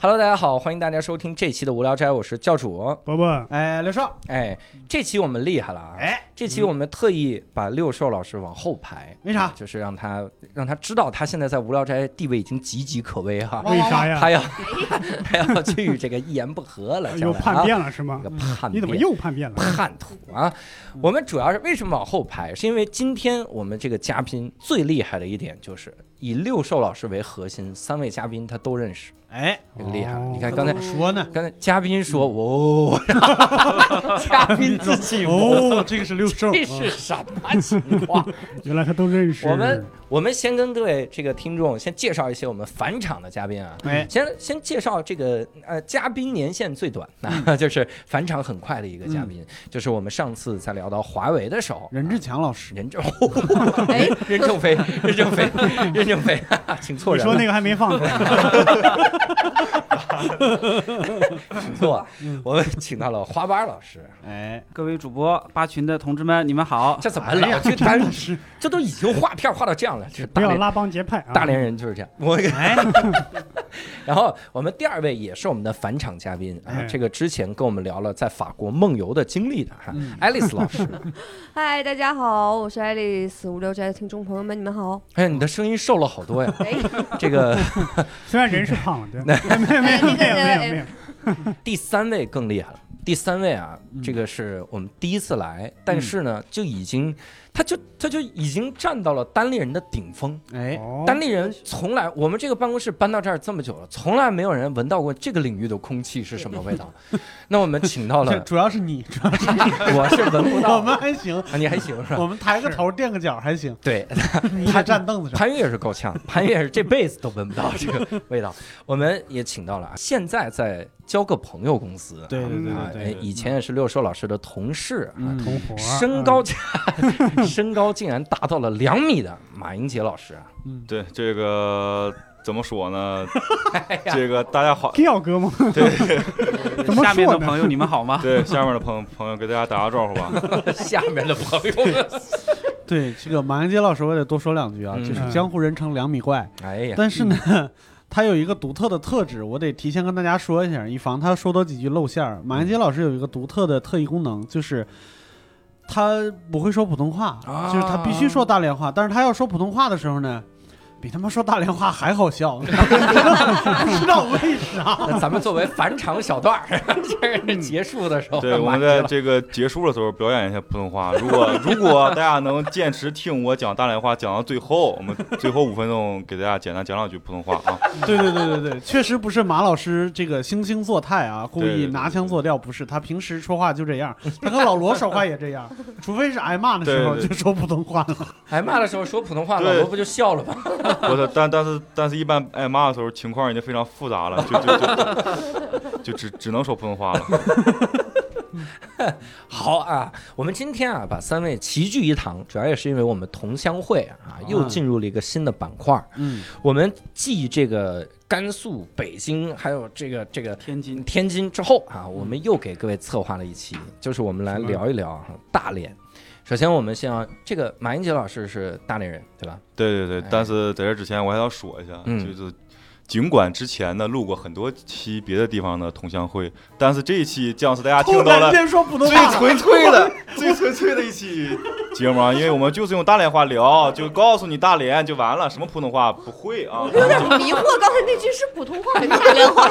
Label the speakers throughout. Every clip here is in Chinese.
Speaker 1: Hello，大家好，欢迎大家收听这期的无聊斋，我是教主。
Speaker 2: 伯伯，
Speaker 3: 哎，刘少，
Speaker 1: 哎，这期我们厉害了啊！
Speaker 3: 哎，
Speaker 1: 这期我们特意把六兽老师往后排，啊
Speaker 3: 为啥？
Speaker 1: 就是让他让他知道他现在在无聊斋地位已经岌岌可危哈，
Speaker 2: 为啥哎呀
Speaker 1: 他？要 他要去这个一言不合了，将
Speaker 2: 又
Speaker 1: 来
Speaker 2: 叛
Speaker 1: 啊，
Speaker 2: 变了是吗
Speaker 1: 这个？叛
Speaker 2: 你怎么
Speaker 1: 变
Speaker 2: 又叛变了？
Speaker 1: 叛徒啊！我们主要是为什么往后排？是因为今天我们这个嘉宾最厉害的一点就是以六兽老师为核心，三位嘉宾他都认识，
Speaker 3: 哎，
Speaker 1: 这个厉害了。
Speaker 2: 哦
Speaker 1: 你看刚才
Speaker 3: 怎么说呢？
Speaker 1: 刚才嘉宾说哦，嘉宾自己哦，
Speaker 3: 哦，这个是六兽，
Speaker 1: 这是什么情况？
Speaker 2: 原来他都认识
Speaker 1: 我们我们先跟各位这个听众先介绍一些我们返场的嘉宾啊。
Speaker 3: 哎，
Speaker 1: 先先介绍这个呃，嘉宾年限最短， 啊、就是返场很快的一个嘉宾，就是我们上次在聊到华为的时候，
Speaker 3: 任志强老师，
Speaker 1: 任正 哎
Speaker 2: 哎
Speaker 1: 任正非，任正非，任正非， 哈哈请错
Speaker 2: 你
Speaker 1: 人
Speaker 2: 说
Speaker 1: 了
Speaker 2: 那，个还没放呢，
Speaker 1: 请错了，
Speaker 2: 嗯
Speaker 1: 我们请到了花瓣老师，
Speaker 2: 啊
Speaker 3: 哎，
Speaker 4: 各位主播八群的同志们，你们好。
Speaker 1: 这
Speaker 2: 哎
Speaker 1: 怎么老去
Speaker 3: 张
Speaker 1: 单
Speaker 3: 老师，
Speaker 1: 这都已经画片画到这样了，这
Speaker 2: 不
Speaker 1: 大
Speaker 2: 要
Speaker 1: 连
Speaker 2: 拉帮结派啊！
Speaker 1: 大连人就是这样。我
Speaker 3: 哎，
Speaker 1: 然后我们第二位也是我们的返场嘉宾啊
Speaker 2: 哎，
Speaker 1: 这个之前跟我们聊了在法国梦游的经历的哈，
Speaker 2: 嗯
Speaker 1: 爱丽丝老师。
Speaker 5: 嗨，大家好，我是爱丽丝无聊斋的听众朋友们，你们好。
Speaker 1: 哎呀，你的声音瘦了好多呀！
Speaker 5: 哎，
Speaker 1: 这个
Speaker 2: 虽然人是胖了，对，没有没有没有没有没有，
Speaker 1: 第三位更厉害了。第三位啊，
Speaker 3: 嗯
Speaker 1: 这个是我们第一次来，但是呢，就已经，他就他就已经站到了单立人的顶峰。
Speaker 3: 哎，
Speaker 2: 哦
Speaker 1: 单立人从来，我们这个办公室搬到这儿这么久了，从来没有人闻到过这个领域的空气是什么 味道。那我们请到
Speaker 3: 这
Speaker 1: 了，
Speaker 3: 主要 是你，
Speaker 1: 我是闻不
Speaker 3: 我
Speaker 1: 到 的，
Speaker 3: 们还行，
Speaker 1: 啊你还行是吧？
Speaker 3: 我们抬个头垫个脚还行，
Speaker 1: 对，
Speaker 3: 你还站凳子上，
Speaker 1: 潘越是够呛，潘越是这辈子都闻不到这个味道。 我们也请到了啊，现在在交个朋友公司，
Speaker 3: 对对对对对
Speaker 1: 啊，以前也是六兽老师的同事啊，
Speaker 3: 嗯
Speaker 2: 同伙
Speaker 1: 身高竟身高竟然达 到了两米的马英杰老师 啊，
Speaker 6: 对这个怎么说呢？这个大家好，
Speaker 2: 吊哥吗？ 怎么
Speaker 4: 下面
Speaker 2: 说
Speaker 4: 的
Speaker 2: 呢？
Speaker 4: 朋友，你们好吗？
Speaker 6: 对下面的朋朋友给大家打个招呼吧。
Speaker 1: 下面的朋友们，
Speaker 3: 对这个马英杰老师，我得多说两句啊，
Speaker 1: 嗯
Speaker 3: 就是江湖人称两米怪，
Speaker 1: 哎呀，
Speaker 3: 但是呢。
Speaker 6: 嗯
Speaker 3: 他有一个独特的特质，我得提前跟大家说一下，以防他说多几句露馅儿。马英杰老师有一个独特的特异功能，就是他不会说普通话，
Speaker 1: 啊
Speaker 3: 就是他必须说大连话。但是他要说普通话的时候呢，比他妈说大连话还好笑， 不知道为啥。
Speaker 1: 那咱们作为返场小段儿， 这是结束的时候，
Speaker 6: 嗯对，我
Speaker 1: 马英
Speaker 6: 们
Speaker 1: 杰
Speaker 6: 在
Speaker 1: 老师
Speaker 6: 这个结束的时候表演一下普通话。如果如果大家能坚持听我讲大连话讲到最后，我们最后五分钟给大家简单讲两句普通话啊。
Speaker 3: 对对对对对，确实不是马老师这个惺惺作态啊，故
Speaker 6: 对对
Speaker 3: 意
Speaker 6: 对
Speaker 3: 拿腔作调，不是他平时说话就这 样，他跟老罗说话也这样，除非是挨骂的时候
Speaker 6: 对对
Speaker 3: 就说普通话了。
Speaker 1: 挨哎骂的时候说普通话，
Speaker 6: 对
Speaker 1: 老罗不就笑了吗？
Speaker 6: 我操，但但是但是一般挨骂的时候情况已经非常复杂了，就就就就只只能说普通话了。
Speaker 1: 好啊，我们今天啊，把三位齐聚一堂，主要也是因为我们同乡会啊，又进入了一个新的板块儿。
Speaker 3: 嗯，
Speaker 1: 我们继这个甘肃、北京，还有这个这个
Speaker 4: 天津，
Speaker 1: 天津之后啊，我们又给各位策划了一期，就是我们来聊一聊啊大连。首先，我们先要这个马英杰老师是大连人，对吧？
Speaker 6: 对对
Speaker 1: 哎
Speaker 6: 对，但是在这之前我还要说一下，
Speaker 1: 嗯
Speaker 6: 就是尽管之前呢录过很多期别的地方的同乡会，但是这一期将是大家啊听
Speaker 3: 突
Speaker 6: 到
Speaker 3: 然
Speaker 6: 了
Speaker 3: 间说普通
Speaker 6: 最
Speaker 3: 话了，
Speaker 6: 纯粹的、最纯粹的一期 节目，啊，因为我们就是用大连话聊，就告诉你大连就完了，什么普通话不会啊。
Speaker 5: 有点迷惑，刚才那句是普通话还是大连话？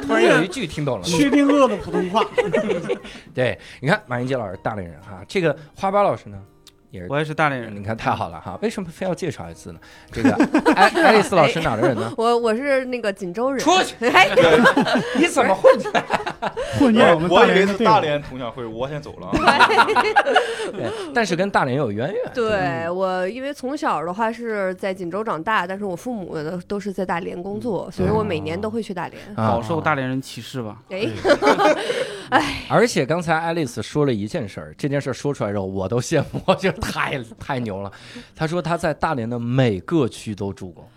Speaker 1: 突然有一句听懂了，
Speaker 3: 薛定谔的普通话。
Speaker 1: 对，你看马英杰老师大连人哈、这个花八老师呢也是。
Speaker 4: 我也是大连人。
Speaker 1: 你看太好了哈，为什么非要介绍一次呢？这个 爱爱丽丝老师哪儿的人呢？
Speaker 5: 我我是那个锦州人。
Speaker 1: 出去！
Speaker 5: 哎，
Speaker 6: 对，
Speaker 1: 你怎么会
Speaker 2: 混进我
Speaker 6: 我
Speaker 2: 们
Speaker 6: 我
Speaker 2: 大
Speaker 6: 以
Speaker 2: 连
Speaker 6: 为
Speaker 2: 的
Speaker 6: 是
Speaker 2: 队
Speaker 6: 大
Speaker 2: 伍。
Speaker 6: 连同乡会，我先走了啊。
Speaker 1: 对，但是跟大连有渊源。
Speaker 3: 嗯
Speaker 5: 对我，因为从小的话是在锦州长大，但是我父母呢都是在大连工
Speaker 3: 嗯
Speaker 5: 作，所以我每年都会去大连。
Speaker 1: 啊
Speaker 4: 饱受大连人歧视吧？
Speaker 5: 哎，
Speaker 1: 而且刚才爱丽丝说了一件事儿，这件事儿说出来之后，我都羡慕，我觉得太太牛了。她说她在大连的每个区都住过，
Speaker 2: 嗯
Speaker 5: 对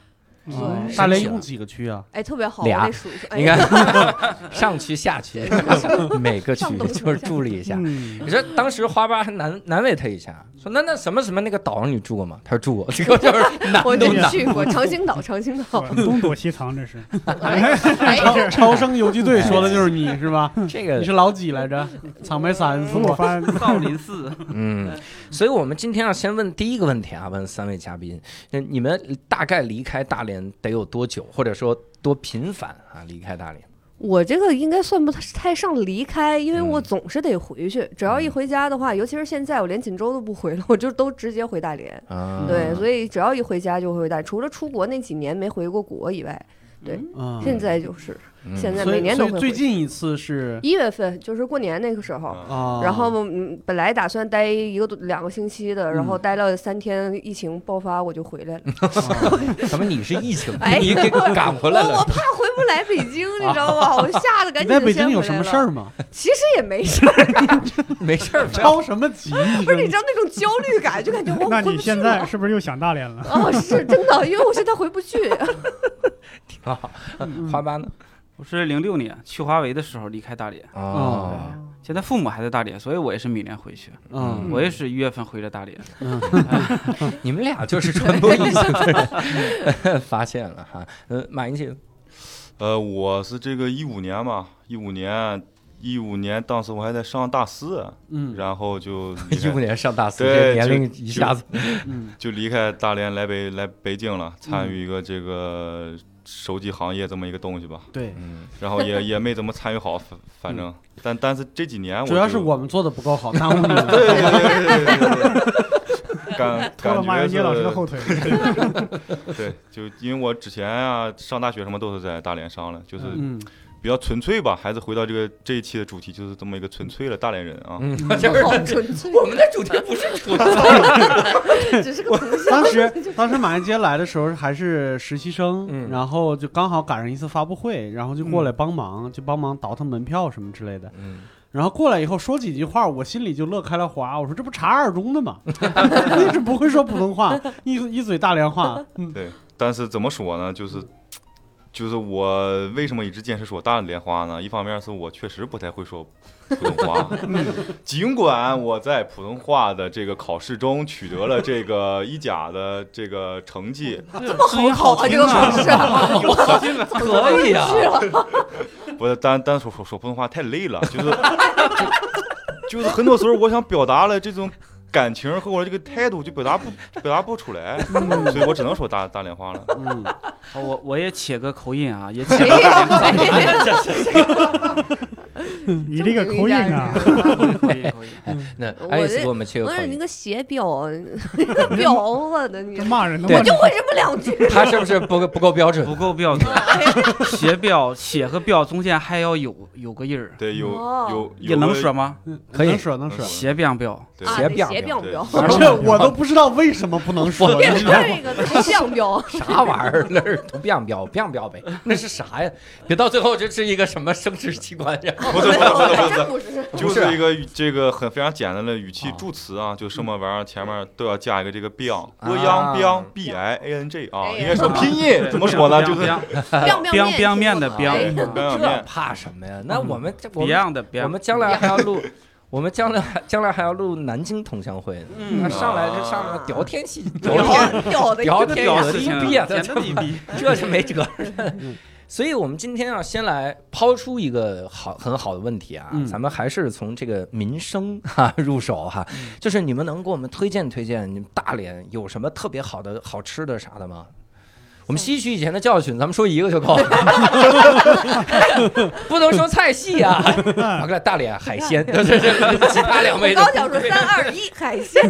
Speaker 3: 嗯大
Speaker 1: 神
Speaker 3: 连一
Speaker 1: 奇了
Speaker 3: 共几个区啊？
Speaker 5: 哎，特别好，我
Speaker 1: 俩
Speaker 5: 得数一 数。哎
Speaker 1: 你看， 上区下区，每个区
Speaker 5: 上东下
Speaker 1: 就是助理一下。
Speaker 2: 嗯，
Speaker 1: 你说当时花爸还难难为他一下，说那那什么什么那个岛上你住过吗？他说住过，这个就是难
Speaker 5: 我
Speaker 1: 都
Speaker 5: 真
Speaker 1: 难。
Speaker 5: 去 过长兴岛，长兴岛。
Speaker 2: 东躲西藏，这是。
Speaker 5: 哎，
Speaker 3: 超超生游击队说
Speaker 6: 哎
Speaker 3: 的就是你是吧？
Speaker 1: 这
Speaker 3: 你
Speaker 1: 个
Speaker 3: 是老几来着？草莓三是
Speaker 2: 我
Speaker 3: 我
Speaker 2: 发
Speaker 4: 少林寺，
Speaker 1: 嗯，所以我们今天要先问第一个问题啊，问三位嘉宾，那你们大概离开大连得有多久，或者说多频繁啊？离开大连，
Speaker 5: 我这个应该算不太上离开，因为我
Speaker 1: 嗯
Speaker 5: 总是得回去。只要一回家的话，尤其是现在，我连锦州都不回了，我就都直接回大连。
Speaker 1: 啊，
Speaker 5: 对，所以只要一回家就回大，除了出国那几年没回过国以外，
Speaker 3: 啊，
Speaker 5: 现在就是
Speaker 1: 嗯
Speaker 5: 现在
Speaker 3: 所
Speaker 5: 每
Speaker 3: 以
Speaker 5: 年
Speaker 3: 所
Speaker 5: 都
Speaker 3: 以
Speaker 5: 会
Speaker 3: 最
Speaker 5: 回去。
Speaker 3: 近一次是
Speaker 5: 一月份就是过年那个时候，
Speaker 3: 啊，
Speaker 5: 然后嗯本来打算待一个多两个星期的，然后待了三天，疫情爆发我就回来了。
Speaker 1: 怎么你是疫情，
Speaker 5: 哎
Speaker 1: 你给赶回来
Speaker 5: 我我
Speaker 1: 了？
Speaker 5: 怕回不来北京，你知道吗？我吓得赶
Speaker 3: 你
Speaker 5: 紧。
Speaker 3: 在北京有什么事？儿吗？
Speaker 5: 其实也没事儿，
Speaker 1: 没事儿，
Speaker 3: 着什么急？
Speaker 5: 不是你知道那种焦虑感，就感觉我
Speaker 2: 那
Speaker 5: 回不
Speaker 2: 你
Speaker 5: 去
Speaker 2: 现在
Speaker 5: 了。
Speaker 2: 是不是又想大连了？
Speaker 5: 哦，是真的，因为我现在回不去。
Speaker 1: 挺好。
Speaker 5: 嗯
Speaker 1: 花吧呢？
Speaker 4: 我是零六年去华为的时候离开大连，
Speaker 5: 嗯
Speaker 1: 哦，
Speaker 4: 现在父母还在大连，所以我也是每年回去，
Speaker 3: 嗯
Speaker 4: 我也是一月份回了大连。
Speaker 5: 哦
Speaker 1: 你们俩就是传 播疫情的人，发现了哈。呃，马英九，
Speaker 6: 呃，我是这个一五年嘛，一五年，一五年当时我还在上大四，
Speaker 3: 嗯
Speaker 6: 然后就离
Speaker 1: 一
Speaker 6: 开
Speaker 1: 五年上大四，这
Speaker 6: 对
Speaker 1: 年龄一下子，
Speaker 3: 嗯
Speaker 6: 就离开大连来北来北京了，参与一个这个手机行业这么一个东西吧。
Speaker 3: 对，
Speaker 1: 嗯，
Speaker 6: 然后也也没怎么参与好，反反正，但但是这几年我
Speaker 3: 主要是
Speaker 6: 就
Speaker 3: 我们做的不够好，耽误你了。
Speaker 6: 对对对对对对，感
Speaker 2: 拖了
Speaker 6: 感
Speaker 2: 马
Speaker 6: 觉
Speaker 2: 云杰老师的
Speaker 6: 是，
Speaker 2: 后腿。
Speaker 6: 对，就因为我之前啊上大学什么都是在大连上的，就是
Speaker 3: 嗯，
Speaker 6: 比较纯粹吧，还是回到这个这一期的主题，就是这么一个纯粹的大连人啊。
Speaker 1: 嗯
Speaker 5: 好纯粹，
Speaker 1: 我们的主题不是主题，
Speaker 5: 只是个同乡。
Speaker 3: 当时当时马云杰来的时候还是实习生，
Speaker 1: 嗯
Speaker 3: 然后就刚好赶上一次发布会，然后就过来帮忙，就帮忙倒腾门票什么之类的。
Speaker 1: 嗯，
Speaker 3: 然后过来以后说几句话，我心里就乐开了花。我说这不查二中的 吗？一直不会说普通 话，一一嘴大连话。嗯
Speaker 6: 对，但是怎么说呢，就是。就是我为什么一直坚持说大连话呢？一方面是我确实不太会说普通 话，尽管我在普通话的这个考试中取得了这个一甲的这个 成绩，
Speaker 4: 这
Speaker 5: 么好考啊，这个考试
Speaker 1: 可以啊，
Speaker 6: 不是，单单说说说普通话太累了，就是 就就是很多时候我想表达了这种感情和我这个态度就表达不表达不出来，
Speaker 4: 嗯
Speaker 6: 所以我只能说大大连话了。
Speaker 3: 嗯，
Speaker 4: 哦我我也且个口音啊，也且个
Speaker 5: 哎
Speaker 2: 你这个口音啊，
Speaker 4: 口音口音。
Speaker 6: 哎
Speaker 1: 那
Speaker 5: 我
Speaker 1: 爱斯
Speaker 5: 这
Speaker 1: 给我们切
Speaker 5: 呀，
Speaker 1: 个
Speaker 5: 我
Speaker 1: 口
Speaker 5: 是你
Speaker 1: 音，
Speaker 5: 个邪标，彪子的你，
Speaker 2: 这骂人的
Speaker 1: 对
Speaker 2: 骂
Speaker 5: 就
Speaker 2: 人
Speaker 5: 会这么两句。啊哎
Speaker 1: 他是不是不够不够标准
Speaker 4: 不？够标准，学标写和标中间还要有有个音儿，
Speaker 6: 对，有
Speaker 5: 哦
Speaker 6: 有有
Speaker 4: 也能
Speaker 6: 个
Speaker 4: 说吗？
Speaker 1: 可以
Speaker 3: 能说能说。
Speaker 4: 斜标标，
Speaker 6: 对
Speaker 5: 啊，
Speaker 1: 邪
Speaker 5: 得
Speaker 1: 彪
Speaker 5: 邪
Speaker 1: 彪
Speaker 5: 彪彪，
Speaker 3: 这我都不知道为什么不能说。
Speaker 5: 变成这个太像彪。
Speaker 1: 啥玩意儿？那是不变标，变标呗？那是啥呀？别到最后这是一个什么生殖器官呀？
Speaker 6: 不是不是不是不 是
Speaker 5: 真不是，
Speaker 6: 就是一个语这个很非常简单的语气
Speaker 1: 啊
Speaker 6: 助词啊，就什么玩意儿前面都要加一个这个 biang
Speaker 1: 啊
Speaker 6: biang biang b i a n g 啊，
Speaker 5: 哎呀
Speaker 6: 应该说拼音怎么说呢？就是
Speaker 5: 彪彪
Speaker 4: 彪彪面的彪
Speaker 5: 哎
Speaker 6: 彪表
Speaker 1: 这
Speaker 6: 面
Speaker 1: 怕什么呀？那我们这我们
Speaker 4: ，Beyond 的 Beyond，
Speaker 1: 我们将来还要录，我们将来还将来还要录南京同乡会呢。
Speaker 4: 嗯
Speaker 1: 那上来就上来聊天戏，聊天
Speaker 5: 彪彪的，
Speaker 1: 聊天
Speaker 4: 屌
Speaker 1: 有
Speaker 4: 丝
Speaker 1: 利
Speaker 4: 情
Speaker 1: 弊啊，
Speaker 4: 简直
Speaker 1: 这
Speaker 4: 一逼，
Speaker 1: 这是没辙。
Speaker 3: 嗯
Speaker 1: 所以，我们今天要先来抛出一个好很好的问题啊，
Speaker 3: 嗯
Speaker 1: 咱们还是从这个民生哈、入手哈、
Speaker 3: 嗯
Speaker 1: 就是你们能给我们推荐推荐，你们大连有什么特别好的好吃的啥的吗？我们吸取以前的教训，咱们说一个就 够了，不能说菜系啊。
Speaker 3: 嗯
Speaker 1: 我看大连海鲜，对对对，其他两
Speaker 5: 我
Speaker 1: 位
Speaker 5: 刚想说三二一海鲜，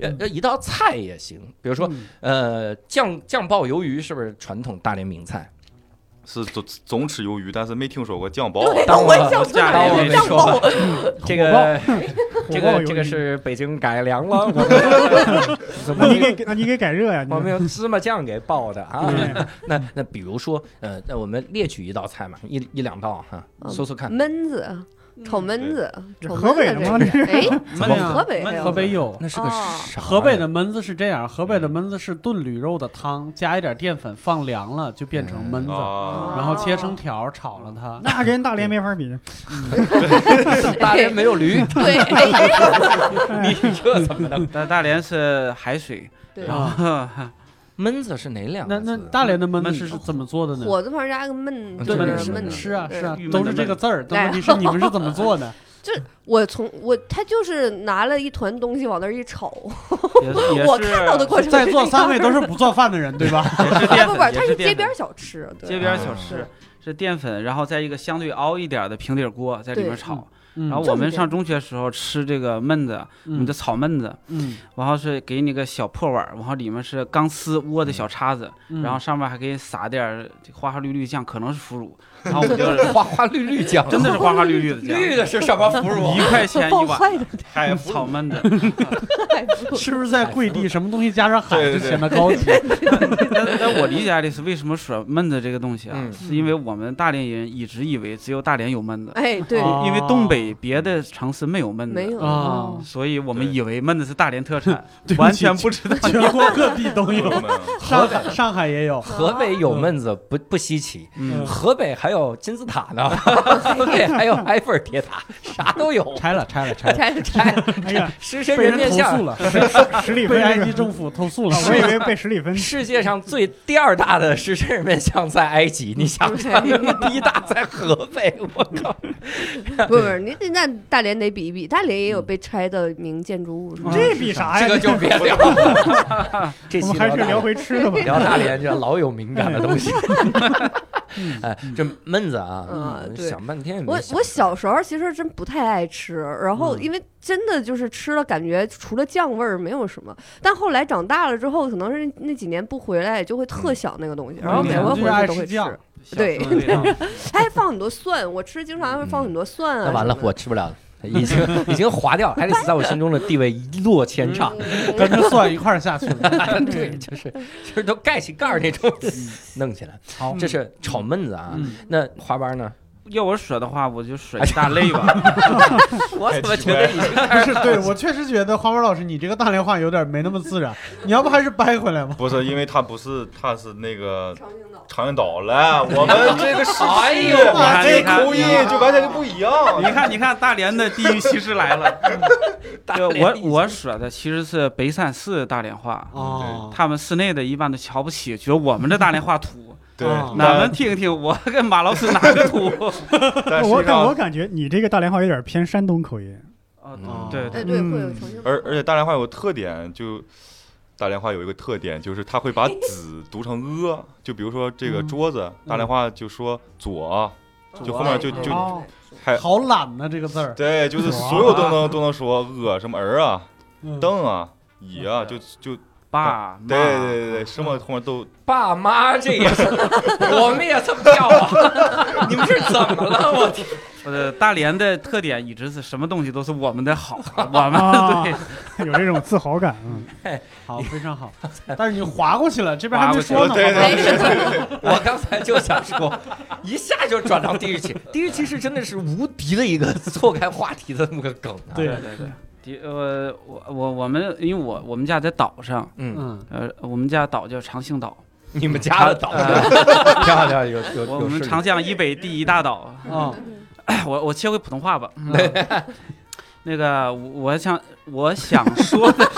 Speaker 1: 呃呃，一道菜也行，比如说
Speaker 3: 嗯
Speaker 1: 呃酱酱爆鱿鱼是不是传统大连名菜？
Speaker 6: 是总总吃鱿鱼，但是没听说过酱爆。
Speaker 5: 对，
Speaker 1: 当
Speaker 5: 我
Speaker 1: 我
Speaker 5: 想说哪
Speaker 4: 当我
Speaker 5: 个
Speaker 4: 没
Speaker 5: 酱
Speaker 1: 说
Speaker 5: 爆，
Speaker 1: 这个这
Speaker 2: 火爆
Speaker 1: 个
Speaker 2: 鱿
Speaker 1: 这个
Speaker 2: 鱼
Speaker 1: 是北京改良了，我 们怎
Speaker 2: 那
Speaker 1: 么
Speaker 2: 你给那你给改热呀？你
Speaker 1: 我们用芝麻酱给爆的啊？
Speaker 3: 嗯
Speaker 2: 对
Speaker 1: 那那比如说呃，那我们列举一道菜嘛，一一两道哈，
Speaker 5: 嗯
Speaker 1: 搜搜看。
Speaker 5: 焖子，丑闷子，丑
Speaker 2: 河北
Speaker 5: 闷
Speaker 2: 的
Speaker 5: 子
Speaker 2: 吗？
Speaker 5: 这
Speaker 2: 这
Speaker 5: 是哎，
Speaker 4: 焖
Speaker 3: 对
Speaker 4: 子
Speaker 3: 啊
Speaker 5: 河北还
Speaker 4: 焖
Speaker 5: 有
Speaker 4: 子
Speaker 3: 河北有。
Speaker 1: 那是个
Speaker 5: 哦
Speaker 1: 啥呀？
Speaker 3: 河 北的焖子是这样，河北的焖子是炖驴肉的汤，加一点淀粉，放凉了就变成焖子，
Speaker 6: 啊，
Speaker 3: 然后切成条儿炒了
Speaker 5: 哦
Speaker 3: 它。
Speaker 2: 那跟大连没法比。
Speaker 1: 大连没有 驴，
Speaker 5: 对，哎
Speaker 1: 你这怎么能？
Speaker 4: 大大连是 海水，
Speaker 5: 对，
Speaker 4: 然后
Speaker 1: 闷子是哪两
Speaker 3: 那
Speaker 1: 个
Speaker 3: 那
Speaker 1: 字啊
Speaker 3: 大连的焖
Speaker 4: 焖
Speaker 3: 子是怎么做的呢？
Speaker 5: 火字旁加个闷，
Speaker 1: 嗯
Speaker 5: 就
Speaker 3: 对
Speaker 1: 这
Speaker 5: 是
Speaker 1: 个
Speaker 3: 焖
Speaker 1: 是
Speaker 5: 闷
Speaker 1: 的
Speaker 5: 子
Speaker 3: 是啊
Speaker 5: 对
Speaker 3: 是啊
Speaker 4: 对，
Speaker 3: 都是这个字儿。但问题
Speaker 5: 对
Speaker 3: 是你们是怎么做的？
Speaker 5: 我从我他就是拿了一团东西往那儿一炒，
Speaker 4: 也是也
Speaker 5: 我
Speaker 4: 是
Speaker 5: 看到的过程
Speaker 3: 在
Speaker 5: 是
Speaker 3: 座
Speaker 5: 这
Speaker 3: 三
Speaker 5: 样
Speaker 3: 位
Speaker 5: 的
Speaker 3: 都是不做饭的人，对吧？
Speaker 4: 也是
Speaker 5: 啊
Speaker 4: 淀
Speaker 5: 不
Speaker 4: 粉，
Speaker 5: 不，它是
Speaker 4: 也是
Speaker 5: 街
Speaker 4: 淀
Speaker 5: 边
Speaker 4: 粉
Speaker 5: 小吃，对
Speaker 4: 街边
Speaker 6: 啊
Speaker 4: 小吃是淀粉，然后在一个相对凹一点的平底锅在里
Speaker 5: 对
Speaker 4: 面炒。
Speaker 3: 嗯
Speaker 4: 然后
Speaker 5: 这
Speaker 4: 我
Speaker 5: 么
Speaker 4: 们
Speaker 5: 点
Speaker 4: 上中学时候吃这个焖子，我们
Speaker 3: 嗯
Speaker 4: 叫炒焖子，
Speaker 3: 嗯，
Speaker 4: 然后是给你个小破碗儿，然后里面是钢丝窝的小叉子，
Speaker 3: 嗯
Speaker 4: 然后上面还给你撒点儿这花花绿绿酱，可能是腐 乳，然后我们就是
Speaker 1: 花花绿绿酱，
Speaker 4: 真的是花花绿绿的酱，
Speaker 1: 绿的是什么腐乳？
Speaker 4: 一块钱一
Speaker 5: 爆
Speaker 4: 碗
Speaker 5: 坏的
Speaker 6: 海服
Speaker 4: 炒焖子。
Speaker 5: 太 不
Speaker 3: 是不是在跪地什么东西加上海
Speaker 6: 对
Speaker 3: 就
Speaker 6: 对
Speaker 3: 显得高 级？
Speaker 4: 但但我理解爱丽丝为什么说焖子这个东西啊，
Speaker 1: 嗯
Speaker 4: 是因为我们大连人一直以为只有大连有焖子，
Speaker 5: 哎，对，
Speaker 3: 哦
Speaker 4: 因为东北别的城市没有焖
Speaker 5: 没
Speaker 4: 子，
Speaker 5: 有
Speaker 3: 啊
Speaker 4: 所以我们以为焖子是大连特产，
Speaker 3: 对不
Speaker 4: 完
Speaker 3: 起
Speaker 4: 全不 知道。
Speaker 3: 嗯全国各地都
Speaker 6: 朋友
Speaker 3: 有，
Speaker 6: 们
Speaker 3: 上海上海也有。
Speaker 1: 河北有闷子不不稀奇，
Speaker 4: 嗯，
Speaker 1: 河北还有金字塔呢， 河北还有埃菲尔铁塔，啥都有。
Speaker 3: 拆了，拆了， 拆了！
Speaker 5: 拆
Speaker 1: 拆
Speaker 2: 哎呀，
Speaker 1: 狮身
Speaker 3: 被
Speaker 1: 人
Speaker 3: 人
Speaker 1: 面
Speaker 3: 投诉
Speaker 1: 像，
Speaker 3: 了，
Speaker 2: 史蒂芬
Speaker 3: 被埃
Speaker 2: 这
Speaker 3: 及
Speaker 2: 个，
Speaker 3: 政府投诉了
Speaker 2: 啊。我以为被史 蒂芬。
Speaker 1: 世界上最第二大的狮身人面像在埃及，你想想，第一大在河北，我靠！
Speaker 5: 不是你得那大连得比一比，大连也有被拆的名建筑物，是
Speaker 4: 嗯
Speaker 5: 吧？
Speaker 2: 这比啥呀？
Speaker 1: 这个 就别聊了， 这
Speaker 2: 我
Speaker 1: 期
Speaker 2: 们还是
Speaker 1: 大连
Speaker 2: 聊回吃的吧。
Speaker 1: 聊大连这老有敏感的东西。 哎，这闷子啊，
Speaker 5: 嗯
Speaker 1: 我
Speaker 5: 对
Speaker 1: 想半天也没
Speaker 5: 我
Speaker 1: 想
Speaker 5: 我小时候其实真不太爱吃，然后
Speaker 4: 嗯
Speaker 5: 因为真的就是吃了感觉除了酱味儿没有什么，但后来长大了之后，可能是那几年不回来就会特想那个东西，然后每回回去都会吃，对
Speaker 4: 嗯小时候那样
Speaker 5: 还放很多蒜，我吃经常会放很多蒜啊
Speaker 1: 那
Speaker 5: 什么的。
Speaker 1: 完了，我吃不了了，已经 已经划掉了。爱丽丝在我心中的地位一落千丈。
Speaker 3: 跟着蒜一块儿下去 了。
Speaker 1: 对，就是就是都盖起盖儿那种，弄起来。
Speaker 3: 好
Speaker 1: 这是炒焖子啊。
Speaker 3: 嗯
Speaker 1: 那花瓣呢？
Speaker 4: 要我说的话，我就说一大类吧。
Speaker 1: 我怎么觉得已经
Speaker 3: 不 是，对我确实觉得花花老师，你这个大连话有点没那么自然，你要不还是掰回来吧？
Speaker 6: 不是，因为他不是，他是那个
Speaker 5: 长青岛
Speaker 6: 长安岛了，我们这个是
Speaker 1: 哎呦
Speaker 4: 看
Speaker 6: 这
Speaker 4: 你看
Speaker 6: 口音就完全就不一样
Speaker 4: 你。看，你看，大连的地域歧视来了。
Speaker 1: 大
Speaker 4: 就
Speaker 1: 连
Speaker 4: 我
Speaker 1: 已经
Speaker 4: 我说的其实是北山市大连话，
Speaker 3: 哦，
Speaker 4: 他们市内的一般都瞧不起，觉得我们这大连话土。
Speaker 6: 对，
Speaker 3: 啊
Speaker 4: 咱
Speaker 6: 但
Speaker 4: 们听听，我跟马老师哪个土？
Speaker 6: 但实
Speaker 2: 我
Speaker 6: 际
Speaker 2: 但我
Speaker 6: 上，
Speaker 2: 感觉你这个大连话有点偏山东口音。
Speaker 4: 哦，对对
Speaker 5: 哎，
Speaker 4: 对，
Speaker 5: 对，会有重庆。
Speaker 6: 嗯而而且大连话有个特点，就大连话有一个特点，就是他会把子读成呃，就比如说这个桌子，大连话就说左，
Speaker 5: 嗯
Speaker 6: 就后面就就
Speaker 3: 哦
Speaker 6: 还
Speaker 3: 好懒呐，这个字儿。
Speaker 6: 对，就是所有都能都能说呃什么儿啊、
Speaker 3: 嗯
Speaker 6: 凳啊、椅啊，就就
Speaker 4: 爸，
Speaker 6: 对
Speaker 4: 妈
Speaker 6: 对对对，什么后面都
Speaker 1: 爸妈这也是， 我们也这么叫啊。你们是怎么了？我天，
Speaker 4: 呃，大连的特点一直是什么东西都是我们的好，我
Speaker 2: 啊
Speaker 4: 们对，
Speaker 2: 有这种自豪感。嗯，
Speaker 3: 好，非常好。但是你划过去了，这边还
Speaker 4: 划
Speaker 3: 没
Speaker 4: 过去
Speaker 3: 说
Speaker 6: 了
Speaker 3: 呢。
Speaker 6: 对
Speaker 3: 好哎吧
Speaker 6: 对
Speaker 1: 我刚才就想说，一下就转到地狱期。地狱期是真的是无敌的一个错开话题的那么个梗啊。
Speaker 3: 对
Speaker 4: 对对。第呃，我我我们因为我我们家在岛上，
Speaker 1: 嗯，
Speaker 3: 嗯，
Speaker 4: 呃，我们家岛叫长兴岛，
Speaker 1: 你们家的岛，漂亮，有有有
Speaker 4: 我们
Speaker 1: 势力
Speaker 4: 长江以北第一大岛。
Speaker 3: 哦，
Speaker 4: 我我切回普通话吧。 那个，我我想我想说的，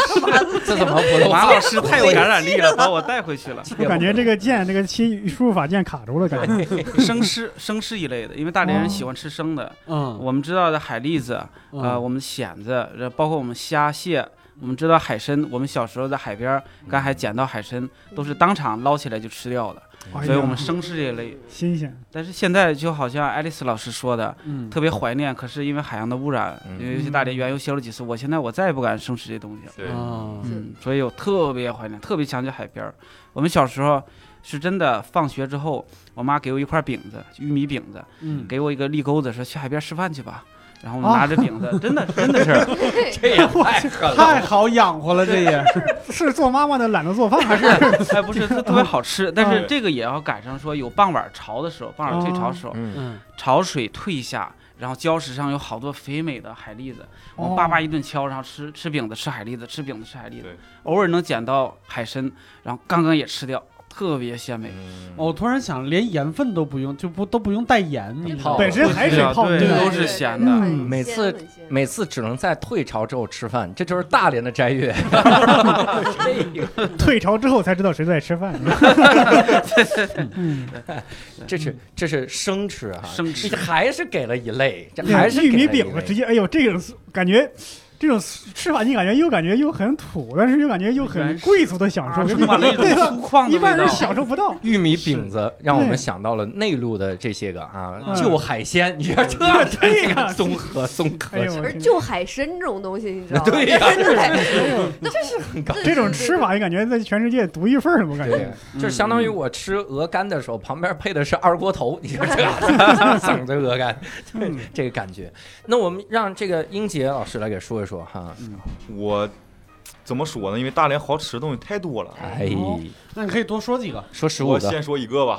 Speaker 1: 这怎么普通
Speaker 4: 马
Speaker 1: 话
Speaker 4: 老师太有感染力了，把我带回去了。
Speaker 2: 我感觉这个键，这个七输入法键卡住了，感觉。
Speaker 4: 生吃生吃一类的，因为大连人喜欢吃生的。
Speaker 3: 嗯，
Speaker 4: 我们知道的海蛎子，呃，
Speaker 3: 嗯
Speaker 4: 我们蚬子，这包括我们虾蟹，我们知道海参，我们小时候在海边儿赶海捡到海参，都是当场捞起来就吃掉的，
Speaker 2: 哎
Speaker 4: 所以
Speaker 2: 呀
Speaker 4: 我们生吃这一类。
Speaker 2: 新鲜。
Speaker 4: 但是现在就好像爱丽丝老师说的，
Speaker 3: 嗯，
Speaker 4: 特别怀念，可是因为海洋的污染，
Speaker 1: 嗯
Speaker 4: 因为去大连原油修了几次，我现在我再也不敢生吃这东西了。
Speaker 6: 对，
Speaker 3: 啊
Speaker 4: 嗯，所以我特别怀念，特别想去海边儿。我们小时候是真的，放学之后，我妈给我一块饼子，玉米饼子，
Speaker 3: 嗯，
Speaker 4: 给我一个立钩子，说去海边吃饭去吧。然后我们
Speaker 2: 啊
Speaker 4: 拿着饼子，真的真的是，
Speaker 1: 这也太狠了。
Speaker 3: 太好养活了，这也
Speaker 2: 是做妈妈的懒得做饭，还是
Speaker 4: 哎，不是，它特别好吃。但是这个也要赶上说有傍晚潮的时候，傍晚退潮的时候，
Speaker 1: 嗯，
Speaker 3: 嗯
Speaker 4: 潮水退下，然后礁石上有好多肥美的海蛎子，我
Speaker 2: 哦
Speaker 4: 叭叭一顿敲，然后吃吃饼子，吃海蛎子，吃饼子，吃海蛎子
Speaker 6: 对，
Speaker 4: 偶尔能捡到海参，然后刚刚也吃掉，特别鲜美。
Speaker 6: 嗯
Speaker 3: 哦，我突然想，连盐分都不用，就不都不用带盐，你知道吗
Speaker 1: 泡
Speaker 2: 哦本身海水
Speaker 4: 对啊
Speaker 2: 泡
Speaker 4: 对
Speaker 2: 面
Speaker 4: 都是咸的
Speaker 5: 很
Speaker 6: 嗯
Speaker 1: 每
Speaker 5: 鲜
Speaker 1: 次
Speaker 5: 很鲜
Speaker 1: 每次只能在退潮之后吃饭，这就是大连的斋月。
Speaker 2: 退潮之后才知道谁在吃饭。嗯，
Speaker 1: 这是这是生吃啊，
Speaker 4: 生吃
Speaker 1: 这还是给了一类，这还是
Speaker 2: 玉米
Speaker 1: 给了一
Speaker 2: 饼子
Speaker 1: 类
Speaker 2: 直接，哎呦，这种感觉，这种吃法你感觉又感觉又很土，但是又感觉又很贵族的享受，
Speaker 4: 充满了一种
Speaker 2: 对吧？
Speaker 6: 嗯
Speaker 4: 粗犷的
Speaker 2: 一般
Speaker 4: 味
Speaker 2: 人
Speaker 4: 道。
Speaker 2: 享受不到。
Speaker 1: 玉米饼子让我们
Speaker 2: 对
Speaker 1: 想到了内陆的这些个啊，
Speaker 2: 嗯
Speaker 1: 就海鲜，你说这
Speaker 2: 对呀
Speaker 1: 综合综合
Speaker 2: 哎呦，我啊
Speaker 5: 而
Speaker 2: 天
Speaker 5: 就海参这种东西，你知道吗？
Speaker 1: 对呀
Speaker 2: 哎
Speaker 5: 对，这是
Speaker 1: 很高
Speaker 2: 这种吃法，也感觉在全世界独一份儿，我感
Speaker 1: 对
Speaker 2: 觉。，
Speaker 1: 就是相当于
Speaker 2: 嗯
Speaker 1: 我吃鹅肝的时候，旁边配的是二锅头，你 说这整着鹅肝，
Speaker 2: 嗯
Speaker 1: 这个感觉。那我们让这个英杰老师来给说一说哈。
Speaker 6: 我怎么说呢？因为大连好吃的东西太多了。
Speaker 1: 哎，
Speaker 2: 哦
Speaker 3: 那你可以多说几个。
Speaker 1: 说十五
Speaker 6: 我
Speaker 1: 个，
Speaker 6: 先说一个吧，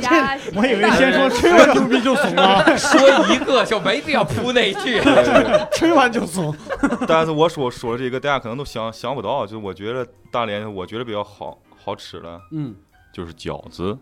Speaker 5: 家乡
Speaker 2: 我以为先说吃，
Speaker 3: 完牛逼就怂 了，
Speaker 1: 说一个就没必要铺那一句。
Speaker 3: 吹完就怂。
Speaker 6: 但是我所说的这个大家可能都想想不到，就是我觉得大连我觉得比较好好吃的
Speaker 3: 嗯，
Speaker 6: 就是饺子，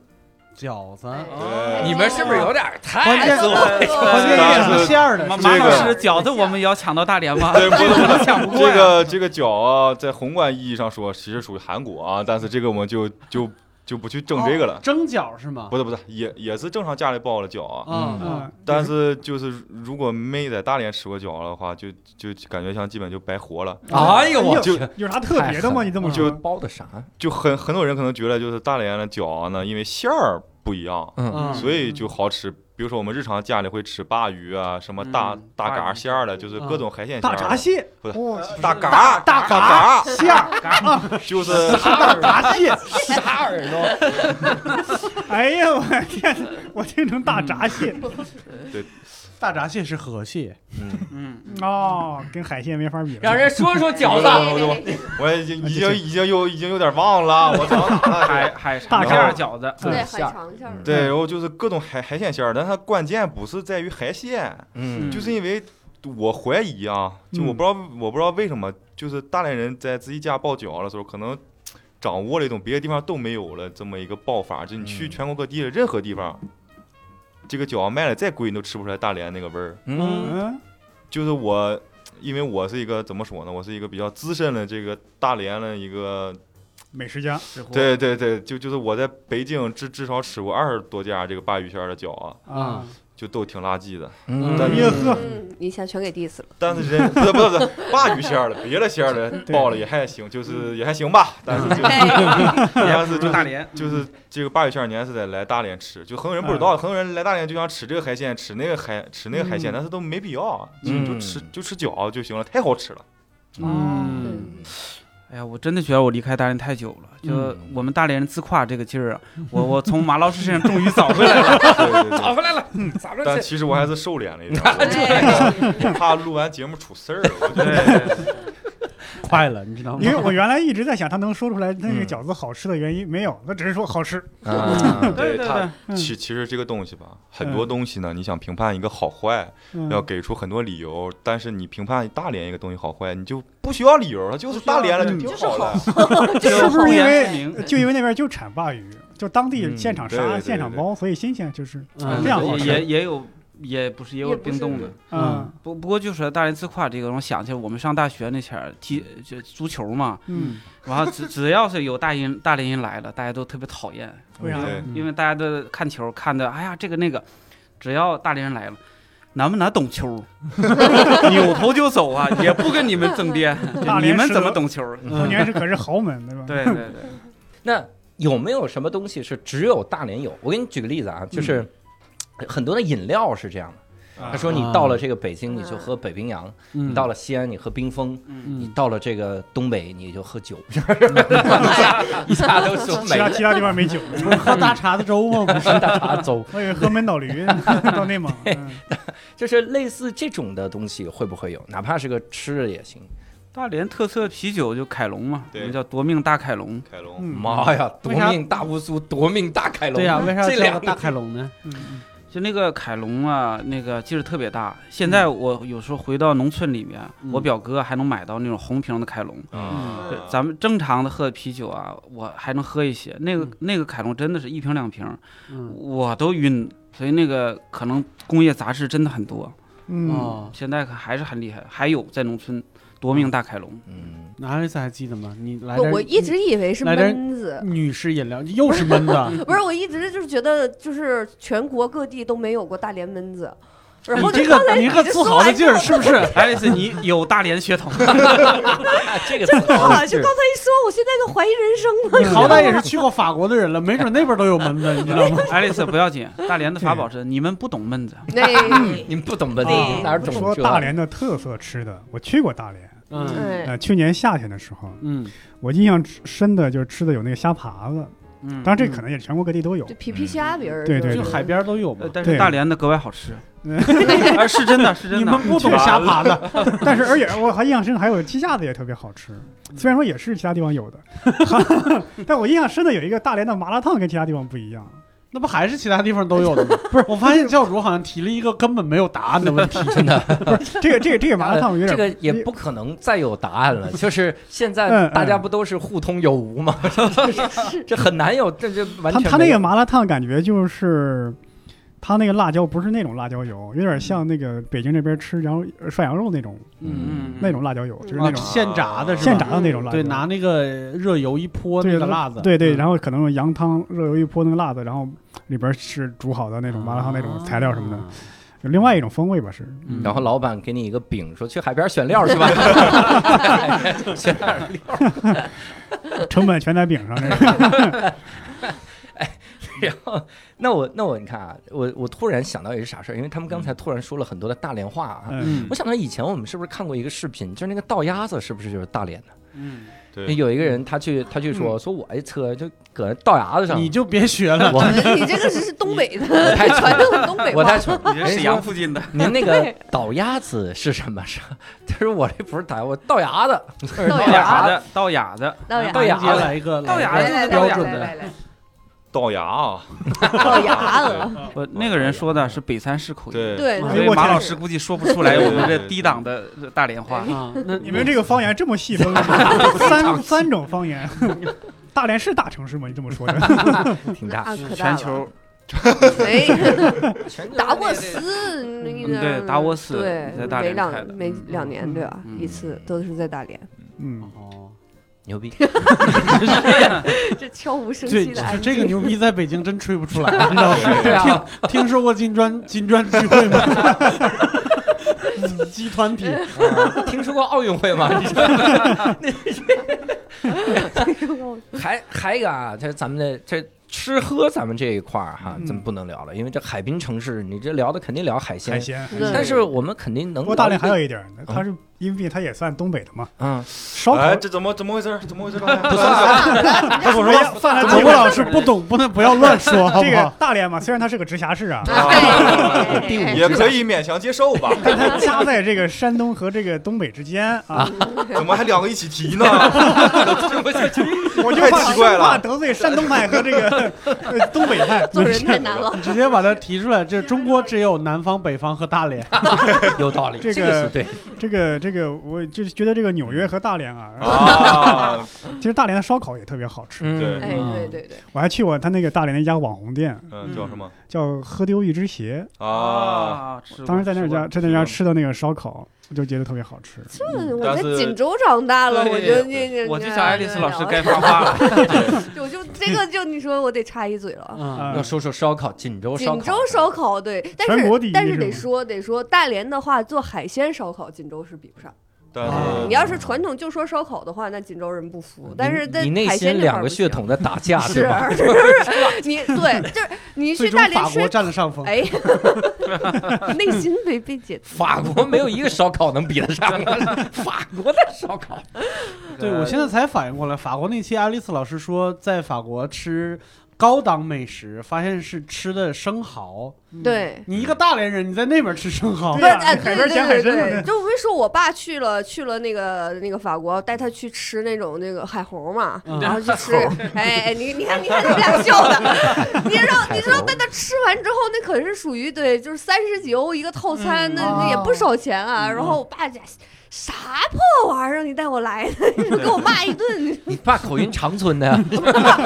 Speaker 3: 饺子，
Speaker 5: 哎
Speaker 6: 对
Speaker 1: 你们是不是有点
Speaker 3: 关
Speaker 1: 太
Speaker 3: 键
Speaker 1: 自我？
Speaker 2: 哎
Speaker 3: 关键
Speaker 6: 但
Speaker 3: 也
Speaker 6: 是
Speaker 3: 是馅儿的
Speaker 4: 马
Speaker 3: 是
Speaker 4: 马
Speaker 6: 这
Speaker 3: 吧，
Speaker 6: 个
Speaker 4: 老师饺子我们也要抢到大连吗？
Speaker 6: 对不能
Speaker 4: 能抢
Speaker 3: 啊
Speaker 4: 不过
Speaker 6: 这
Speaker 4: 呀。
Speaker 6: 个这个饺啊，在宏观意义上说，其实属于韩国啊，但是这个我们就就就不去争这个了。
Speaker 3: 哦蒸饺是吗？
Speaker 6: 不是不是，也也是正常家里包的饺啊，
Speaker 3: 啊，
Speaker 2: 嗯
Speaker 6: 但是就是如果没在大连吃过饺的话，就就感觉像基本就白活了。
Speaker 1: 哎呦我
Speaker 6: 就
Speaker 1: 去，
Speaker 2: 有啥特别的吗？你这么说，
Speaker 1: 包的啥？
Speaker 6: 就很很多人可能觉得就是大连的饺呢，因为馅儿不一样，
Speaker 3: 嗯
Speaker 6: 所以就好吃。比如说我们日常家里会吃鲅鱼啊，什么大
Speaker 4: 嗯
Speaker 6: 大
Speaker 4: 鲅
Speaker 6: 嘎
Speaker 4: 鱼
Speaker 6: 馅儿的，就是各种海鲜馅
Speaker 2: 大
Speaker 6: 儿
Speaker 2: 闸
Speaker 6: 的，
Speaker 2: 蟹，
Speaker 6: 不是
Speaker 2: 哇
Speaker 6: 大嘎大嘎
Speaker 2: 馅儿，
Speaker 6: 就是
Speaker 2: 大闸蟹，
Speaker 1: 啥耳朵？
Speaker 2: 哎呀，我的天，我听成大闸蟹
Speaker 3: 大闸蟹是河蟹，
Speaker 4: 嗯，
Speaker 2: 哦，跟海鲜没法比了。
Speaker 1: 让人说说饺子。啊
Speaker 6: 我已经已经已经有已经有点忘了，我操！
Speaker 4: 海海
Speaker 2: 大
Speaker 4: 产馅
Speaker 2: 闸
Speaker 4: 儿饺子，
Speaker 5: 对，
Speaker 1: 对
Speaker 5: 海
Speaker 1: 馅儿
Speaker 5: 肠馅儿
Speaker 1: 嗯
Speaker 6: 对，然后就是各种海海鲜馅儿，但它关键不是在于海鲜，
Speaker 1: 嗯
Speaker 6: 就是因为我怀疑啊，就我不知道、我不知道为什么，就是大连人在自己家包饺子的时候，可能掌握了一种别的地方都没有了这么一个爆法，就你去
Speaker 1: 嗯
Speaker 6: 全国各地的任何地方，这个饺子卖的再贵，你都吃不出来大连那个味儿。
Speaker 1: 嗯，
Speaker 2: 嗯，
Speaker 6: 就是我，因为我是一个怎么说呢，我是一个比较资深的这个大连的一个
Speaker 2: 美食家，
Speaker 4: 吃货
Speaker 6: 对对对，就就是我在北京至至少吃过二十多家这个鲅鱼馅儿的饺啊，
Speaker 3: 啊，
Speaker 6: 就都挺垃圾的。
Speaker 1: 嗯
Speaker 6: 但
Speaker 2: 耶呵，
Speaker 5: 嗯，你一下全给 diss 了，
Speaker 6: 但是人 不是不是不是鲅鱼馅儿的，别的馅儿的
Speaker 2: 对
Speaker 6: 爆了也还行，就是也还行吧。但是就但是
Speaker 4: 不
Speaker 6: 就是
Speaker 4: 大连，
Speaker 6: 就是这个鲅鱼馅儿，你还是得来大连吃。就很多人不知道，很多人来大连就想吃这个海鲜，吃那个海吃那个海鲜，
Speaker 2: 嗯
Speaker 6: 但是都没必要，就
Speaker 1: 嗯
Speaker 6: 就吃就吃饺子就行了，太好吃了。
Speaker 4: 嗯。哎呀，我真的觉得我离开大连太久了。就
Speaker 1: 嗯
Speaker 4: 我们大连人自夸这个劲儿啊，我我从马老师身上终于找回来了。
Speaker 6: 对对对。
Speaker 1: 找回来了， 咱们
Speaker 6: 但
Speaker 1: 这
Speaker 6: 其实我还是收敛了一点，我怕录完节目出事儿。我觉得
Speaker 3: 快了，你知道吗
Speaker 2: 因？为我原来一直在想他能说出来那个饺子好吃的原因，没有，他只是说好吃。
Speaker 1: 啊
Speaker 6: 对
Speaker 4: 对
Speaker 6: 他
Speaker 2: 嗯
Speaker 6: 其其实这个东西吧，很多东西呢，你想评判一个好坏，要
Speaker 2: 嗯，
Speaker 6: 给出很多理由，但是你评判大连一个东西好坏，你就不需要理由，它就是大连了，就
Speaker 2: 嗯
Speaker 6: 挺好的。
Speaker 2: 是不是因
Speaker 4: 不言自
Speaker 2: 为
Speaker 4: 明
Speaker 2: 就因为那边就产鲅鱼，就当地
Speaker 1: 嗯
Speaker 2: 现场
Speaker 6: 对对
Speaker 2: 杀、
Speaker 6: 对
Speaker 2: 现场包，所以新鲜就是
Speaker 3: 嗯
Speaker 2: 这样好
Speaker 4: 也
Speaker 2: 吃。
Speaker 4: 也也有，也不是也有
Speaker 5: 也不
Speaker 4: 冰
Speaker 5: 是
Speaker 4: 冻的。
Speaker 2: 嗯
Speaker 4: 不不过就说大连自夸这个，我想起来我们上大学那前儿踢就足球嘛，
Speaker 2: 嗯，
Speaker 4: 然后只只要是有大连大连人来了，大家都特别讨厌，
Speaker 2: 为啥？
Speaker 6: 对
Speaker 4: 因为大家都看球看的，哎呀这个那个，只要大连人来了。难不难懂球？ 扭头就走啊，也不跟你们争辩。
Speaker 2: 大
Speaker 4: 你
Speaker 2: 连
Speaker 4: 们
Speaker 2: 是
Speaker 4: 怎么
Speaker 2: 个
Speaker 4: 懂球？
Speaker 2: 当
Speaker 3: 嗯
Speaker 2: 年是可是豪门，对吧？
Speaker 4: 对对对，
Speaker 1: 那有没有什么东西是只有大连有？我给你举个例子啊，就是很多的饮料是这样的。
Speaker 2: 啊
Speaker 1: 他说你到了这个北京，你就喝北冰洋；你
Speaker 3: 你
Speaker 1: 到了西安，你喝冰峰；
Speaker 4: 嗯，
Speaker 1: 你
Speaker 3: 嗯，
Speaker 1: 到了这个东北，你就喝酒。一下一下都说
Speaker 2: 其
Speaker 1: 没
Speaker 2: 他
Speaker 1: 了
Speaker 2: 其他地方没酒，
Speaker 3: 喝大碴子粥吗？不是，
Speaker 1: 大碴子粥，
Speaker 2: 我以为喝闷倒驴到内蒙。嗯
Speaker 1: 就是类似这种的东西会不会有？哪怕是个吃的也行。
Speaker 4: 大连特色啤酒就凯龙嘛，我
Speaker 6: 对
Speaker 4: 们叫夺命大凯龙。
Speaker 6: 凯龙，
Speaker 2: 嗯，
Speaker 1: 妈呀，夺
Speaker 3: 为啥
Speaker 1: 命大乌苏，夺命大凯龙。
Speaker 3: 对呀，为啥
Speaker 1: 这两
Speaker 3: 叫
Speaker 1: 个
Speaker 3: 大凯龙呢？
Speaker 2: 嗯
Speaker 4: 就那个凯龙啊，那个劲儿特别大。现在我有时候回到农村里面，
Speaker 3: 嗯
Speaker 4: 我表哥还能买到那种红瓶的凯龙。
Speaker 6: 啊
Speaker 1: 嗯
Speaker 2: 嗯
Speaker 4: 对，
Speaker 3: 呃
Speaker 4: 咱们正常的喝的啤酒啊，我还能喝一些。那个、
Speaker 3: 嗯
Speaker 4: 那个凯龙真的是一瓶两瓶，
Speaker 3: 嗯
Speaker 4: 我都晕。所以那个可能工业杂质真的很多。
Speaker 2: 嗯，
Speaker 3: 哦，
Speaker 4: 现在可还是很厉害，还有在农村夺命大凯龙。
Speaker 1: 嗯，
Speaker 3: 那丽萨还记得吗？你来
Speaker 5: 不
Speaker 3: 点
Speaker 5: 我一直以为是
Speaker 3: 来点
Speaker 5: 闷子，
Speaker 3: 女士饮料又是闷的，
Speaker 5: 不是，我一直就是觉得就是全国各地都没有过大连闷子，然后
Speaker 3: 你这
Speaker 5: 就刚
Speaker 3: 个
Speaker 5: 才
Speaker 3: 你这个自
Speaker 5: 说
Speaker 3: 豪的
Speaker 5: 完
Speaker 3: 劲
Speaker 5: 之
Speaker 3: 儿
Speaker 5: 后
Speaker 3: 是不是？
Speaker 4: 爱丽丝，你有大连血统，
Speaker 1: 这个
Speaker 5: 真的，就刚才一说，我现在就怀疑人生了。
Speaker 3: 你好歹也是去过法国的人了，没准那边都有门子，你知道吗？
Speaker 4: 爱丽丝不要紧。大连的法宝是你们不懂闷子，
Speaker 5: 那
Speaker 1: 嗯你们哦不懂本地
Speaker 5: 对，
Speaker 1: 哪儿懂
Speaker 2: 说
Speaker 1: 这
Speaker 2: 大连的特色吃的，我去过大连，
Speaker 3: 嗯
Speaker 5: 对
Speaker 2: 呃，去年夏天的时候，
Speaker 3: 嗯，
Speaker 2: 我印象深的就是吃的有那个虾爬子，
Speaker 4: 嗯，
Speaker 2: 当然这可能也全国各地都有
Speaker 5: 就，皮皮虾别人
Speaker 2: 对对
Speaker 3: 就
Speaker 2: 对
Speaker 3: 海边都有嘛
Speaker 4: 呃。但是
Speaker 2: 对
Speaker 4: 大连的格外好 吃
Speaker 2: 嗯，
Speaker 4: 啊，是真的，是真
Speaker 3: 你
Speaker 4: 的
Speaker 3: 们。不懂虾爬的，
Speaker 2: 但是而且我还印象深，还有鸡架子也特别好吃，
Speaker 1: 嗯
Speaker 2: 虽然说也是其他地方有的， 但我印象深的有一个大连的麻辣烫跟其他地方不一样，
Speaker 3: 那不还是其他地方都 有的吗？不是，我发现教主好像提了一个根本没有答案的问题。
Speaker 2: 这个这个这个麻辣烫有点
Speaker 1: 呃这个也不可能再有答案了。就是现在
Speaker 2: 嗯
Speaker 1: 大家不都是互通有无吗？ 这很难有，这这完
Speaker 2: 他
Speaker 1: 全
Speaker 2: 他
Speaker 1: 没
Speaker 2: 那
Speaker 1: 有
Speaker 2: 个麻辣烫感觉就是，他那个辣椒不是那种辣椒油，有点像那个北京这边吃羊肉涮羊肉那种
Speaker 4: 嗯嗯，
Speaker 2: 那种辣椒油，就是那
Speaker 3: 啊，
Speaker 2: 种
Speaker 3: 现炸的是吧？
Speaker 2: 现炸的那种辣椒。
Speaker 3: 对，拿那个热油一泼
Speaker 2: 对
Speaker 3: 那个辣子，
Speaker 2: 对对，然
Speaker 3: 后
Speaker 2: 后可能用羊汤热油一泼那个辣子，然后里边是煮好的那种麻辣烫那种材料什么的，
Speaker 3: 的，
Speaker 2: 有另外一种风味吧是。
Speaker 3: 嗯
Speaker 1: 然后老板给你一个饼，说去海边选料去吧， 选点儿料。
Speaker 2: 成本全在饼上，这个
Speaker 1: 然后，那我那我你看啊，我我突然想到一个啥事儿，因为他们刚才突然说了很多的大连话啊。
Speaker 2: 嗯，
Speaker 1: 我想到以前我们是不是看过一个视频，就是那个倒鸭子是不是就是大连的？
Speaker 4: 嗯，
Speaker 6: 对，
Speaker 1: 有一个人他去他去说说我一车就搁那倒鸭子上，
Speaker 3: 你就别学了，
Speaker 1: 我
Speaker 5: 你这个只是东北的
Speaker 1: 我太
Speaker 5: 传统东北
Speaker 1: 我
Speaker 5: 话
Speaker 1: 太，蠢了，
Speaker 4: 你这是沈阳附近的，
Speaker 1: 您那个
Speaker 5: 对
Speaker 1: 倒鸭子是什么？是，他说我这不是打，我倒牙的，
Speaker 5: 倒
Speaker 4: 到
Speaker 5: 牙
Speaker 4: 雅的，到雅的，
Speaker 5: 倒牙
Speaker 1: 倒牙
Speaker 3: 直接来一个
Speaker 4: 到牙
Speaker 3: 来一个
Speaker 4: 来来
Speaker 3: 标
Speaker 4: 来
Speaker 3: 准
Speaker 4: 来
Speaker 3: 的，
Speaker 5: 来，
Speaker 6: 倒牙啊，
Speaker 5: 倒牙了，
Speaker 3: 哦
Speaker 4: 我那个人说的是北三市口音，
Speaker 6: 对，
Speaker 5: 对，
Speaker 2: 哎
Speaker 4: 所
Speaker 2: 呦
Speaker 4: 以
Speaker 2: 我
Speaker 4: 马
Speaker 2: 天
Speaker 4: 老师估计说不出来
Speaker 6: 对
Speaker 4: 我们
Speaker 6: 对
Speaker 4: 这
Speaker 6: 对
Speaker 4: 低档的大连 话。
Speaker 3: 啊，那
Speaker 2: 你们这个方言这么细分，三三种方言， 大连是大城市吗？你这么说的，
Speaker 1: 挺大，
Speaker 5: 啊，可大
Speaker 4: 全
Speaker 5: 了
Speaker 4: 球，
Speaker 5: 没达沃
Speaker 1: 斯
Speaker 5: 斯，那
Speaker 4: 嗯
Speaker 5: 个
Speaker 4: 对达沃斯
Speaker 5: 对，
Speaker 4: 在大连
Speaker 5: 每两
Speaker 4: 开的
Speaker 5: 每两年对吧？
Speaker 4: 嗯
Speaker 5: 一次都是在大连，
Speaker 2: 嗯，
Speaker 3: 哦，
Speaker 1: 牛逼，
Speaker 5: 这悄无声
Speaker 3: 对，
Speaker 5: 息的
Speaker 3: 就
Speaker 5: 安
Speaker 3: 是
Speaker 5: 静
Speaker 3: 这个牛逼在北京真吹不 出来，你知道吗？
Speaker 1: 对啊，
Speaker 3: 听说过金砖金砖聚会 吗？集团体，
Speaker 1: 听说过奥运会吗？你说还还一个啊，这咱们的这吃喝咱们这一块儿哈，
Speaker 2: 嗯
Speaker 1: 咱们不能聊了，因为这海滨城市，你这聊的肯定聊海
Speaker 2: 海
Speaker 1: 鲜，
Speaker 2: 鲜。
Speaker 5: 对
Speaker 1: 但是我们肯定能聊
Speaker 2: 不过
Speaker 1: 一个。
Speaker 2: 大连还有一点，它是因为它也算东北的嘛，
Speaker 1: 嗯，
Speaker 2: 烧烤
Speaker 6: 哎，这怎么怎么回事儿？怎么回事儿？刚才
Speaker 2: 他说要犯了
Speaker 3: 吴老师不懂，不能不要乱说， 好
Speaker 2: 这
Speaker 3: 不
Speaker 2: 个
Speaker 3: 好？
Speaker 2: 大连嘛，虽然它是个直辖市啊，
Speaker 5: 哎
Speaker 1: 第五
Speaker 6: 也可以勉强接 受吧？
Speaker 2: 但它夹在这个山东和这个东北之间啊，
Speaker 6: 怎么还两个一起 提呢？
Speaker 2: 我就
Speaker 6: 太
Speaker 2: 怕
Speaker 6: 奇怪
Speaker 2: 生怕
Speaker 6: 了
Speaker 2: 得罪山东派和这 个呃东北派。
Speaker 5: 做人太难了。
Speaker 3: 你直接把它提出来，这中国只有南方、北方和大连。
Speaker 1: 有道理，
Speaker 2: 这
Speaker 1: 这个
Speaker 2: 个
Speaker 1: 是对，
Speaker 2: 这个这个，我就是觉得这个纽约和大连啊，
Speaker 6: 啊，
Speaker 2: 其实大连的烧烤也特别好吃。
Speaker 1: 嗯
Speaker 6: 对
Speaker 5: 哎，对对对，
Speaker 2: 我还去过他那个大连的一家网红店，
Speaker 6: 嗯，叫什么
Speaker 2: 叫“喝丢一只鞋
Speaker 6: 啊？”，
Speaker 4: 哦吃过
Speaker 2: 当时在那
Speaker 4: 吃过
Speaker 2: 家在那家吃的那个烧烤，我就觉得特别好 吃。
Speaker 5: 这嗯我
Speaker 6: 但
Speaker 5: 在
Speaker 6: 是
Speaker 5: 锦州长大了，
Speaker 4: 对
Speaker 5: 我觉得那个
Speaker 4: 我就想爱丽丝老师该
Speaker 5: 发，
Speaker 4: 发话了。
Speaker 5: 我就这个就你说我得插一嘴了。
Speaker 3: 啊，
Speaker 1: 要说说烧烤，锦州嗯烧烤，
Speaker 5: 锦州烧烤对，但
Speaker 2: 全国第
Speaker 5: 是
Speaker 2: 一
Speaker 5: 但是
Speaker 2: 是
Speaker 5: 得
Speaker 2: 吗
Speaker 5: 说得说大连的话，做海鲜烧烤，锦州是比不上。
Speaker 6: 但
Speaker 3: 啊
Speaker 5: 你
Speaker 6: 是
Speaker 5: 要是传统就说烧烤的话，那锦州人不服。但是
Speaker 1: 嗯
Speaker 5: 在
Speaker 1: 你内
Speaker 5: 海鲜
Speaker 1: 心
Speaker 5: 这块
Speaker 1: 两
Speaker 5: 儿
Speaker 1: 个
Speaker 5: 不
Speaker 1: 血
Speaker 5: 行
Speaker 1: 统的打架
Speaker 5: 是
Speaker 1: 对吧？
Speaker 5: 你对，就是你
Speaker 3: 最
Speaker 5: 去
Speaker 3: 终
Speaker 5: 大连
Speaker 3: 法国
Speaker 5: 吃，
Speaker 3: 占了上风。
Speaker 5: 哎， 内心被被解读。
Speaker 1: 法国没有一个烧烤能比得上 法国的烧烤。
Speaker 5: 哦
Speaker 3: 对，我现在才反应过来，法国那期爱丽丝老师说，在法国吃高档美食，发现是吃的生蚝。
Speaker 5: 对。
Speaker 3: 你一个大连人，你在那边吃生蚝
Speaker 5: 不
Speaker 2: 对
Speaker 5: 是，
Speaker 2: 呀
Speaker 5: 哎，对
Speaker 2: 海
Speaker 5: 对
Speaker 2: 边捡
Speaker 5: 对
Speaker 2: 海参
Speaker 5: 对，
Speaker 2: 呢
Speaker 5: 就没说我爸去了去了那个那个法国，带他去吃那种那个海虹嘛，
Speaker 3: 嗯
Speaker 5: 然后去吃，哎哎，你你看你看你们俩笑的， 你知道你知道在那吃完之后，那可是属于对，就是三十几欧一个套餐，
Speaker 3: 嗯
Speaker 5: 那那也
Speaker 7: 哦
Speaker 5: 不少钱啊。
Speaker 2: 嗯
Speaker 5: 然后我爸家啥破玩意儿让你带我来的， 你说给我 骂一顿，
Speaker 1: 你爸口音长春的呀，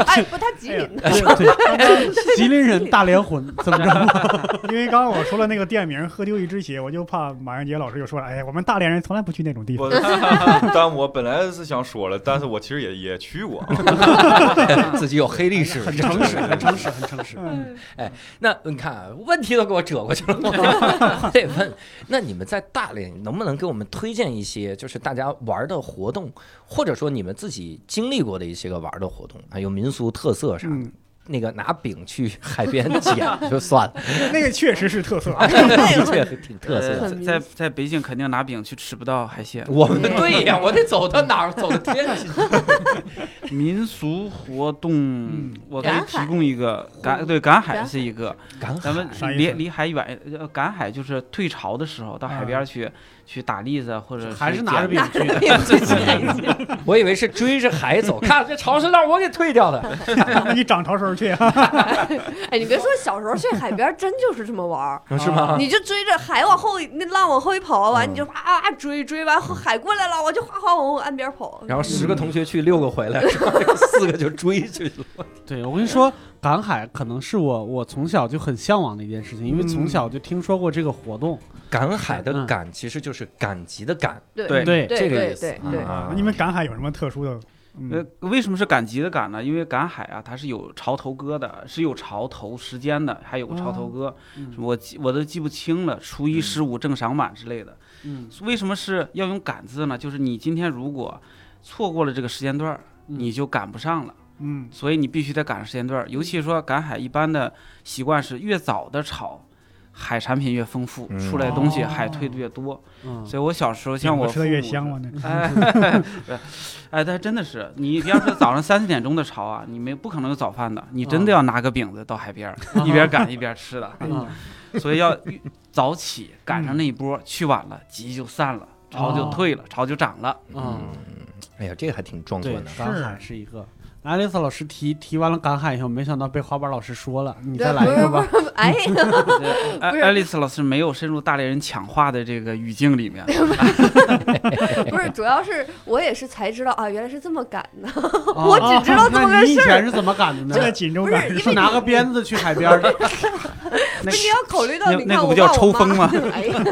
Speaker 5: 哎不，他吉林的，
Speaker 3: 对，吉林人大连魂，怎么着？
Speaker 2: 因为刚刚我说了那个店名“喝丢一只鞋”，我就怕马上杰老师又说了，哎呀，我们大连人从来不去那种地方。
Speaker 6: 我，但我本来是想说了，但是我其实也也去过啊。
Speaker 1: 自己有黑历史。哎
Speaker 3: 很诚实，很诚实，很诚实。
Speaker 2: 嗯，
Speaker 1: 那你看啊，问题都给我折过 去了，我得问。那你们在大连能不能给我们推荐一些，就是大家玩的活动，或者说你们自己经历过的一些个玩的活动啊，有民俗特色啥的？
Speaker 2: 嗯
Speaker 1: 那个拿饼去海 边捡就算了，
Speaker 2: 那个确实是特色啊。
Speaker 1: 的确挺特色的。
Speaker 4: 呃在在在北京肯定拿饼去吃不到海鲜。
Speaker 1: 我们对呀，我得走到哪儿走到天津去。
Speaker 4: 民俗活动，我可以
Speaker 5: 赶海
Speaker 4: 提供一个赶对赶海是一个，
Speaker 1: 赶海
Speaker 4: 咱们
Speaker 2: 啥意
Speaker 4: 离
Speaker 2: 思
Speaker 4: 离海远，呃赶海就是退潮的时候到海边去去打栗子或者
Speaker 3: 还
Speaker 4: 去
Speaker 3: 是拿着
Speaker 4: 捡
Speaker 3: 饼去 的，
Speaker 1: 我以为是追着海 走，看这潮湿浪我给退掉的。
Speaker 2: 你涨潮时候去啊？
Speaker 5: 哎，你别说小时候去海边真就是这么玩儿。
Speaker 1: 是吗？
Speaker 5: 你就追着海往后一那浪往后一跑，完
Speaker 1: 啊嗯
Speaker 5: 你就哇哇追追完后海过来了，我就哗哗往岸边跑。
Speaker 1: 然后十个同学去，六个回 来，是吧四个就追去了。
Speaker 3: 对，我跟你说，赶海可能是我我从小就很向往的一件事情，因为从小就听说过这个活动。
Speaker 1: 赶海的赶其实就是赶集的赶，
Speaker 5: 对
Speaker 4: 对
Speaker 3: 对
Speaker 5: 对
Speaker 1: 这个
Speaker 5: 对
Speaker 1: 意思
Speaker 5: 对对，
Speaker 1: 啊
Speaker 2: 你们赶海有什么特殊的？嗯，
Speaker 4: 呃，为什么是赶集的赶呢？因为赶海啊，它是有潮头歌的，是有潮头时间的，还有个潮
Speaker 2: 哦
Speaker 4: 头歌，
Speaker 3: 嗯
Speaker 4: 我记我都记不清了，初
Speaker 2: 嗯
Speaker 4: 一十五正赏版之类的。
Speaker 3: 嗯，
Speaker 4: 为什么是要用赶字呢？就是你今天如果错过了这个时间段儿，你就赶不上了，
Speaker 2: 嗯，
Speaker 4: 所以你必须得赶上时间段儿。尤其说赶海，一般的习惯是越早的炒，海产品越丰富，
Speaker 1: 嗯
Speaker 4: 出来的东西
Speaker 2: 哦
Speaker 4: 海推的越多。
Speaker 3: 嗯
Speaker 4: 所以我小时候像我
Speaker 2: 吃的越
Speaker 4: 父母
Speaker 2: 香嘛，那
Speaker 4: 哎，哎，但真的是，你比方说早上三四点钟的潮啊，你没不可能有早饭的，你真的
Speaker 6: 嗯
Speaker 4: 要拿个饼子到海边儿，一边赶一边吃的，
Speaker 3: 嗯
Speaker 4: 所以要预早起赶
Speaker 6: 嗯
Speaker 4: 上那一波，去晚了集就散了，潮
Speaker 6: 哦
Speaker 4: 就退了，潮就涨了。
Speaker 3: 嗯，
Speaker 1: 哎呀，这个还挺壮
Speaker 3: 对
Speaker 1: 观的，。
Speaker 3: 赶海嗯是一个。艾丽丝老师提提完了赶海以后，没想到被花瓣老师说 了，你再来一个吧。
Speaker 5: 不是，哎，
Speaker 4: 对艾
Speaker 5: 不是
Speaker 4: 爱丽丝哎老师没有深入大连人抢话的这个语境 里面，
Speaker 5: 不是，主要是我也是才知道啊，原来是这么赶的。
Speaker 3: 啊
Speaker 5: 我只知道这么
Speaker 3: 那
Speaker 5: 个
Speaker 3: 你以
Speaker 5: 事儿
Speaker 3: 前是怎么赶的
Speaker 2: 就在
Speaker 3: 呢？
Speaker 2: 锦州
Speaker 5: 不是
Speaker 2: 赶
Speaker 5: 因为
Speaker 3: 是拿个鞭子去海边 儿的，
Speaker 4: 那
Speaker 5: 你要考虑到，
Speaker 4: 那
Speaker 5: 你
Speaker 4: 那
Speaker 5: 看
Speaker 4: 个
Speaker 5: 我
Speaker 4: 不叫
Speaker 5: 爸我
Speaker 4: 抽
Speaker 5: 妈
Speaker 4: 风吗？
Speaker 5: 哎呀，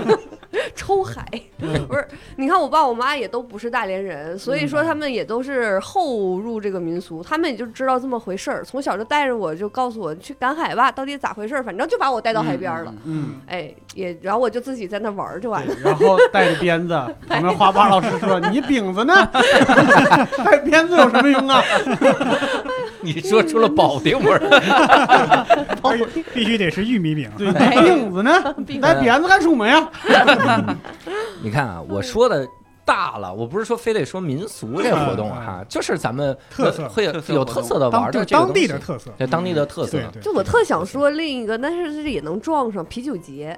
Speaker 5: 抽海 不是？你看我爸我妈也都不是大连人，所以说他们也都是后入这个民俗，他们也就知道这么回事儿，从小就带着我就告诉我去赶海吧，到底咋回事儿，反正就把我带到海边儿了。
Speaker 4: 嗯。嗯
Speaker 3: 嗯，
Speaker 5: 哎，也然后我就自己在那玩儿就完了。
Speaker 3: 对，然后带着鞭子，旁边花瓣老师说：“你饼 子呢？带鞭子有什么用啊
Speaker 1: 你说出了保定味儿，
Speaker 2: 必须得是玉米饼？”。
Speaker 3: 对，你饼子呢？你带鞭子干什么呀？
Speaker 1: 你看啊，我说的大了，我不是说非得说民俗这活动
Speaker 2: 嗯
Speaker 1: 哈，就是咱们
Speaker 2: 特色
Speaker 1: 会有
Speaker 4: 特色
Speaker 1: 有
Speaker 4: 活动
Speaker 1: 特色的玩
Speaker 2: 当
Speaker 1: 儿的
Speaker 2: 就
Speaker 1: 这个
Speaker 2: 当
Speaker 1: 东西
Speaker 2: 地的，特色，
Speaker 1: 对当地的特色
Speaker 2: 对。对，
Speaker 5: 就我特想说另一个，但是这也能撞上啤酒节，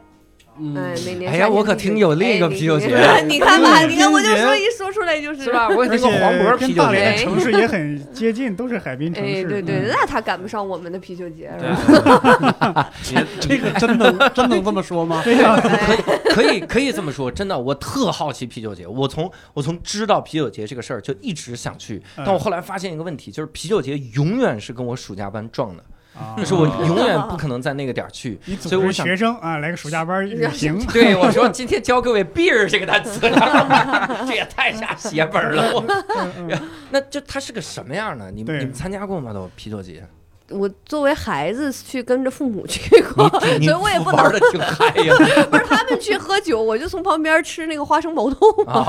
Speaker 3: 嗯
Speaker 5: 哎，每年
Speaker 1: 哎呀
Speaker 5: 夏天
Speaker 1: 我可
Speaker 5: 啤酒
Speaker 1: 听有另一个
Speaker 5: 哎
Speaker 1: 啤酒
Speaker 5: 你
Speaker 1: 节嗯
Speaker 5: 你看吧，你看我就
Speaker 3: 啤酒节
Speaker 5: 说一说出来就是
Speaker 1: 是吧？我也
Speaker 2: 而
Speaker 1: 听过
Speaker 2: 且
Speaker 1: 黄渤啤
Speaker 2: 跟
Speaker 1: 酒
Speaker 2: 大连
Speaker 1: 节，
Speaker 2: 的城市也很接近，都是海滨城
Speaker 5: 哎，
Speaker 2: 市。
Speaker 5: 对
Speaker 2: 嗯
Speaker 5: 对，那他赶不上我们的啤酒节，是
Speaker 4: 对
Speaker 1: 啊
Speaker 5: 吧？
Speaker 3: 这个真能真能这么说 吗？
Speaker 2: 对呀，
Speaker 1: 可以可以这么说，真的，我特好奇啤酒节。我从我从知道啤酒节这个事儿就一直想去，但我后来发现一个问题，就是啤酒节永远是跟我暑假班撞的，
Speaker 2: 啊
Speaker 1: 就是我永远不可能在那个点儿去。
Speaker 2: 你
Speaker 1: 所以
Speaker 2: 组
Speaker 1: 我
Speaker 2: 织
Speaker 1: 想
Speaker 2: 学生啊，来个暑假班儿旅行，
Speaker 1: 对，我说今天教各位 beer 这个单词， 这也太下血本了。我，
Speaker 2: 嗯
Speaker 1: 那就它是个什么样呢？你们
Speaker 2: 对
Speaker 1: 你们参加过吗？都啤酒节，
Speaker 5: 我作为孩子去跟着父母去过， 所
Speaker 1: 你
Speaker 5: 以我也不
Speaker 1: 玩
Speaker 5: 能
Speaker 1: 的挺嗨呀。
Speaker 5: 不是他们去喝酒，我就从旁边吃那个花生毛豆。
Speaker 1: 啊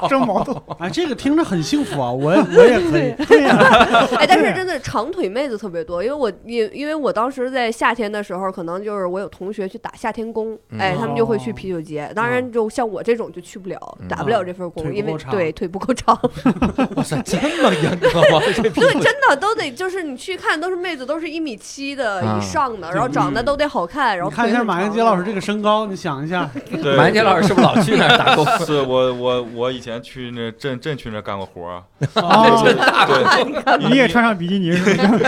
Speaker 2: 发生矛盾。
Speaker 3: 哎，这个听着很幸福啊，我也我也可以。
Speaker 2: 对呀，
Speaker 5: 哎，但
Speaker 1: 啊
Speaker 5: 是真的长腿妹子特别多，因为我因因为我当时在夏天的时候，可能就是我有同学去打夏天工，
Speaker 1: 嗯
Speaker 5: 哎，他们就会
Speaker 3: 哦
Speaker 5: 去啤酒节。当然，就像我这种就去不了，
Speaker 1: 嗯
Speaker 5: 打不了这份工，
Speaker 3: 腿不
Speaker 5: 因为
Speaker 3: 够长
Speaker 5: 对腿不够长。
Speaker 1: 哇塞，这么严格吗？这啤
Speaker 5: 对
Speaker 1: 酒，节
Speaker 5: 真的都得就是你去看都是妹子都是一米七的
Speaker 1: 啊
Speaker 5: 以上的，然后长得都得好看，然
Speaker 3: 嗯
Speaker 5: 后
Speaker 3: 你看一下
Speaker 5: 腿很
Speaker 3: 马
Speaker 5: 长啊
Speaker 3: 英杰老师这个身高，你想一 下，
Speaker 6: 对，
Speaker 1: 马杰老师是不是老去那儿打工？
Speaker 6: 是我我我以前去那镇镇去那干过活儿，啊
Speaker 3: 哦，
Speaker 6: 对，
Speaker 2: 你也穿上比基尼是 吧？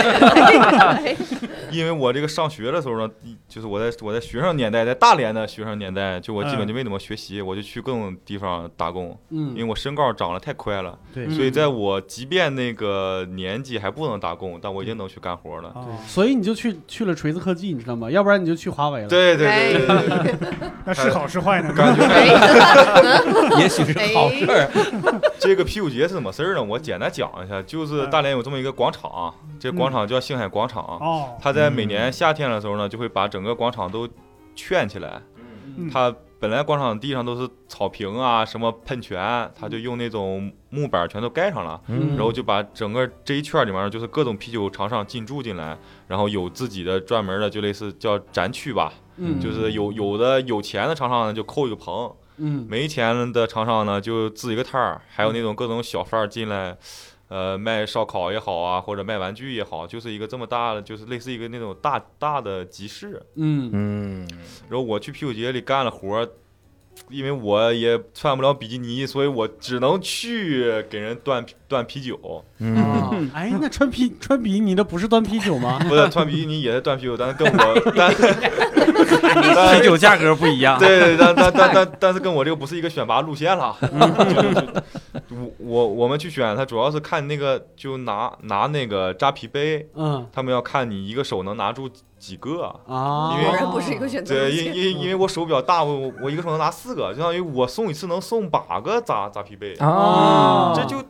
Speaker 6: 因为我这个上学的时候呢，就是我在我在学生年代，在大连的学生年代，就我基本就没怎么学习，我就去各种地方打工，因为
Speaker 3: 嗯，
Speaker 6: 我身高长得太快了，
Speaker 3: 对
Speaker 6: 所
Speaker 2: 嗯
Speaker 6: 以在我即便那个年纪还不能打工，但我已经能去干活了。
Speaker 2: 哦
Speaker 3: 所以你就去去了锤子科技，你知道吗？要不然你就去华为了。
Speaker 6: 对对
Speaker 2: 哎
Speaker 6: 对对对，
Speaker 2: 那是好是坏呢？
Speaker 6: 感觉
Speaker 1: 也许是好事儿。
Speaker 6: 这个皮舞节是怎么事儿呢？我简单讲一下，就是大连有这么一个广场，这个广场叫星海广场，
Speaker 2: 哦，
Speaker 6: 它在每年夏天的时候呢，就会把整个广场都圈起来。
Speaker 2: 嗯
Speaker 6: 它本来广场地上都是草坪啊，什么喷泉，它就用那种木板全都盖上了，
Speaker 1: 嗯
Speaker 6: 然后就把整个这一圈里面就是各种啤酒厂商进驻进来，然后有自己的专门的，就类似叫展区吧，
Speaker 3: 嗯，
Speaker 6: 就是有有的有钱的厂商呢就扣一个棚，
Speaker 3: 嗯，
Speaker 6: 没钱的厂商呢就支一个摊儿，还有那种各种小贩儿进来。呃，卖烧烤也好啊，或者卖玩具也好，就是一个这么大的，就是类似一个那种大大的集市。
Speaker 3: 嗯
Speaker 1: 嗯，
Speaker 6: 然后我去啤酒节里干了活儿，因为我也穿不了比基尼，所以我只能去给人端端啤酒，
Speaker 1: 嗯，
Speaker 3: 嗯，哎，那穿皮穿比基尼的不是端啤酒吗？
Speaker 6: 不是穿比基尼也是端啤酒，但是跟我但
Speaker 4: 啤
Speaker 6: 但
Speaker 4: 酒价格不一样。
Speaker 6: 对对，但但但但但是跟我这个不是一个选拔路线了。就 就我我我们去选它主要是看那个，就拿拿那个扎啤杯，
Speaker 3: 嗯
Speaker 6: 他们要看你一个手能拿住几个。
Speaker 3: 啊，
Speaker 6: 因为
Speaker 5: 果然不是一个选择路
Speaker 6: 对，
Speaker 5: 线。
Speaker 6: 因因因为我手比较大，我我我一个手能拿四个，就相当于我送一次能送八个扎扎啤杯。
Speaker 3: 啊
Speaker 1: 哦，
Speaker 6: 这就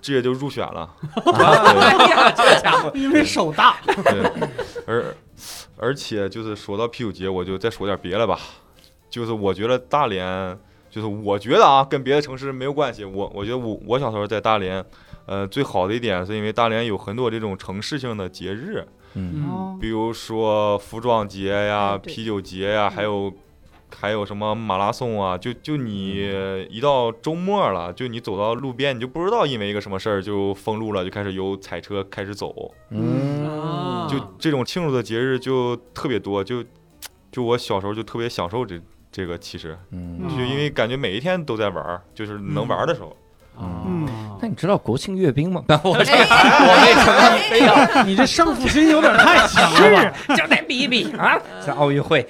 Speaker 6: 这也就入选了。
Speaker 4: 哎呀，这家伙，
Speaker 3: 因为手大。
Speaker 6: 对，而而且就是说到啤酒节，我就再说点别的吧。就是我觉得大连，就是我觉得啊，跟别的城市没有关系。我我觉得我我小时候在大连，呃，最好的一点是因为大连有很多这种城市性的节日，
Speaker 1: 嗯
Speaker 2: 哦
Speaker 3: 嗯，
Speaker 6: 比如说服装节呀、
Speaker 5: 哎对嗯
Speaker 6: 啤酒节呀，还有。还有什么马拉松啊？就就你
Speaker 5: 嗯
Speaker 6: 一到周末了，就你走到路边，你就不知道因为一个什么事儿就封路了，就开始有彩车开始走。
Speaker 1: 嗯，
Speaker 3: 啊
Speaker 6: 就这种庆祝的节日就特别多，就就我小时候就特别享受这这个，其实
Speaker 1: 嗯
Speaker 6: 就
Speaker 3: 嗯
Speaker 6: 因为感觉每一天都在玩儿，就是能玩儿的时候。
Speaker 3: 嗯，
Speaker 1: 那你知道国庆阅 兵吗？ 我这
Speaker 3: 哎你这胜负心有点啊太强了吧？
Speaker 1: 就得比一比啊，在奥运会，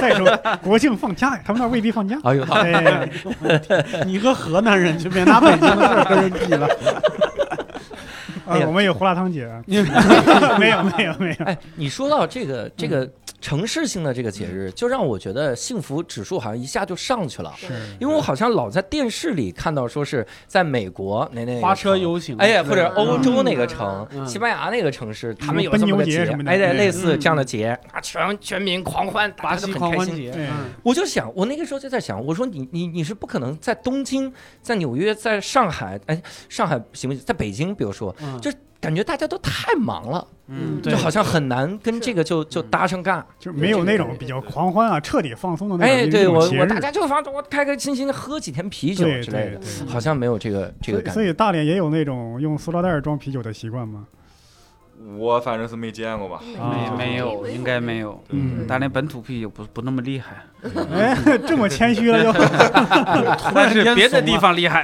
Speaker 2: 再说国庆放假呀，他们那儿未必 放假。
Speaker 1: 哎呦，
Speaker 2: 哎，
Speaker 3: 你个河南人就别拿北京 的事儿跟人比了。
Speaker 1: 哎呀
Speaker 2: 呃，我们有胡辣汤节，
Speaker 3: 你
Speaker 2: 没有没有没有，
Speaker 1: 哎，你说到这个这个城市性的这个节日，就让我觉得幸福指数好像一下就上去了，
Speaker 2: 是
Speaker 1: 因为我好像老在电视里看到说是在美国哪哪个
Speaker 3: 花车
Speaker 1: 城
Speaker 3: 游行，
Speaker 1: 哎呀，或者欧洲那个
Speaker 3: 嗯
Speaker 1: 城、
Speaker 3: 嗯
Speaker 1: 西班牙那个城市，他
Speaker 2: 嗯
Speaker 1: 们有这么个
Speaker 2: 奔牛节什么的
Speaker 1: 哎，对，
Speaker 2: 嗯
Speaker 1: 类似这样的节，啊，全全民狂欢，大
Speaker 3: 巴
Speaker 1: 家
Speaker 3: 西
Speaker 1: 都
Speaker 3: 狂
Speaker 1: 很开
Speaker 3: 欢
Speaker 1: 心。
Speaker 3: 节，
Speaker 2: 哎
Speaker 3: 嗯
Speaker 1: 我就想，我那个时候就在想，我说你你你是不可能在东京、在纽约、在上海，哎，上海行不行？在北京，比如说，
Speaker 3: 嗯，
Speaker 1: 就感觉大家都太忙了，
Speaker 4: 嗯，
Speaker 3: 对
Speaker 1: 就好像很难跟这个就就搭上杠。
Speaker 2: 就是没有那种比较狂欢啊、彻底放松的那种
Speaker 1: 哎，
Speaker 2: 这
Speaker 1: 对
Speaker 2: 种
Speaker 1: 我
Speaker 2: 节
Speaker 1: 我
Speaker 2: 日
Speaker 1: 大家就反正我开开心心的喝几天啤酒
Speaker 2: 对
Speaker 1: 之
Speaker 2: 对
Speaker 1: 类的，
Speaker 2: 对。
Speaker 1: 好像没有这个这
Speaker 2: 所
Speaker 1: 个
Speaker 2: 以
Speaker 1: 感
Speaker 2: 所
Speaker 1: 觉。
Speaker 2: 以大连也有那种用塑料袋装啤酒的习惯吗？
Speaker 5: 嗯
Speaker 6: 我反正是没见过吧，
Speaker 4: 没没有，应该没
Speaker 5: 有。
Speaker 4: 有。
Speaker 2: 嗯
Speaker 4: 大连本土啤酒不不那么厉害，
Speaker 2: 哎，这么谦虚 了就
Speaker 4: 但是别的地方厉害。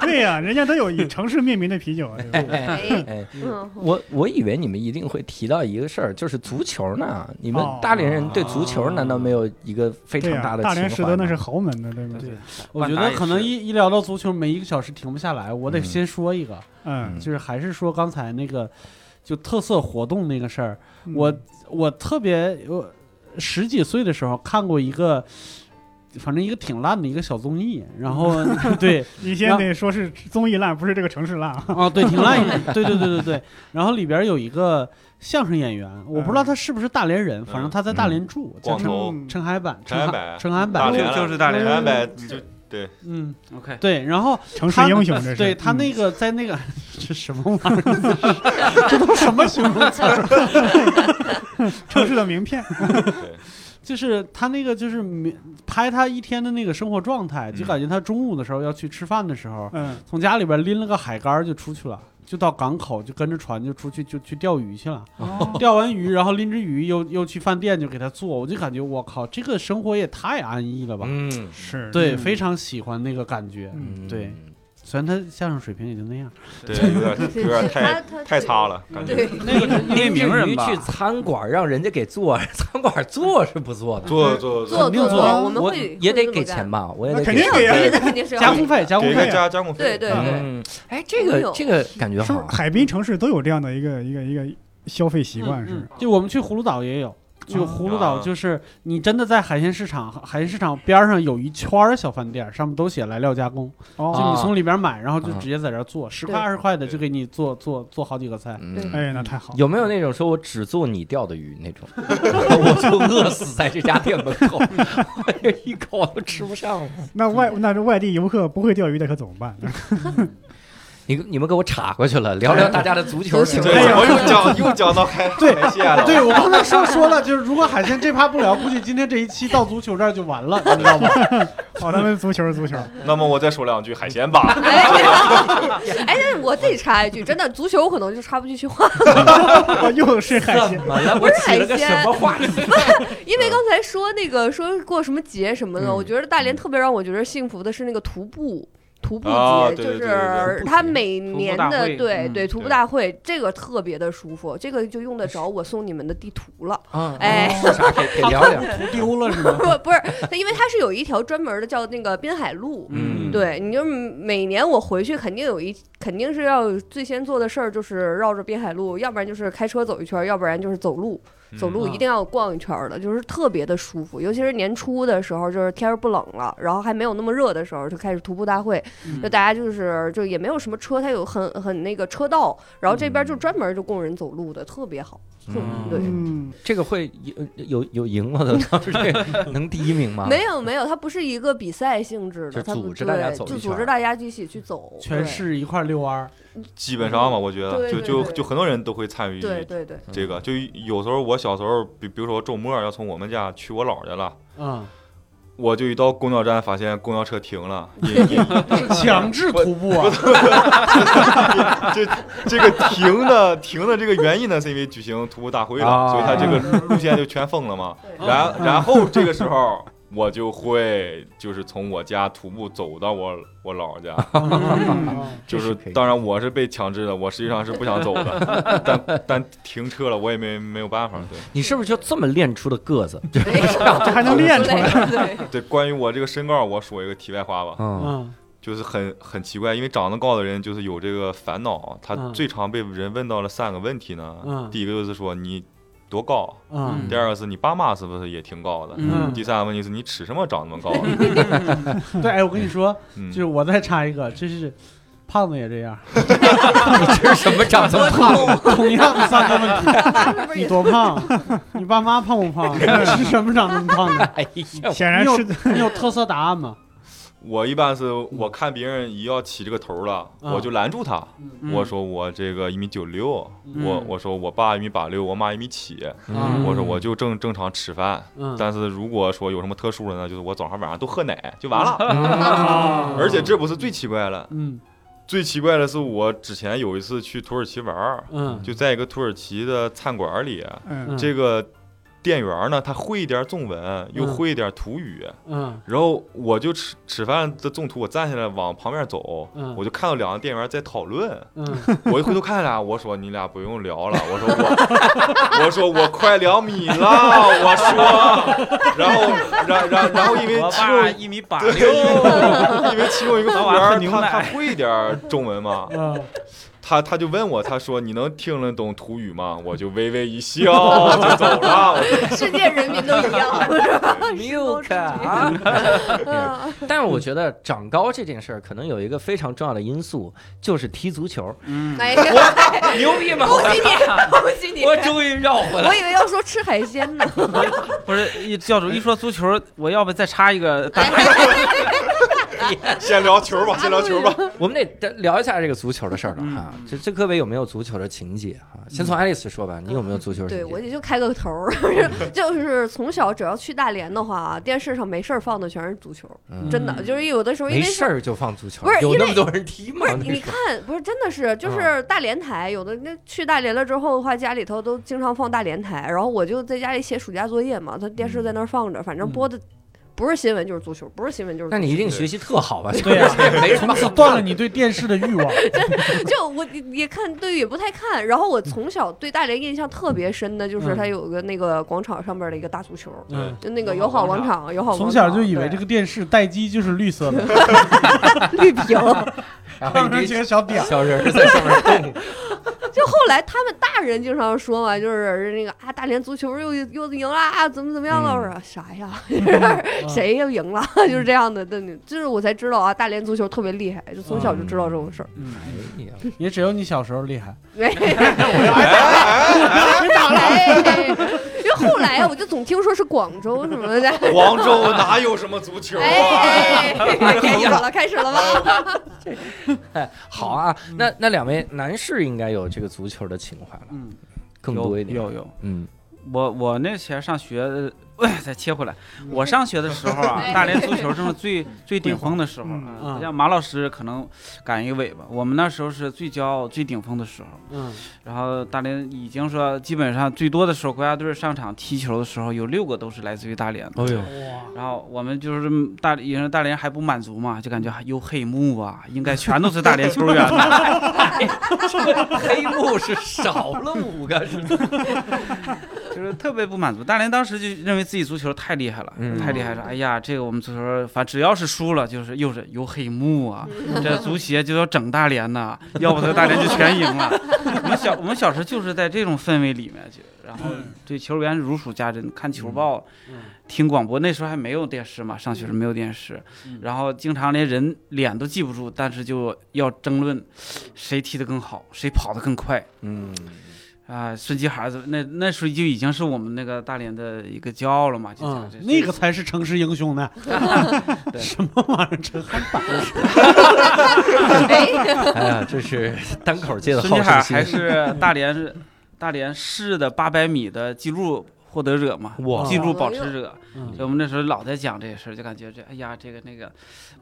Speaker 2: 对呀、人家都有以城市命名的啤酒啊。
Speaker 1: 哎哎
Speaker 5: 哎，
Speaker 1: 哎，
Speaker 5: 嗯，
Speaker 1: 我我以为你们一定会提到一个事儿，就是足球呢。你们
Speaker 2: 哦
Speaker 1: 大连人对足球难道没有一个非常
Speaker 2: 对呀、啊
Speaker 1: 大的
Speaker 2: 大
Speaker 1: 情怀吗？嗯
Speaker 2: 连实德那是豪门的，对嗯吗？
Speaker 3: 对，我觉得可能一一聊到足球，没一个小时停不下来。我得
Speaker 1: 嗯
Speaker 3: 先说一个，
Speaker 2: 嗯，
Speaker 3: 就是还是说刚才那个，就特色活动那个事儿，
Speaker 2: 嗯
Speaker 3: 我我特别我十几岁的时候看过一个，反正一个挺烂的一个小综艺，然 后对
Speaker 2: 你先得说是综艺烂，不是这个城市烂啊。
Speaker 3: 啊对挺烂的，对对对对对，然后里边有一个相声演员，我不知道他是不是大连人，反
Speaker 6: 嗯
Speaker 3: 正他在大连住，叫
Speaker 6: 光
Speaker 3: 陈
Speaker 1: 哦
Speaker 6: 头
Speaker 2: 嗯
Speaker 3: 陈海版，
Speaker 6: 陈
Speaker 3: 海
Speaker 6: 海版
Speaker 3: 陈海
Speaker 6: 大
Speaker 3: 版，
Speaker 6: 连
Speaker 4: 就是大连
Speaker 6: 两百
Speaker 5: 嗯
Speaker 6: 就
Speaker 3: 嗯
Speaker 4: OK，
Speaker 3: 对，然后
Speaker 2: 城市
Speaker 3: 他
Speaker 2: 英雄这是。
Speaker 3: 对他那
Speaker 2: 嗯
Speaker 3: 个在那个这什么玩意儿，这都什么形容词儿？
Speaker 2: 城市的名片，
Speaker 3: 就是他那个就是明拍他一天的那个生活状态，就
Speaker 6: 嗯
Speaker 3: 感觉他中午的时候要去吃饭的时候，
Speaker 2: 嗯，
Speaker 3: 从家里边拎了个海竿儿就出去了，就到港口，就跟着船就出去就去钓鱼去了。
Speaker 2: 哦
Speaker 3: 钓完鱼，然后拎着鱼又又去饭店就给他做，我就感觉我靠，这个生活也太安逸了吧！
Speaker 1: 嗯，
Speaker 2: 是，
Speaker 3: 对，
Speaker 2: 嗯
Speaker 3: 非常喜欢那个感觉。
Speaker 2: 嗯
Speaker 3: 对，虽然他相声水平也就那样，
Speaker 6: 对，有点
Speaker 5: 对
Speaker 6: 有点
Speaker 5: 他
Speaker 6: 太
Speaker 5: 他
Speaker 6: 太差了，感觉
Speaker 5: 对，
Speaker 4: 那个那
Speaker 1: 拎着
Speaker 4: 名人
Speaker 1: 鱼
Speaker 4: 吧，
Speaker 1: 去餐馆让人家给做， 餐馆做是不做的，
Speaker 6: 做做
Speaker 5: 做
Speaker 3: 肯定做
Speaker 5: 做，我们
Speaker 1: 我
Speaker 5: 会
Speaker 1: 也
Speaker 5: 会
Speaker 1: 得
Speaker 5: 这么
Speaker 1: 给
Speaker 5: 干
Speaker 1: 钱吧，我也
Speaker 2: 那
Speaker 1: 得
Speaker 2: 肯
Speaker 1: 给
Speaker 2: 定
Speaker 1: 钱
Speaker 2: 给啊
Speaker 5: 对，那肯定是
Speaker 3: 加
Speaker 5: 要
Speaker 3: 工费，加工
Speaker 6: 给
Speaker 3: 费
Speaker 6: 个
Speaker 3: 啊，
Speaker 6: 加加工费，
Speaker 5: 嗯对对对
Speaker 1: 嗯，哎，这
Speaker 5: 都
Speaker 1: 个
Speaker 5: 有
Speaker 1: 这个感觉
Speaker 2: 是
Speaker 1: 好啊
Speaker 2: 不是，海滨城市都有这样的一个一个一个消费习惯是
Speaker 3: 嗯。嗯就我们去葫芦岛也有。就葫芦岛，
Speaker 6: 啊
Speaker 3: 就是你真的在海鲜市场，海鲜市场边儿上有一圈儿小饭店，上面都写来料加工，就
Speaker 2: 哦，
Speaker 3: 你从里边买，然后就
Speaker 1: 啊
Speaker 3: 直接在这儿做，十块
Speaker 5: 对
Speaker 3: 二十块的就给你做做做好几个菜。
Speaker 1: 嗯。
Speaker 2: 哎，那太好了。
Speaker 1: 有没有那种说我只做你钓的鱼那种？ 我就饿死在这家店门口， 我这一口都吃不上了。
Speaker 2: 那外那这外地游客不会钓鱼的可怎么办？
Speaker 1: 你你们给我岔过去了，聊聊大家的足球。
Speaker 5: 足球
Speaker 6: 对，我又讲又讲到海
Speaker 3: 对
Speaker 6: 海鲜了，
Speaker 3: 对我刚才说说了，就是如果海鲜这趴不聊，估计今天这一期到足球这儿就完了，你知道吗？
Speaker 2: 好，咱们足球足球，
Speaker 6: 那么我再说两句海鲜吧。
Speaker 5: 哎，但是我自己插一句，真的，足球我可能就插不进去话，
Speaker 2: 啊又是海
Speaker 1: 怎
Speaker 2: 鲜，
Speaker 1: 么了？嗯
Speaker 5: 不
Speaker 1: 哎我
Speaker 5: 是
Speaker 1: 起了个
Speaker 5: 海鲜
Speaker 1: 什么话题？
Speaker 5: 因为刚才说那个说过什么节什么的，
Speaker 6: 嗯
Speaker 5: 我觉得大连特别让我觉得幸福的是那个徒步。徒步
Speaker 6: 啊
Speaker 5: 节
Speaker 6: 对
Speaker 5: 就
Speaker 6: 对对对
Speaker 5: 是
Speaker 1: 徒步
Speaker 5: 它
Speaker 1: 节
Speaker 5: 每
Speaker 4: 步
Speaker 5: 年
Speaker 4: 大
Speaker 5: 的
Speaker 4: 会
Speaker 5: 对
Speaker 4: 嗯
Speaker 5: 对徒步
Speaker 6: 对
Speaker 5: 大会，这个特别的舒服，这个就用得着我送你们的地图 了。
Speaker 1: 啊，
Speaker 5: 哎，
Speaker 1: 说啥给给聊 聊。
Speaker 3: 丢了是吗？
Speaker 5: 不不是，它因为它是有一条专门的叫那个滨海路，
Speaker 1: 嗯，
Speaker 5: 对，你就每年我回去肯定有一，肯定是要最先做的事儿就是绕着滨海路，要不然就是开车走一圈儿，要不然就是走路，走路
Speaker 1: 啊
Speaker 3: 嗯
Speaker 5: 一定要逛一圈儿的，就是特别的舒服。尤其是年初的时候，就是天儿不冷了，然后还没有那么热的时候，就开始徒步大会，
Speaker 4: 嗯
Speaker 1: 嗯
Speaker 5: 就大家就是就也没有什么车，它有很很那个车道，然后这
Speaker 1: 嗯
Speaker 5: 边就专门就供人走路的，特别好。就对，
Speaker 2: 嗯，
Speaker 1: 这个会有有有赢 了的，当时这个能第一名吗？
Speaker 5: 没有没有，它不是一个比赛性质的，
Speaker 1: 就
Speaker 5: 它不
Speaker 1: 组织大家
Speaker 5: 对
Speaker 1: 走
Speaker 5: 就
Speaker 1: 一
Speaker 5: 组
Speaker 1: 圈
Speaker 5: 织
Speaker 1: 儿
Speaker 5: 大家一起去走，
Speaker 3: 全
Speaker 5: 对
Speaker 3: 市一块遛弯儿，
Speaker 6: 基本上吧，我觉
Speaker 5: 对
Speaker 6: 得就
Speaker 5: 对
Speaker 6: 就
Speaker 5: 对
Speaker 6: 就很多人都会参与
Speaker 5: 对对对，
Speaker 1: 嗯
Speaker 6: 这个。就有时候我小时候，比比如说周末要从我们家去我姥儿家了，
Speaker 3: 嗯，
Speaker 6: 我就一到公交站发现公交车停 了，也也
Speaker 3: 强制徒步啊，
Speaker 6: 这这个停的停的这个原因呢，是因为举行徒步大会了，
Speaker 3: 啊
Speaker 6: 所以它这个路线就全封了嘛。
Speaker 5: 对
Speaker 6: 然然后这个时候。我就会就是从我家徒步走到我我姥儿家，
Speaker 3: 嗯
Speaker 6: 就
Speaker 1: 这是
Speaker 6: 是
Speaker 1: 可以
Speaker 6: 当然我是被强制的，我实际上是不想走 的，但但停车了我也没没有办法。对
Speaker 1: 你是不是就这么练出的个子？
Speaker 2: 这还能练出来，
Speaker 5: 对，
Speaker 6: 对，关于我这个身高，我说一个题外话吧，
Speaker 1: 嗯，
Speaker 3: 嗯，
Speaker 6: 就是很很奇怪，因为长得高的人就是有这个烦恼，他
Speaker 3: 嗯
Speaker 6: 最常被人问到了三个问题呢
Speaker 3: 嗯。
Speaker 6: 第一个就是说你多高，
Speaker 3: 嗯
Speaker 6: 第二个是你爸妈是不是也挺高的，
Speaker 3: 嗯
Speaker 6: 第三个问题是你吃什么长那么高。
Speaker 3: 对，哎，我跟你说，
Speaker 6: 嗯
Speaker 3: 就是我再插一个，就是胖子也这样，
Speaker 1: 这是什么长这么胖？
Speaker 3: 同样的三个问题：
Speaker 5: 是不是
Speaker 3: 你
Speaker 5: 也
Speaker 3: 多胖？啊你爸妈胖不胖？啊 吃什么长那么胖的？
Speaker 1: 哎 呀，
Speaker 2: 显然
Speaker 3: 你有
Speaker 2: 是
Speaker 3: 你有特色答案吗？
Speaker 6: 我一般是我看别人一要起这个头了，
Speaker 3: 嗯
Speaker 6: 我就拦住他，
Speaker 4: 嗯
Speaker 6: 我说我这个一米九六，
Speaker 3: 嗯
Speaker 6: 我我说我爸一米八六，我妈一米七，
Speaker 3: 嗯
Speaker 6: 我说我就正正常吃饭，
Speaker 3: 嗯
Speaker 6: 但是如果说有什么特殊的呢，就是我早上晚上都喝奶就完了。
Speaker 3: 嗯 啊
Speaker 6: 而且这不是最奇怪了，
Speaker 3: 嗯
Speaker 6: 最奇怪的是我之前有一次去土耳其玩儿，
Speaker 3: 嗯
Speaker 6: 就在一个土耳其的餐馆里，
Speaker 2: 嗯
Speaker 3: 嗯
Speaker 6: 这个店员呢他会一点中文，又会一点土语，
Speaker 3: 嗯
Speaker 6: 然后我就吃吃饭的中途我站起来往旁边走，
Speaker 3: 嗯
Speaker 6: 我就看到两个店员在讨论，
Speaker 3: 嗯
Speaker 6: 我一回头看他俩，我说你俩不用聊了，我说我，我说我快两米了，我说，然后然然然后因为
Speaker 4: 我
Speaker 6: 其
Speaker 4: 爸
Speaker 6: 中
Speaker 4: 一米八
Speaker 6: 对
Speaker 4: 六，
Speaker 6: 因为其中一个服务
Speaker 4: 老板喝
Speaker 6: 员
Speaker 4: 牛
Speaker 6: 他
Speaker 4: 奶
Speaker 6: 他会一点儿中文嘛，
Speaker 3: 嗯，
Speaker 6: 他他就问我，他说你能听得懂土语吗？我就微微一笑就走了。我就
Speaker 5: 世界人民都 一样，
Speaker 1: Milk 啊！但是我觉得长高这件事儿，可能有一个非常重要的因素，就是踢足球。
Speaker 4: 嗯，
Speaker 5: 哎呀，
Speaker 1: 牛逼 吗？
Speaker 5: 恭喜你，恭喜你！
Speaker 1: 我终于绕回来了。
Speaker 5: 我以为要说吃海鲜呢，
Speaker 4: 不是一教主一说足球，我要不再插一个大
Speaker 6: 先聊球吧，先聊球吧。
Speaker 1: 我们得聊一下这个足球的事儿了哈
Speaker 4: 嗯。
Speaker 1: 这这科伟有没有足球的情节哈？先从爱丽丝说吧，你有没有足球情
Speaker 5: 对，我
Speaker 1: 节？
Speaker 5: 也就开个头儿， 就是从小只要去大连的话，电视上没事儿放的全是足球，
Speaker 1: 嗯
Speaker 5: 真的
Speaker 3: 嗯
Speaker 5: 就是有的时候因
Speaker 1: 没
Speaker 5: 为
Speaker 1: 事儿就放足球
Speaker 5: 不，是
Speaker 1: 有
Speaker 5: 因
Speaker 1: 那
Speaker 5: 为
Speaker 1: 么多人踢吗
Speaker 5: 不是，？
Speaker 1: 啊那
Speaker 5: 你
Speaker 1: 时候
Speaker 5: 看，不是，真的是，就是大连台，有的那去大连了之后的话，家里头都经常放大连台，然后我就在家里写暑假作业嘛，他电视在那儿放着，反正播的不是新闻就是足球，不是新闻就是足
Speaker 1: 那
Speaker 5: 球。
Speaker 1: 你一定学习特好吧？
Speaker 3: 对呀
Speaker 1: 呀， 没什
Speaker 3: 从
Speaker 1: 么
Speaker 3: 此断了你对电视的欲 望。
Speaker 5: 就我也看，对，也不太看。然后我从小对大连印象特别深的就是
Speaker 3: 嗯
Speaker 5: 它有个那个广场上面的一个大足球，
Speaker 3: 嗯，
Speaker 5: 就那个
Speaker 4: 友
Speaker 5: 友
Speaker 4: 好
Speaker 5: 好
Speaker 4: 广
Speaker 5: 广场，友好广
Speaker 3: 从
Speaker 5: 场。
Speaker 3: 小就以为这
Speaker 5: 对
Speaker 3: 个电视待机就是绿色的，
Speaker 5: 绿屏。
Speaker 1: 然后
Speaker 3: 上面
Speaker 1: 一
Speaker 3: 几
Speaker 1: 堆
Speaker 3: 个 小点儿。
Speaker 1: 小人儿在上面动，
Speaker 5: 就后来他们大人经常说嘛，就是那个啊，大连足球又又赢啦，啊怎么怎么样了？
Speaker 1: 嗯
Speaker 5: 我说啥呀？
Speaker 3: 嗯
Speaker 5: 就是谁又赢了？ 就是这样的，对，就是我才知道啊，大连足球特别厉害，就从小就知道这种事儿。
Speaker 3: 嗯，
Speaker 1: 哎呀
Speaker 3: 也只有你小时候厉害。
Speaker 5: 没， 因为后来啊我就总听说是广州什么的。
Speaker 6: 广州哪有什么足球啊？
Speaker 5: 哎，开始了，开始了吧？
Speaker 1: 好啊，那那两位男士应该有这个足球的情怀了，
Speaker 4: 嗯，
Speaker 1: 更多一点。
Speaker 4: 有有有，
Speaker 1: 嗯，
Speaker 4: 我我那前上学，呃哎再切回来，我上学的时候啊，大连足球正是最最顶峰的时候
Speaker 2: 嗯
Speaker 4: 啊。
Speaker 3: 嗯
Speaker 4: 像马老师可能赶一个尾巴，我们那时候是最骄傲、最顶峰的时候。
Speaker 3: 嗯，
Speaker 4: 然后大连已经说，基本上最多的时候，国家队上场踢球的时候，有六个都是来自于大连的。
Speaker 1: 哎呦，
Speaker 3: 哇，
Speaker 4: 然后我们就是大，因为大连还不满足嘛，就感觉还有黑幕啊，应该全都是大连球员的。
Speaker 1: 黑幕是少了五个，是吧
Speaker 4: 就是特别不满足。大连当时就认为自己足球太厉害了，
Speaker 1: 嗯
Speaker 4: 太厉害了。哎呀，这个我们足球，反正只要是输了，就是又是有黑幕啊，这足协就要整大连呐、要不他大连就全赢了。我们小我们小时候就是在这种氛围里面就，然后
Speaker 3: 嗯
Speaker 4: 对球员如数家珍，看球报，听广播。那时候还没有电视嘛，上学时没有电视，
Speaker 3: 嗯
Speaker 4: 然后经常连人脸都记不住，但是就要争论谁踢得更好，谁跑得更快。
Speaker 1: 嗯，
Speaker 4: 啊，顺其孩子，那那时候就已经是我们那个大连的一个骄傲了嘛，就讲
Speaker 3: 嗯
Speaker 4: 这、，
Speaker 3: 那个才是诚实英雄呢。
Speaker 4: 对
Speaker 3: 什么玩意儿，这还板
Speaker 1: 哎呀，这是单口界的
Speaker 4: 孙继
Speaker 1: 好
Speaker 4: 海
Speaker 1: 胜
Speaker 4: 还
Speaker 1: 心。
Speaker 4: 是大连大连市的八百米的纪录获得者嘛，
Speaker 1: 哇
Speaker 4: 纪录保持者。
Speaker 3: 嗯
Speaker 4: 所以我们那时候老在讲这事儿，就感觉这哎呀，这个那个，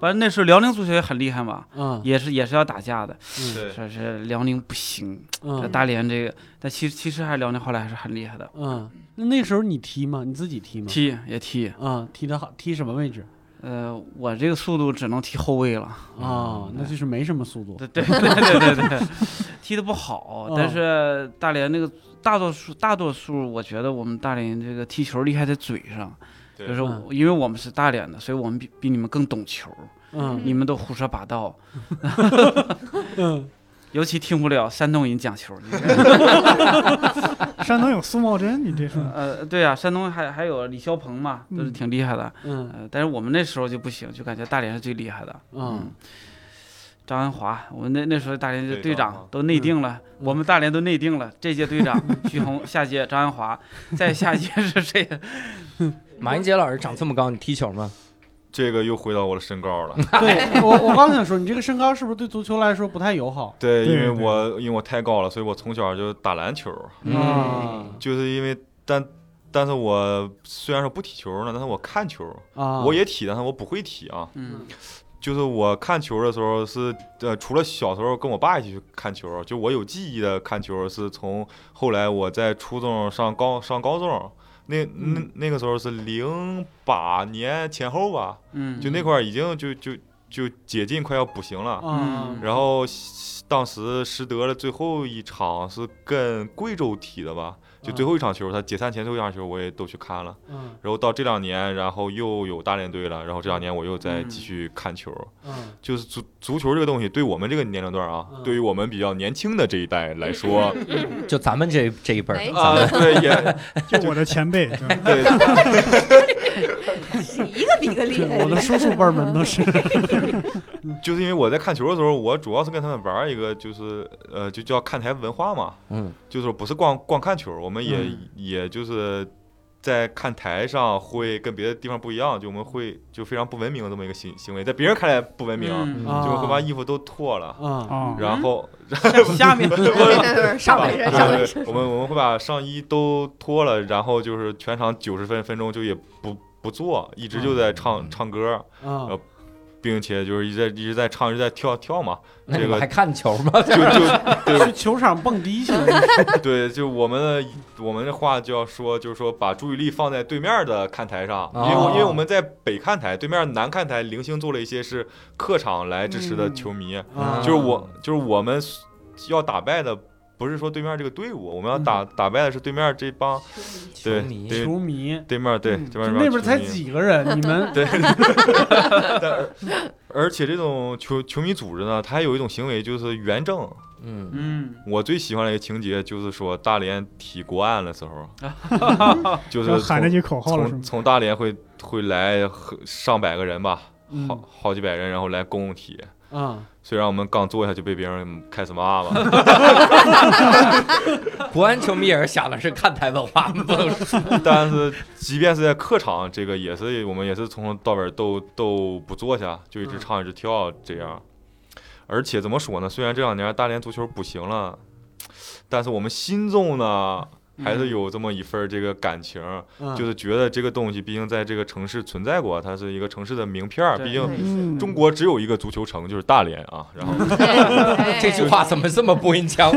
Speaker 4: 完了那时候辽宁足球也很厉害嘛，
Speaker 3: 嗯
Speaker 4: 也是也是要打架的，
Speaker 6: 对，
Speaker 4: 说是辽宁不行，这
Speaker 3: 嗯
Speaker 4: 大连这个，但其实其实还是辽宁后来还是很厉害的，
Speaker 3: 嗯，那那时候你踢吗？你自己踢吗？
Speaker 4: 踢也踢，
Speaker 3: 啊，踢得好，踢什么位置？
Speaker 4: 呃，我这个速度只能踢后卫了。
Speaker 3: 啊，那就是没什么速度。
Speaker 4: 对 对对对对对，踢得不好
Speaker 3: 嗯，
Speaker 4: 但是大连那个大多数大多数，我觉得我们大连这个踢球厉害在嘴上，
Speaker 6: 对
Speaker 4: 就是我因为我们是大连的，所以我们比比你们更懂球，
Speaker 3: 嗯
Speaker 4: 你们都胡说八道，
Speaker 3: 嗯，
Speaker 4: 尤其听不了山东人讲球。你
Speaker 2: 山东有苏茂贞，你这是
Speaker 4: 呃，对啊，山东还还有李霄鹏嘛，都是挺厉害的。
Speaker 3: 嗯
Speaker 4: 呃，但是我们那时候就不行，就感觉大连是最厉害的。
Speaker 3: 嗯，
Speaker 4: 张安华，我们那那时候大连队
Speaker 6: 对
Speaker 4: 队
Speaker 6: 张安
Speaker 4: 长
Speaker 6: 华
Speaker 4: 都内定了，
Speaker 3: 嗯
Speaker 4: 我们大连都内定了，这届队长徐宏，下届张安华，再下届是谁？
Speaker 1: 马英杰老师长这么高，你踢球吗？
Speaker 6: 这个又回到我的身高了。
Speaker 3: 对我我刚想说，你这个身高是不是对足球来说不太友好？
Speaker 6: 对，因
Speaker 2: 对
Speaker 6: 为
Speaker 2: 对
Speaker 6: 我因为我太高了，所以我从小就打篮球，
Speaker 3: 啊
Speaker 6: 就是因为但但是我虽然说不踢球呢，但是我看球，
Speaker 3: 啊，
Speaker 6: 我也踢，但是我不会踢啊。
Speaker 4: 嗯，
Speaker 6: 就是我看球的时候是，呃，除了小时候跟我爸一起去看球，就我有记忆的看球是从后来我在初中上高上高中，那那那个时候是零八年前后吧，
Speaker 4: 嗯，
Speaker 6: 就那块儿已经就就就接近快要不行了。
Speaker 3: 啊
Speaker 4: 嗯
Speaker 6: 然后当时实德的最后一场是跟贵州踢的吧，就最后一场球，他解散前最后一场球我也都去看了。
Speaker 3: 嗯
Speaker 6: 然后到这两年，然后又有大连队了，然后这两年我又在继续看球。
Speaker 3: 嗯
Speaker 6: 就是足足球这个东西，对我们这个年龄段啊，
Speaker 3: 嗯
Speaker 6: 对于我们比较年轻的这一代来说
Speaker 1: 就咱们这这一辈儿
Speaker 5: 哎，
Speaker 6: 啊、对也
Speaker 2: 就我的前辈，就
Speaker 6: 对
Speaker 5: 一个比一个厉
Speaker 3: 嗯
Speaker 5: 害。
Speaker 3: 我的叔叔辈儿们都是，
Speaker 6: 就是因为我在看球的时候，我主要是跟他们玩儿一个，就是呃，就叫看台文化嘛，
Speaker 1: 嗯，
Speaker 6: 就是不是光光看球，我们也、
Speaker 3: 嗯
Speaker 6: 也就是在看台上会跟别的地方不一样，就我们会就非常不文明的这么一个行行为，在别人看来不文明，
Speaker 4: 嗯
Speaker 6: 就
Speaker 3: 哦
Speaker 6: 会把衣服都脱了，
Speaker 3: 啊
Speaker 2: 啊，
Speaker 6: 然后
Speaker 4: 下面
Speaker 5: 上半身，上半身。
Speaker 6: 对，我们我们会把上衣都脱了，然后就是全场九十分分钟就也不不做，一直就在唱、唱歌，
Speaker 3: 啊
Speaker 6: 并且就是一直在一直在唱，一直在跳跳嘛，
Speaker 1: 那
Speaker 6: 这
Speaker 1: 你们
Speaker 6: 个
Speaker 1: 还看球吗？
Speaker 6: 就就
Speaker 3: 啊！去球场蹦迪去了，
Speaker 6: 对，就我们的我们的话就要说，就是说把注意力放在对面的看台上，因为我
Speaker 1: 哦
Speaker 6: 因为我们在北看台，对面南看台零星做了一些是客场来支持的球迷，
Speaker 3: 啊
Speaker 6: 嗯就是我就是我们要打败的不是说对面这个队伍，我们
Speaker 3: 嗯
Speaker 6: 要打、打败的是对面这帮对
Speaker 1: 球迷
Speaker 6: 对
Speaker 3: 球迷。
Speaker 6: 对面对、
Speaker 3: 嗯
Speaker 6: 这边
Speaker 3: 就那边才几个人，你 们
Speaker 6: 对，但而且这种球球迷组织呢，它还有一种行为就是援证。
Speaker 1: 嗯，
Speaker 4: 嗯，
Speaker 6: 我最喜欢的一个情节就是说大连提国案的时 候，就是
Speaker 2: 就喊
Speaker 6: 从
Speaker 2: 那句口号了是
Speaker 6: 从
Speaker 2: 吗？
Speaker 6: 从大连会会来很上百个人吧，
Speaker 3: 嗯
Speaker 6: 好好几百人，然后来公体。
Speaker 3: 啊，
Speaker 6: 虽然我们刚坐下就被别人开始 骂了，
Speaker 1: 国安球迷也是想的是看台文化，不能说
Speaker 6: 但是即便是在客场，这个也是我们也是从头到尾都都不坐下，就一直唱一直跳这样。而且怎么说呢？虽然这两年大连足球不行了，但是我们心中呢
Speaker 2: 嗯
Speaker 6: 还是有这么一份这个感情，
Speaker 3: 啊
Speaker 6: 就是觉得这个东西毕竟在这个城市存在过，它是一个城市的名片儿，
Speaker 4: 对
Speaker 6: 毕竟
Speaker 2: 嗯，
Speaker 6: 中国只有一个足球城，就是大连
Speaker 3: 嗯
Speaker 6: 啊。然后
Speaker 4: 嗯
Speaker 5: 哎
Speaker 1: 这句话怎么这么不音腔？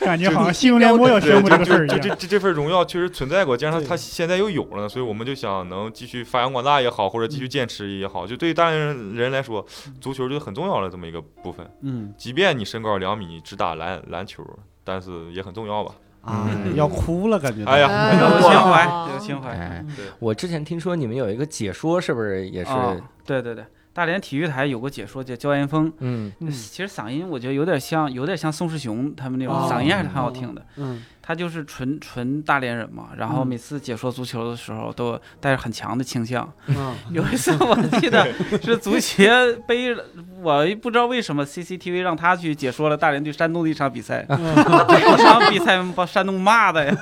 Speaker 2: 感觉好像新闻联播要宣
Speaker 6: 对，
Speaker 2: 布这个
Speaker 6: 就
Speaker 2: 事儿
Speaker 6: 就
Speaker 2: 一
Speaker 6: 就
Speaker 2: 样。
Speaker 6: 这这这份荣耀确实存在过，加上
Speaker 3: 对
Speaker 6: 它现在又有了，所以我们就想能继续发扬光大也好，或者
Speaker 3: 嗯
Speaker 6: 继续坚持也好，就对于大连人人来说，足球就很重要的这么一个部分。
Speaker 3: 嗯
Speaker 6: 即便你身高两米，只打篮篮球，但是也很 重要吧？
Speaker 3: 啊
Speaker 1: 嗯，
Speaker 3: 要哭了，感觉到。
Speaker 6: 哎呀
Speaker 4: 有情怀，有
Speaker 5: 有
Speaker 4: 情怀。
Speaker 1: 哎
Speaker 6: 对，
Speaker 1: 我之前听说你们有一个解说，是不是也是？
Speaker 4: 啊对对对，大连体育台有个解说叫焦岩峰，
Speaker 1: 嗯，
Speaker 3: 嗯
Speaker 4: 其实嗓音我觉得有点像，有点像宋世雄他们那种
Speaker 3: 哦
Speaker 4: 嗓音，还是很好听的。
Speaker 3: 嗯，
Speaker 4: 他就是纯纯大连人嘛，然后
Speaker 3: 嗯
Speaker 4: 每次解说足球的时候都带着很强的倾向。
Speaker 3: 嗯
Speaker 4: 有一次我记得是足协杯，我不知道为什么 CCTV 让他去解说了大连对山东的一场比赛，这场比赛把山东骂的呀，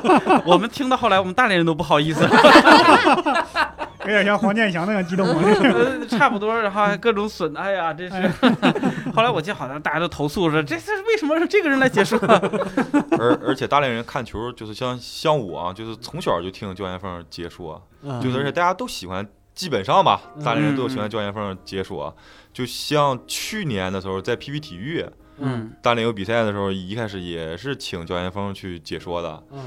Speaker 4: 我们听到后来我们大连人都不好意思了。
Speaker 2: 有点像黄健翔那样激动啊！这个
Speaker 4: 呃，差不多，然后还各种损，哎呀，这是。后来我记得好像大家都投诉说，这是为什么是这个人来解说？
Speaker 6: 而而且大连人看球就是像像我啊，就是从小就听焦岩峰解说，啊
Speaker 3: 嗯，
Speaker 6: 就是而且大家都喜欢，基本上吧，大连人都喜
Speaker 4: 嗯
Speaker 6: 欢焦岩峰解说。啊就像去年的时候，在 PP 体育，
Speaker 4: 嗯，
Speaker 6: 大连有比赛的时候，一开始也是请焦岩峰去解说的，
Speaker 3: 嗯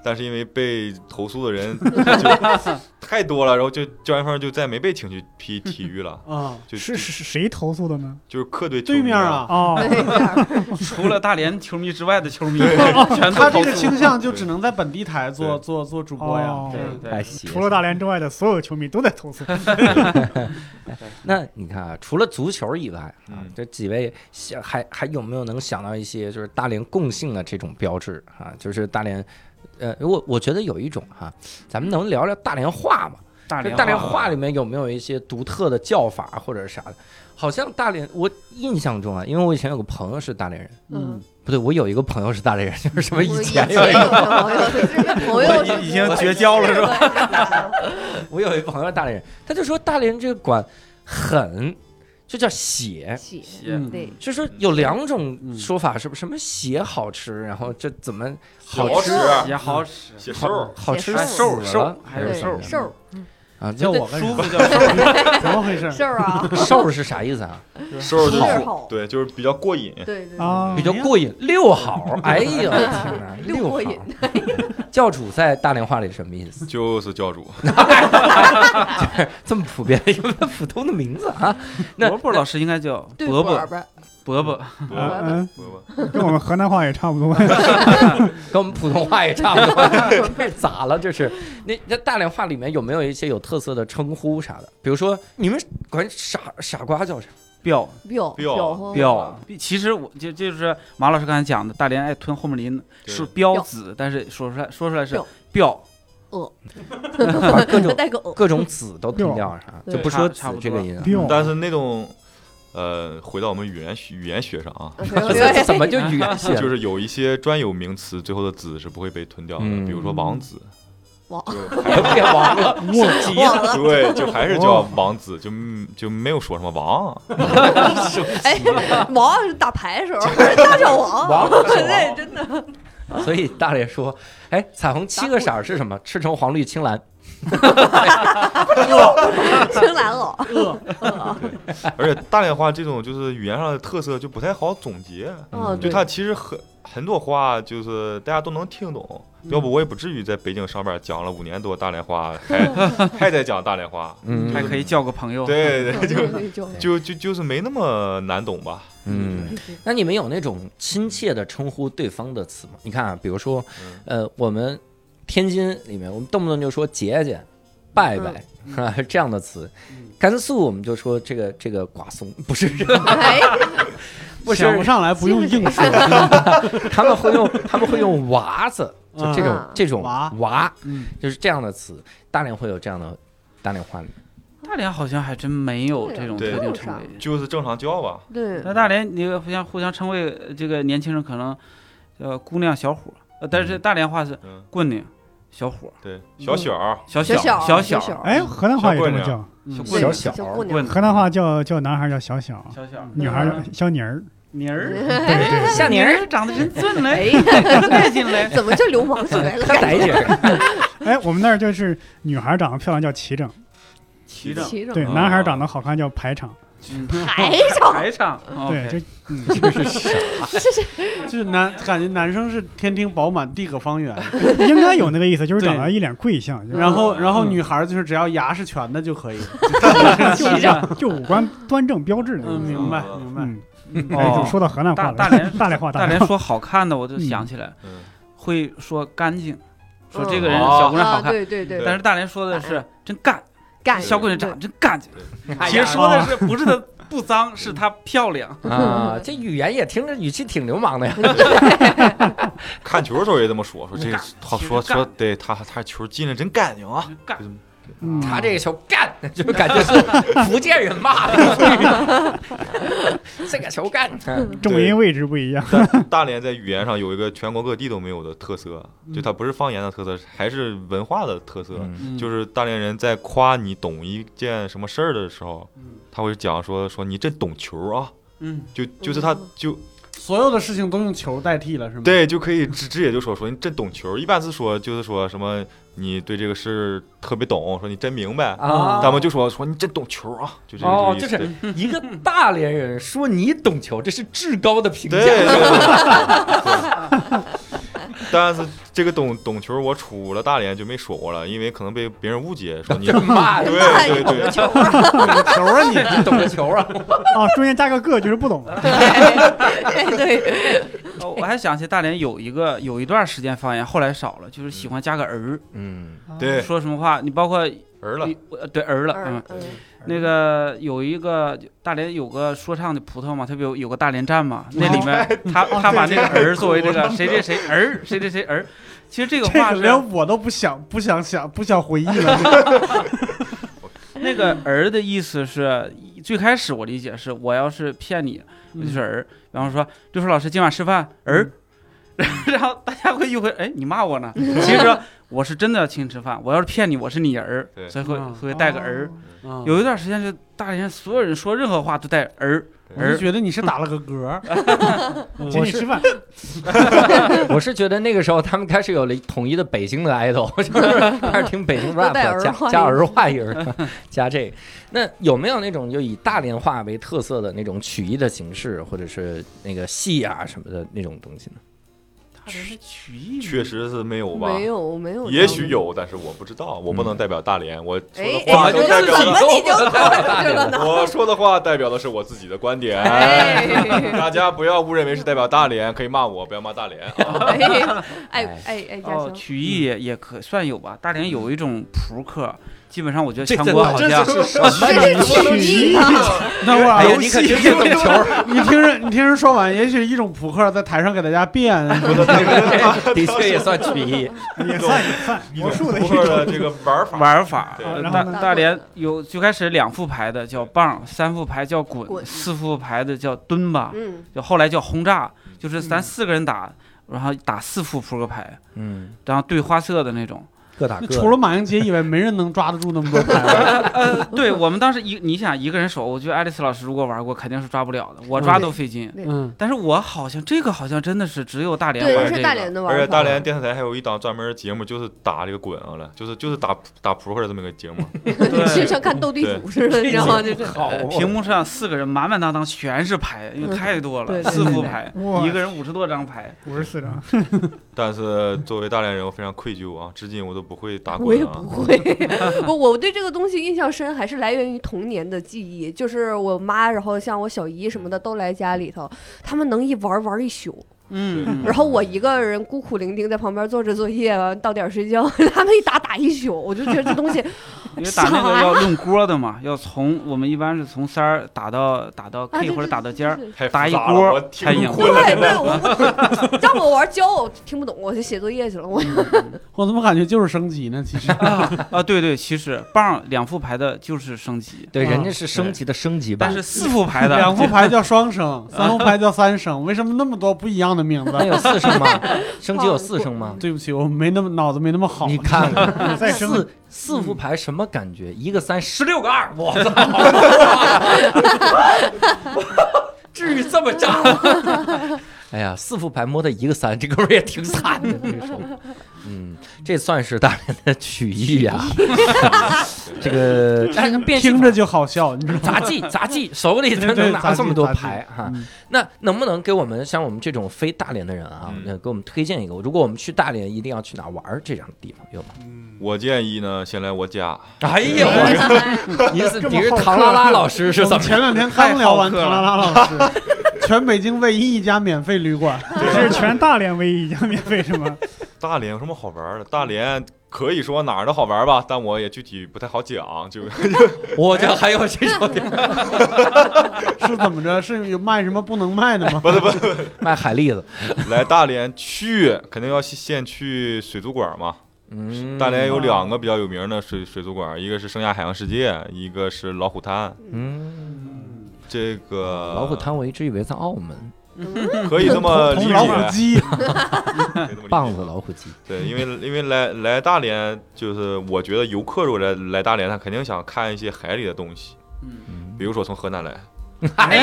Speaker 6: 但是因为被投诉的人就太多了，然后就 焦岩峰就再没被请去批体育了，
Speaker 3: 啊，
Speaker 6: 就是就是
Speaker 2: 谁投诉的呢？
Speaker 6: 就是客队球迷
Speaker 3: 对面，啊，
Speaker 5: 哎
Speaker 2: 哦，
Speaker 4: 除了大连球迷之外的球迷，全都
Speaker 3: 他这
Speaker 4: 投
Speaker 3: 个
Speaker 4: 诉。
Speaker 3: 倾向就只能在本地台做
Speaker 6: 对
Speaker 3: 做做主播呀
Speaker 2: 哦。
Speaker 4: 对对
Speaker 1: 太邪
Speaker 2: 除了
Speaker 1: 性
Speaker 2: 大连之外的所有球迷都在投诉。
Speaker 1: 那你看啊，除了足球以外啊
Speaker 6: 嗯，
Speaker 1: 这几位想还还有没有能想到一些就是大连共性的这种标志啊？就是大连，呃，我我觉得有一种哈、咱们能聊聊大连话吗？
Speaker 4: 大
Speaker 1: 就
Speaker 4: 连
Speaker 1: 大连话里面有没有一些独特的叫法啊或者啥的？好像大连，我印象中啊，因为我以前有个朋友是大连人，
Speaker 5: 嗯，
Speaker 1: 不对，我有一个朋友是大连人，就是什么
Speaker 5: 我
Speaker 1: 以
Speaker 5: 前
Speaker 1: 前
Speaker 5: 有
Speaker 1: 有一
Speaker 5: 一
Speaker 1: 个，
Speaker 5: 个朋友，这个朋友
Speaker 4: 我已已经绝交了是
Speaker 5: 吧？
Speaker 1: 我有一朋友是大连人，他就说大连这个管狠，就叫血，
Speaker 5: 起
Speaker 3: 嗯
Speaker 5: 对，
Speaker 1: 就说有两种
Speaker 3: 嗯
Speaker 1: 说法，是不是？什么血好吃，然后这怎么
Speaker 6: 好吃
Speaker 3: 啊
Speaker 4: 也
Speaker 3: 嗯
Speaker 4: 好啊使，
Speaker 6: 写
Speaker 1: 好
Speaker 6: 瘦，
Speaker 1: 好吃
Speaker 5: 哎
Speaker 1: 死了
Speaker 4: 瘦瘦
Speaker 1: 还
Speaker 4: 对
Speaker 1: 是什
Speaker 5: 对
Speaker 4: 瘦
Speaker 1: 么
Speaker 5: 瘦
Speaker 1: 啊？叫
Speaker 3: 叫我干
Speaker 4: 舒
Speaker 3: 啥？
Speaker 4: 服叫瘦。
Speaker 3: 怎么回事？
Speaker 5: 瘦啊，
Speaker 1: 瘦是啥意思 啊？
Speaker 6: 瘦就
Speaker 5: 好
Speaker 6: 是对，就是比较过瘾。
Speaker 5: 对对对，
Speaker 2: 啊
Speaker 1: 比，较过瘾，六好。哎 呦，我天哪，
Speaker 5: 六
Speaker 1: 六
Speaker 5: 过瘾哎
Speaker 1: 好。 教主在大连话里什么意思？
Speaker 6: 就是教主，
Speaker 1: 这么普遍的一 个普通的名字啊？那
Speaker 4: 伯伯老师应该叫
Speaker 5: 对
Speaker 4: 伯伯
Speaker 5: 儿吧，
Speaker 4: 伯伯，
Speaker 6: 伯
Speaker 2: 嗯，
Speaker 6: 伯
Speaker 2: 跟我们河南话也差不多。
Speaker 1: 跟我们普通话也差不多， 这是咋了？这是那那大连话里面有没有一些有特色的称呼啥的？比如说你们管傻傻瓜叫 啥？
Speaker 4: 彪
Speaker 5: 彪
Speaker 6: 彪
Speaker 5: 彪
Speaker 4: 彪。其实我就就是马老师刚才讲的，大连爱吞后门林
Speaker 6: 对
Speaker 4: 是彪子，但是说出来说出来是
Speaker 5: 彪
Speaker 4: 彪，
Speaker 1: 把各种
Speaker 5: 带个 鹅，
Speaker 1: 各种子都拼掉啥，
Speaker 5: 对
Speaker 1: 就不说
Speaker 4: 差差
Speaker 1: 子
Speaker 4: 不
Speaker 1: 这
Speaker 4: 多
Speaker 1: 个音啊。
Speaker 2: 彪
Speaker 6: 但是那种呃，回到我们语言学语言学上啊，
Speaker 1: 这怎么 就语啊言系？
Speaker 6: 就是有一些专有名词最后的子是不会被吞掉的，
Speaker 1: 嗯
Speaker 6: 比如说王子，
Speaker 5: 王
Speaker 6: 就还
Speaker 1: 变王了，
Speaker 5: 急了？
Speaker 6: 对，就还是叫王子，就就没有说什么王啊，
Speaker 5: 哎， 王是打牌的时候，他叫王，
Speaker 1: 王是王
Speaker 5: 对，真的
Speaker 1: 所以大爷说：“哎，彩虹七个色儿是什么？赤橙黄绿青蓝。
Speaker 5: 青蓝袄，
Speaker 6: 而且大连话这种就是语言上的特色就不太好总结，
Speaker 5: 哦，
Speaker 6: 就
Speaker 5: 对，
Speaker 6: 它其实很很多话就是大家都能听懂，
Speaker 4: 嗯
Speaker 6: 要不我也不至于在北京上班讲了五年多大 连话，还还在讲大连话，
Speaker 1: 嗯
Speaker 4: 还可以叫个朋友。
Speaker 6: 对对，就
Speaker 5: 对就
Speaker 6: 就就就是没那么难懂吧，”
Speaker 1: 嗯，那你们有那种亲切的称呼对方的词吗？你看啊，比如说，呃，我们天津里面，我们动不动就说姐姐、拜拜，是吧？ 这样的词。甘肃我们就说这个这个瓜怂，不是，
Speaker 5: 哎，
Speaker 1: 不
Speaker 3: 想不
Speaker 1: 是，
Speaker 3: 上来不用硬说，
Speaker 1: 他们会用他们会用娃子，就这种
Speaker 5: 嗯
Speaker 1: 这种
Speaker 3: 娃
Speaker 1: 娃，
Speaker 3: 嗯
Speaker 1: 就是这样的词。大连会有这样的大连话吗？
Speaker 4: 大连好像还真没有这种
Speaker 6: 对
Speaker 4: 特定称谓。
Speaker 6: 就是正常叫吧，
Speaker 5: 对，
Speaker 4: 那大连，你互相互相称谓，呃这个年轻人可能，呃，姑娘小伙儿，呃，但是大连话是
Speaker 6: 嗯，
Speaker 4: 棍娘、小伙儿、
Speaker 6: 对，小雪儿，
Speaker 4: 小
Speaker 5: 小
Speaker 4: 小、
Speaker 5: 小
Speaker 4: 小、
Speaker 5: 小，
Speaker 2: 哎，河南话也这么
Speaker 6: 小
Speaker 2: 叫，
Speaker 4: 小
Speaker 5: 对
Speaker 4: 棍
Speaker 1: 小
Speaker 4: 娘、
Speaker 1: 小
Speaker 5: 小姑娘，
Speaker 4: 棍
Speaker 2: 河南话叫叫男孩叫小小，
Speaker 4: 小小
Speaker 2: 女孩叫小妮儿。
Speaker 4: 妮儿，
Speaker 2: 对对，
Speaker 1: 夏
Speaker 4: 妮
Speaker 1: 宁
Speaker 4: 儿哎长得真俊嘞，
Speaker 5: 哎，
Speaker 4: 带劲嘞。
Speaker 5: 怎么就流氓起 来了？
Speaker 1: 他逮起来。
Speaker 2: 哎，我们那儿就是女孩长得漂亮叫齐整，
Speaker 4: 骑着
Speaker 5: 骑着
Speaker 2: 对，
Speaker 6: 啊
Speaker 2: 男孩长得好看叫排场，
Speaker 5: 排场，
Speaker 4: 排场，
Speaker 2: 对，
Speaker 4: OK
Speaker 2: 这嗯，
Speaker 3: 就是男感觉男生是天庭饱满地阁 方圆，
Speaker 2: 应该有那个意思，就是
Speaker 3: 对
Speaker 2: 长得一脸贵相，就是
Speaker 3: 然后然后
Speaker 6: 嗯
Speaker 3: 女孩就是只要牙是全的就可以，
Speaker 2: 就是这样，就五官端正标致那
Speaker 3: 嗯，
Speaker 2: 种。
Speaker 3: 明白明白，
Speaker 2: 嗯，哎，就说到河南话了，
Speaker 4: 大大连
Speaker 2: 大连话，
Speaker 4: 哦大
Speaker 2: 连
Speaker 4: 连，说好看的，我就想起来
Speaker 6: 嗯，
Speaker 4: 会说干净， 说
Speaker 5: 嗯
Speaker 4: 这个人
Speaker 6: 哦
Speaker 4: 小姑娘好
Speaker 5: 啊
Speaker 4: 看，
Speaker 5: 对对对，
Speaker 4: 但是大连说的是真干，
Speaker 5: 干
Speaker 4: 小姑娘长得真干净。
Speaker 1: 哎
Speaker 4: 其
Speaker 1: 呀
Speaker 4: 实说的是不是她不脏，是她漂亮。
Speaker 1: 啊，这语言也听着语气挺流氓的呀。
Speaker 6: 看球的时候也这么说，说这个他说
Speaker 4: 嗯干
Speaker 6: 说对他他球进了真干净啊，
Speaker 4: 干
Speaker 2: 嗯
Speaker 1: 他这个球干，就感觉是福建人骂的。这个球干，
Speaker 6: 嗯
Speaker 2: 重音位置不一样，
Speaker 6: 但大连在语言上有一个全国各地都没有的特色，
Speaker 4: 嗯
Speaker 6: 就它不是方言的特色，还是文化的特色。就是大连人在夸你懂一件什么事儿的时候，他会讲说说你这懂球啊，
Speaker 4: 嗯，
Speaker 6: 就就是他
Speaker 5: 嗯
Speaker 6: 就
Speaker 3: 所有的事情都用球代替了，是吗？，
Speaker 6: 对就可以直直接就说说你真懂球，一般是说就是说什么你对这个事儿特别懂，说你真明白，
Speaker 1: 啊
Speaker 6: 他们就说说你真懂球啊，就这个
Speaker 1: 哦，
Speaker 6: 这
Speaker 1: 就
Speaker 6: 个意思
Speaker 1: 是一个大连人说你懂球，这是至高的评
Speaker 6: 对对
Speaker 1: 价。
Speaker 6: 对。但是这个懂懂球，我除了大连就没说过了，因为可能被别人误解说你 对
Speaker 1: 骂人
Speaker 6: 对对，
Speaker 1: 球啊， 你你懂个球啊？
Speaker 2: 啊，中间加个个就是不懂了，
Speaker 5: 对对，
Speaker 4: 哦我还想起大连有一个有一段时间方言，后来少了，就是喜欢加个儿，
Speaker 1: 嗯，
Speaker 6: 对
Speaker 4: 说什么话，你包括
Speaker 6: 儿了，
Speaker 4: 呃对哦儿了，嗯，那个有一个大连有个说唱的葡萄嘛，特别有有个大连站嘛，那里面 他他把那个儿作哦为这个谁谁谁儿谁谁谁儿，其实这个
Speaker 3: 这
Speaker 4: 话
Speaker 3: 个
Speaker 4: 是
Speaker 3: 连我都不想不想想不想回忆了，
Speaker 4: 那个儿的意思是，最开始我理解是我要是骗你，我就是儿，然后说六叔老师今晚吃饭儿， 然后大家会误会，哎，你骂我呢？其实说我是真的要请你吃饭，我要是骗你，我是你儿，
Speaker 6: 对
Speaker 4: 所以会
Speaker 3: 嗯
Speaker 4: 会带个
Speaker 2: 哦
Speaker 4: 儿。
Speaker 3: 嗯
Speaker 4: 有一段时间就大连所有人说任何话都带儿，
Speaker 3: 我就
Speaker 4: 儿
Speaker 3: 觉得你是打了个嗝，嗯
Speaker 2: 请
Speaker 1: 我
Speaker 2: 你
Speaker 1: 是
Speaker 2: 吃饭，
Speaker 1: 我是觉得那个时候他们开始有了统一的北京的 idol，就是 开始听北京 rap，
Speaker 5: 都带儿
Speaker 1: 加
Speaker 5: 化
Speaker 1: 加
Speaker 5: 音
Speaker 1: 儿化音儿， 加这个。那有没有那种就以大连话为特色的那种曲艺的形式，或者是那个戏啊什么的那种东西呢？
Speaker 4: 曲艺
Speaker 6: 确实是没有吧？
Speaker 5: 没有没有，
Speaker 6: 也许有，但是我不知道，我不能代表大连，我说
Speaker 5: 哎，
Speaker 6: 的话
Speaker 1: 哎
Speaker 6: 就代表
Speaker 1: 哎
Speaker 6: 了
Speaker 1: 哎
Speaker 5: 你就这个呢？
Speaker 6: 我说的话代表的是我自己的观点，
Speaker 5: 哎
Speaker 6: 大家不要误认为是代表大连，可以骂我，不要骂 大连啊。
Speaker 5: 哎哎哎哎，家
Speaker 4: 哦，
Speaker 5: 乡，
Speaker 4: 曲艺也也可算有吧。大连有一种扑克，基本上我觉得
Speaker 1: 这
Speaker 4: 全
Speaker 1: 真
Speaker 4: 国
Speaker 1: 的
Speaker 4: 好
Speaker 1: 这
Speaker 4: 像
Speaker 1: 是什么
Speaker 5: 这
Speaker 1: 人？
Speaker 5: 是曲艺啊！
Speaker 3: 那会
Speaker 1: 哎
Speaker 3: 儿
Speaker 1: 呀，你可真懂球儿！
Speaker 3: 你听人，你听人说完，也许一种扑克在台上给大家变，
Speaker 1: 的确也算曲 艺。
Speaker 2: 也算也算魔术的一
Speaker 6: 扑克的
Speaker 2: 种。
Speaker 6: 这个玩法，
Speaker 4: 玩法
Speaker 6: 对
Speaker 5: 哦
Speaker 4: 呃
Speaker 2: 然后
Speaker 4: 大
Speaker 2: 呢
Speaker 4: 大连有最开始两副牌的叫棒，三副牌叫滚，
Speaker 5: 滚
Speaker 4: 四副牌的叫蹲吧，
Speaker 5: 嗯，
Speaker 4: 就后来叫轰炸，就是咱四个人打，然后打四副扑克牌，
Speaker 1: 嗯，
Speaker 4: 然后对花色的那种。
Speaker 1: 各打各的。
Speaker 3: 除了马英杰以外，没人能抓得住那么多牌。
Speaker 4: 呃，对我们当时一你想一个人手，我觉得爱丽丝老师如果玩过肯定是抓不了的，我抓都费劲。
Speaker 3: 嗯，
Speaker 4: 但是我好像这个好像真的是只有大连
Speaker 5: 对，
Speaker 4: 玩
Speaker 5: 这
Speaker 4: 这
Speaker 5: 是
Speaker 4: 个，
Speaker 5: 大连的玩
Speaker 6: 而
Speaker 5: 法。
Speaker 6: 且大 连电视台还有一档专门节目，就是打这个滚啊了，就是就是打打扑克的这么一个节目。
Speaker 5: 就
Speaker 4: 对。
Speaker 5: 像看斗地主似的，你知道吗？就是
Speaker 1: 好
Speaker 4: 呃屏幕上四个人满满当当全是牌，因为太多了，
Speaker 5: 嗯对对
Speaker 4: 四副
Speaker 2: 对
Speaker 4: 牌，
Speaker 2: 哇
Speaker 4: 一个人五十多张牌，
Speaker 2: 五十四张，
Speaker 6: 但是作为大连人，我非常愧疚啊，至今我都不会打
Speaker 5: 我
Speaker 6: 滚
Speaker 5: 也
Speaker 6: 啊
Speaker 5: 不。会， 不，我对这个东西印象深，还是来源于童年的记忆。就是我妈，然后像我小姨什么的都来家里头，他们能一玩玩一宿，
Speaker 4: 嗯，
Speaker 5: 然后我一个人孤苦伶仃在旁边做着作业，完到点儿睡觉， 他们一打打一宿，我就觉得这 东西
Speaker 4: 因为打那个要用锅的嘛，要从我们一般是从三儿打到打到
Speaker 5: 啊
Speaker 4: K
Speaker 5: 对
Speaker 4: 或者
Speaker 5: 对
Speaker 4: 打到
Speaker 5: 对
Speaker 4: 尖儿，
Speaker 5: 对
Speaker 6: 太复
Speaker 4: 打一
Speaker 6: 杂了
Speaker 4: 锅
Speaker 6: 我
Speaker 4: 太
Speaker 6: 挺
Speaker 4: 硬
Speaker 6: 困
Speaker 5: 对
Speaker 6: 了。
Speaker 5: 对，我我 让我玩教我听不懂，我就写作业去了。我
Speaker 3: 我怎么感觉就是升级呢？其实
Speaker 4: 啊，对对，其实棒两副牌的就是升级，
Speaker 1: 嗯对，人家是升级的升级
Speaker 4: 但
Speaker 1: 版
Speaker 4: 是。四副牌的
Speaker 3: 两副牌叫双升，三副牌叫三升，为什么那么多不一样的名字
Speaker 1: 能？有四声 吗？升级有四声吗？
Speaker 3: 对不起，我没那么脑子没那么好。
Speaker 1: 你看看
Speaker 2: 再升
Speaker 1: 四四副牌什么感觉？一个三，十六个二，我操！ 至于这么炸吗？ 哎呀，四副牌摸到一个三，这哥们儿也挺惨的，这手。嗯，这算是大连的曲艺 啊。 这个但是变戏
Speaker 3: 听着就好笑，你知道吗？
Speaker 1: 杂技，杂技手里才
Speaker 3: 对
Speaker 1: 能
Speaker 3: 对
Speaker 1: 拿
Speaker 3: 杂
Speaker 1: 这么
Speaker 3: 技
Speaker 1: 多
Speaker 3: 杂技
Speaker 1: 牌哈、
Speaker 3: 嗯
Speaker 1: 那能不能给我们像我们这种非大连的人啊，那、给我们推荐一个？如果我们去大连，一定要去哪玩儿这样的地方有吗？
Speaker 6: 我建议呢，先来我家。
Speaker 1: 哎呀，我你是你是唐拉拉老师是怎么？
Speaker 3: 前两天刚聊完唐拉拉老师，全北京唯一一家免费旅馆，
Speaker 2: 这是全大连唯一一家免费是吗？
Speaker 6: 大连有什么好玩的？大
Speaker 1: 嗯
Speaker 6: 连可以说哪儿都好玩吧，但我也具体不太好 讲，就
Speaker 1: 我这还有这种 地方
Speaker 3: 是怎么着？是有卖什么不能卖的吗？
Speaker 1: 卖海蛎子，
Speaker 6: 来大连去，肯定要先去水族馆嘛。
Speaker 1: 嗯，
Speaker 6: 大连有两个比较有名的水水族馆，一个是盛夏海洋世界，一个是老虎滩。
Speaker 1: 嗯，
Speaker 6: 这个
Speaker 1: 老虎滩我一直以为在澳门，
Speaker 6: 可以这么理
Speaker 3: 同
Speaker 6: 解，
Speaker 3: 老虎机，
Speaker 6: 可以这么理 解
Speaker 1: 棒子老虎机，
Speaker 6: 对，因为因为来来大连，就是我觉得游客如果来来大连，他肯定想看一些海里的东西，
Speaker 4: 嗯，
Speaker 1: 嗯
Speaker 6: 比，如说从河南来，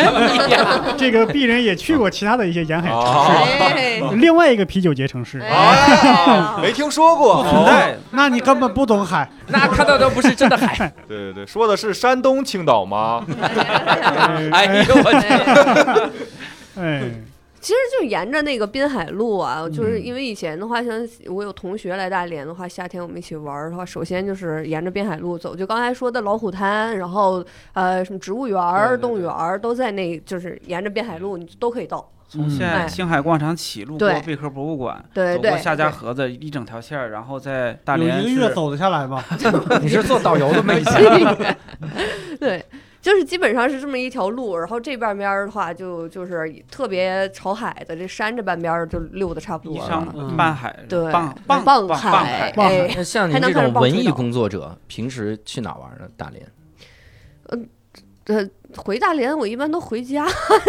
Speaker 2: 这个鄙人也去过其他的一些沿海
Speaker 1: 啊
Speaker 6: 哦啊
Speaker 2: 城
Speaker 5: 哎
Speaker 2: 市，另外一个啤酒节城市，
Speaker 5: 哎
Speaker 6: 没听说过。
Speaker 1: 哦
Speaker 4: 存在
Speaker 3: 那你根本不懂 海。
Speaker 1: 那看到的不是真的海，
Speaker 6: 对对对，说的是山东青岛吗？
Speaker 2: 哎
Speaker 1: 哎呦我去，
Speaker 2: 哎，
Speaker 5: 其实就沿着那个滨海路啊，就是
Speaker 1: 嗯
Speaker 5: 因为以前的话，像我有同学来大连的话，夏天我们一起玩儿的话，首先就是沿着滨海路走，就刚才说的老虎滩，然后呃什么植物园儿、
Speaker 4: 对对对
Speaker 5: 动物园儿都在那，就是沿着滨海路你都可以到。
Speaker 4: 从现
Speaker 5: 哎
Speaker 4: 在星海广场起，路过
Speaker 5: 对
Speaker 4: 贝壳博物馆，
Speaker 5: 对
Speaker 4: 走过
Speaker 5: 对，
Speaker 4: 夏家河子一整条线儿，然后在大
Speaker 3: 有
Speaker 4: 连
Speaker 3: 一个月
Speaker 4: 是
Speaker 3: 走得下来吧？
Speaker 1: 你 是做导游的吗？以前
Speaker 5: 对对，就是基本上是这么一条路，然后这半边儿的话就就是特别朝海的，这山这半边儿就溜的差不
Speaker 4: 一
Speaker 5: 多
Speaker 4: 商
Speaker 5: 了。
Speaker 3: 嗯
Speaker 4: 半海，
Speaker 5: 对，
Speaker 4: 傍傍
Speaker 5: 傍
Speaker 4: 傍
Speaker 5: 海，
Speaker 4: 海，
Speaker 2: 傍
Speaker 5: 哎，
Speaker 1: 那像您
Speaker 5: 还能
Speaker 1: 这
Speaker 5: 看
Speaker 1: 种
Speaker 5: 着棒
Speaker 1: 文
Speaker 5: 槌
Speaker 1: 艺
Speaker 5: 岛
Speaker 1: 工作者，平时去哪玩呢？大连
Speaker 5: 回大连我一般都回家，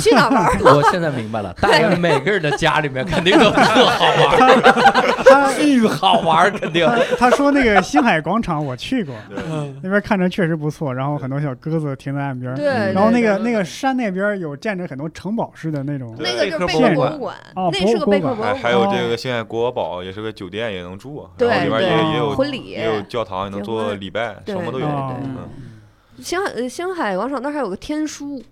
Speaker 5: 去哪玩儿？
Speaker 1: 我现在明白了，大连每个人的家里面肯定都特好玩儿，
Speaker 2: 他
Speaker 1: 巨好玩儿，肯定。
Speaker 2: 他他说那个星海广场我去过，
Speaker 6: 对
Speaker 3: 嗯，
Speaker 2: 那边看着确实不错，然后很多小鸽子停在岸边儿，
Speaker 5: 对，对
Speaker 2: 然后那
Speaker 5: 对
Speaker 2: 个那个山那边有建着很多城堡式的那种，
Speaker 5: 那
Speaker 6: 对
Speaker 5: 个就是贝壳博物馆，
Speaker 2: 哦
Speaker 5: 那是个贝壳博
Speaker 6: 还
Speaker 5: 物馆，
Speaker 6: 还有这个现在国宝也是个酒店，也能住啊，
Speaker 5: 对
Speaker 6: 然后里面也
Speaker 2: 对
Speaker 6: 也有
Speaker 5: 婚礼
Speaker 6: 也有教堂，也能
Speaker 5: 结
Speaker 6: 做
Speaker 5: 婚
Speaker 6: 礼拜，
Speaker 5: 对哦
Speaker 6: 什么都有。
Speaker 2: 对对
Speaker 6: 嗯，
Speaker 5: 星海呃星海广场那儿还有个天书，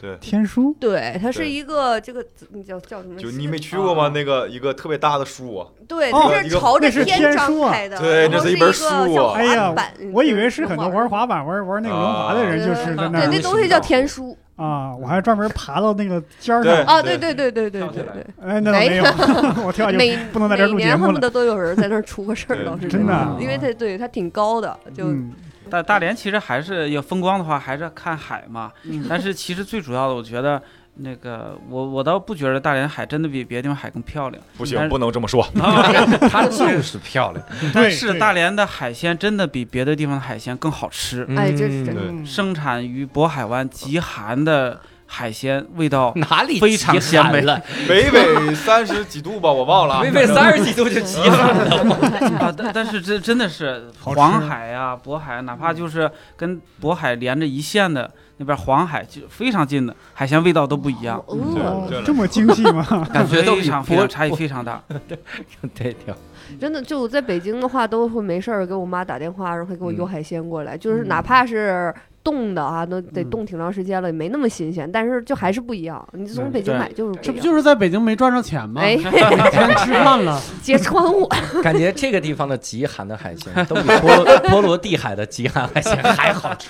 Speaker 6: 对，
Speaker 2: 天书，
Speaker 5: 对，它是
Speaker 6: 对
Speaker 5: 一个这个你叫叫什么？
Speaker 6: 就你没去过吗？那个一个特别大的书啊，
Speaker 5: 对，
Speaker 2: 哦
Speaker 5: 它是朝着
Speaker 2: 那是
Speaker 5: 天
Speaker 2: 天
Speaker 5: 张
Speaker 2: 书啊
Speaker 5: 开的，
Speaker 6: 对
Speaker 5: 然
Speaker 6: 这
Speaker 5: 后
Speaker 6: 是
Speaker 5: 是
Speaker 6: 一本
Speaker 5: 个
Speaker 6: 书
Speaker 5: 像
Speaker 6: 啊
Speaker 2: 哎呀
Speaker 5: 滑板，
Speaker 2: 我以为是很多玩
Speaker 5: 滑
Speaker 2: 滑板、玩玩那个轮滑的
Speaker 5: 啊
Speaker 2: 人，就是在那
Speaker 5: 对，
Speaker 2: 儿
Speaker 5: 那东西叫天书，
Speaker 2: 啊，我还专门爬到那个尖儿上
Speaker 6: 对，
Speaker 5: 啊，对对对对对
Speaker 4: 跳起
Speaker 5: 对
Speaker 4: 来
Speaker 5: 对，
Speaker 2: 哎，那倒没有， 我跳下去
Speaker 5: 每
Speaker 2: 不能在这儿
Speaker 5: 每
Speaker 2: 录节
Speaker 5: 年
Speaker 2: 目
Speaker 5: 恨不
Speaker 2: 了，
Speaker 5: 得都有人在那儿出个事儿，
Speaker 6: 对
Speaker 5: 老是
Speaker 2: 真的
Speaker 5: 这
Speaker 2: 啊
Speaker 5: 样因为它对它挺高的，就
Speaker 2: 嗯，
Speaker 4: 大大连其实还是要风光的话，还是要看海嘛。
Speaker 3: 嗯
Speaker 4: 但是其实最主要的，我觉得那个我我倒不觉得大连海真的比别的地方海更漂亮，
Speaker 6: 不
Speaker 4: 但
Speaker 6: 行，
Speaker 4: 是
Speaker 6: 不能这 么说。
Speaker 1: 嗯 它就是漂亮，
Speaker 4: 但
Speaker 2: 对
Speaker 4: 是大连的海鲜真的比别的地方的海鲜更好
Speaker 1: 嗯
Speaker 4: 吃。
Speaker 5: 哎这是真的
Speaker 6: 对
Speaker 2: 嗯
Speaker 4: 生产于渤海湾极寒的海鲜，味道
Speaker 1: 哪里
Speaker 4: 非常
Speaker 1: 极
Speaker 4: 鲜
Speaker 1: 寒
Speaker 4: 美
Speaker 1: 了，
Speaker 6: 北纬三十几度吧，我忘了。啊
Speaker 1: 微微三十几度就极寒了。
Speaker 4: 啊，但但是这真的是
Speaker 2: 好吃
Speaker 4: 黄海啊、渤海啊，哪怕就是跟渤海连着一线的那边黄海，就非常近的海鲜味道都不一样，嗯
Speaker 5: 哦
Speaker 6: 对
Speaker 2: 哦
Speaker 6: 这样
Speaker 2: 这么精细吗？
Speaker 4: 感觉
Speaker 1: 觉都
Speaker 4: 非
Speaker 1: 比
Speaker 4: 常非
Speaker 1: 渤
Speaker 4: 常差异非常大。
Speaker 1: 对，挺好
Speaker 5: 真的，就我在北京的话，都会没事儿给我妈打电话，然后给我邮
Speaker 1: 嗯
Speaker 5: 海鲜过来，就是
Speaker 3: 嗯
Speaker 5: 哪怕是冻的啊，都得
Speaker 3: 嗯
Speaker 5: 冻挺长时间了，也没那么新鲜，但是就还是不一样。你从
Speaker 3: 对
Speaker 5: 北京
Speaker 4: 对
Speaker 5: 买就是
Speaker 3: 这不
Speaker 5: 一样
Speaker 3: 就是在北京没赚着钱吗？
Speaker 5: 哎，
Speaker 3: 钱吃饭了，
Speaker 5: 揭穿我，
Speaker 1: 感觉这个地方的极寒的海 鲜都比波罗波罗的海的极寒海鲜 还好吃。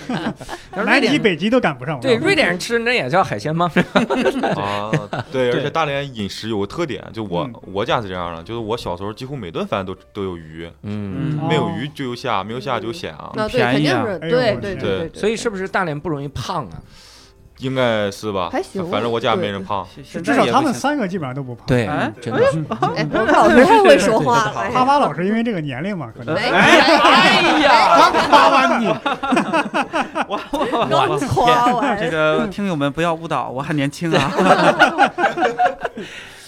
Speaker 2: 南极、北极都赶不上。
Speaker 1: 对
Speaker 2: 我告诉
Speaker 1: 瑞
Speaker 2: 你
Speaker 1: 典人吃那也叫海鲜吗？
Speaker 6: 啊，对，而
Speaker 3: 对
Speaker 6: 且大连饮食有个特点，就我、
Speaker 2: 嗯
Speaker 6: 我家是这样的，就是我小时候几乎每顿饭都都有鱼，
Speaker 1: 嗯，
Speaker 4: 嗯
Speaker 2: 哦，
Speaker 6: 没有鱼就有虾，没有虾就有虾，
Speaker 5: 那对，
Speaker 4: 便
Speaker 5: 肯
Speaker 4: 宜
Speaker 5: 定
Speaker 4: 啊
Speaker 5: 是
Speaker 2: 哎呦
Speaker 5: 对
Speaker 2: 我
Speaker 5: 对
Speaker 2: 天
Speaker 5: 对对，
Speaker 1: 所以是不是大连不容易胖啊？
Speaker 6: 应该是吧？
Speaker 5: 还行
Speaker 6: 反正我家没人 胖。
Speaker 4: 现现
Speaker 2: 至
Speaker 4: 在
Speaker 2: 少
Speaker 4: 也
Speaker 2: 他
Speaker 4: 不
Speaker 2: 们
Speaker 4: 行
Speaker 2: 三个基本上都不胖。
Speaker 1: 对
Speaker 4: 哎，
Speaker 1: 真的是
Speaker 5: 哎，我老师太会说 话了，哎
Speaker 2: 哈巴老师因为这个年龄嘛，可能
Speaker 5: 哎哎呀，
Speaker 3: 夸完你，
Speaker 4: 我我我
Speaker 5: 刚夸我，
Speaker 4: 这个听友们不要误导，我很年轻啊。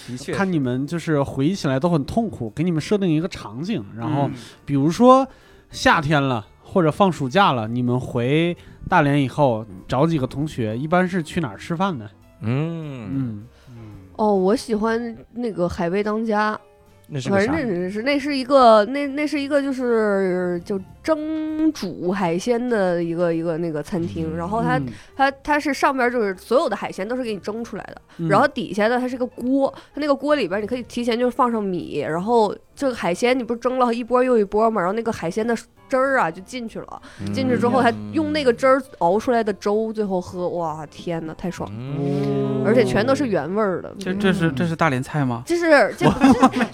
Speaker 1: 的确，
Speaker 3: 看你们就是回忆起来都很痛苦，给你们设定一个场景，然后
Speaker 2: 嗯
Speaker 3: 比如说夏天了或者放暑假了，你们回大连以后找几个同学，一般是去哪儿吃饭呢？
Speaker 1: 嗯，
Speaker 3: 嗯，
Speaker 2: 嗯
Speaker 5: 哦，我喜欢那个海味当家，
Speaker 1: 那是个
Speaker 5: 反
Speaker 1: 啥
Speaker 5: 正？那是那是一个那那是一个就是就蒸煮海鲜的一个一个那个餐厅，
Speaker 1: 嗯
Speaker 5: 然后它、它它是上边就是所有的海鲜都是给你蒸出来的，
Speaker 3: 嗯
Speaker 5: 然后底下的它是个锅，它那个锅里边你可以提前就是放上米，然后这个海鲜你不是蒸了一波又一波嘛，然后那个海鲜的汁儿啊就进去了，进去之
Speaker 1: 嗯
Speaker 5: 后还用那个汁儿熬出来的粥，最后喝，哇天呐，太爽！
Speaker 1: 嗯，
Speaker 5: 而且全都是原味儿的，嗯
Speaker 4: 这这是这是大连菜吗？
Speaker 5: 就是这这这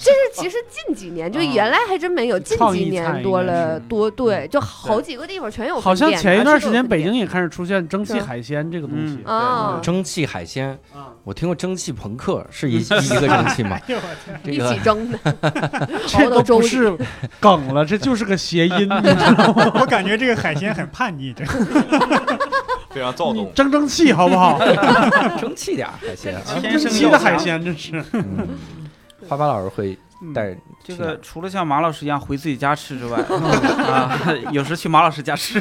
Speaker 5: 是其实近几年，就原来还真没有，近
Speaker 3: 创
Speaker 5: 几
Speaker 3: 意菜
Speaker 5: 年
Speaker 3: 应
Speaker 5: 多
Speaker 3: 该
Speaker 5: 了
Speaker 4: 是
Speaker 5: 多，对，就好几个地方全有分店。
Speaker 3: 好像
Speaker 4: 啊
Speaker 3: 前一段时间
Speaker 5: 哪儿
Speaker 3: 北
Speaker 5: 去都有
Speaker 3: 京也开始出现蒸汽
Speaker 5: 是
Speaker 3: 海鲜这个东西
Speaker 4: 嗯，
Speaker 5: 啊，
Speaker 1: 蒸汽海鲜
Speaker 3: 啊。
Speaker 1: 我听过蒸汽朋克是 一一个蒸汽吗？
Speaker 2: 哎呦我天，
Speaker 1: 这
Speaker 5: 一
Speaker 1: 个
Speaker 5: 起蒸的，熬
Speaker 3: 嗯这
Speaker 5: 到
Speaker 3: 都
Speaker 5: 粥
Speaker 3: 不
Speaker 5: 里。
Speaker 3: 是 梗了，这就是个谐音，你知道吗？
Speaker 2: 我感觉这个海鲜很叛逆，这个
Speaker 6: 非常躁
Speaker 3: 你
Speaker 6: 动。
Speaker 3: 争争气好不好？
Speaker 1: 蒸汽点儿海鲜啊。
Speaker 4: 天
Speaker 3: 争
Speaker 4: 生
Speaker 3: 气
Speaker 4: 就
Speaker 3: 的海鲜，这是。
Speaker 1: 嗯花花老师会
Speaker 2: 嗯
Speaker 1: 带
Speaker 4: 这
Speaker 1: 去哪
Speaker 4: 个
Speaker 1: 儿
Speaker 4: 除了像马老师一样回自己家吃之 外，啊，有时去马老师家 吃。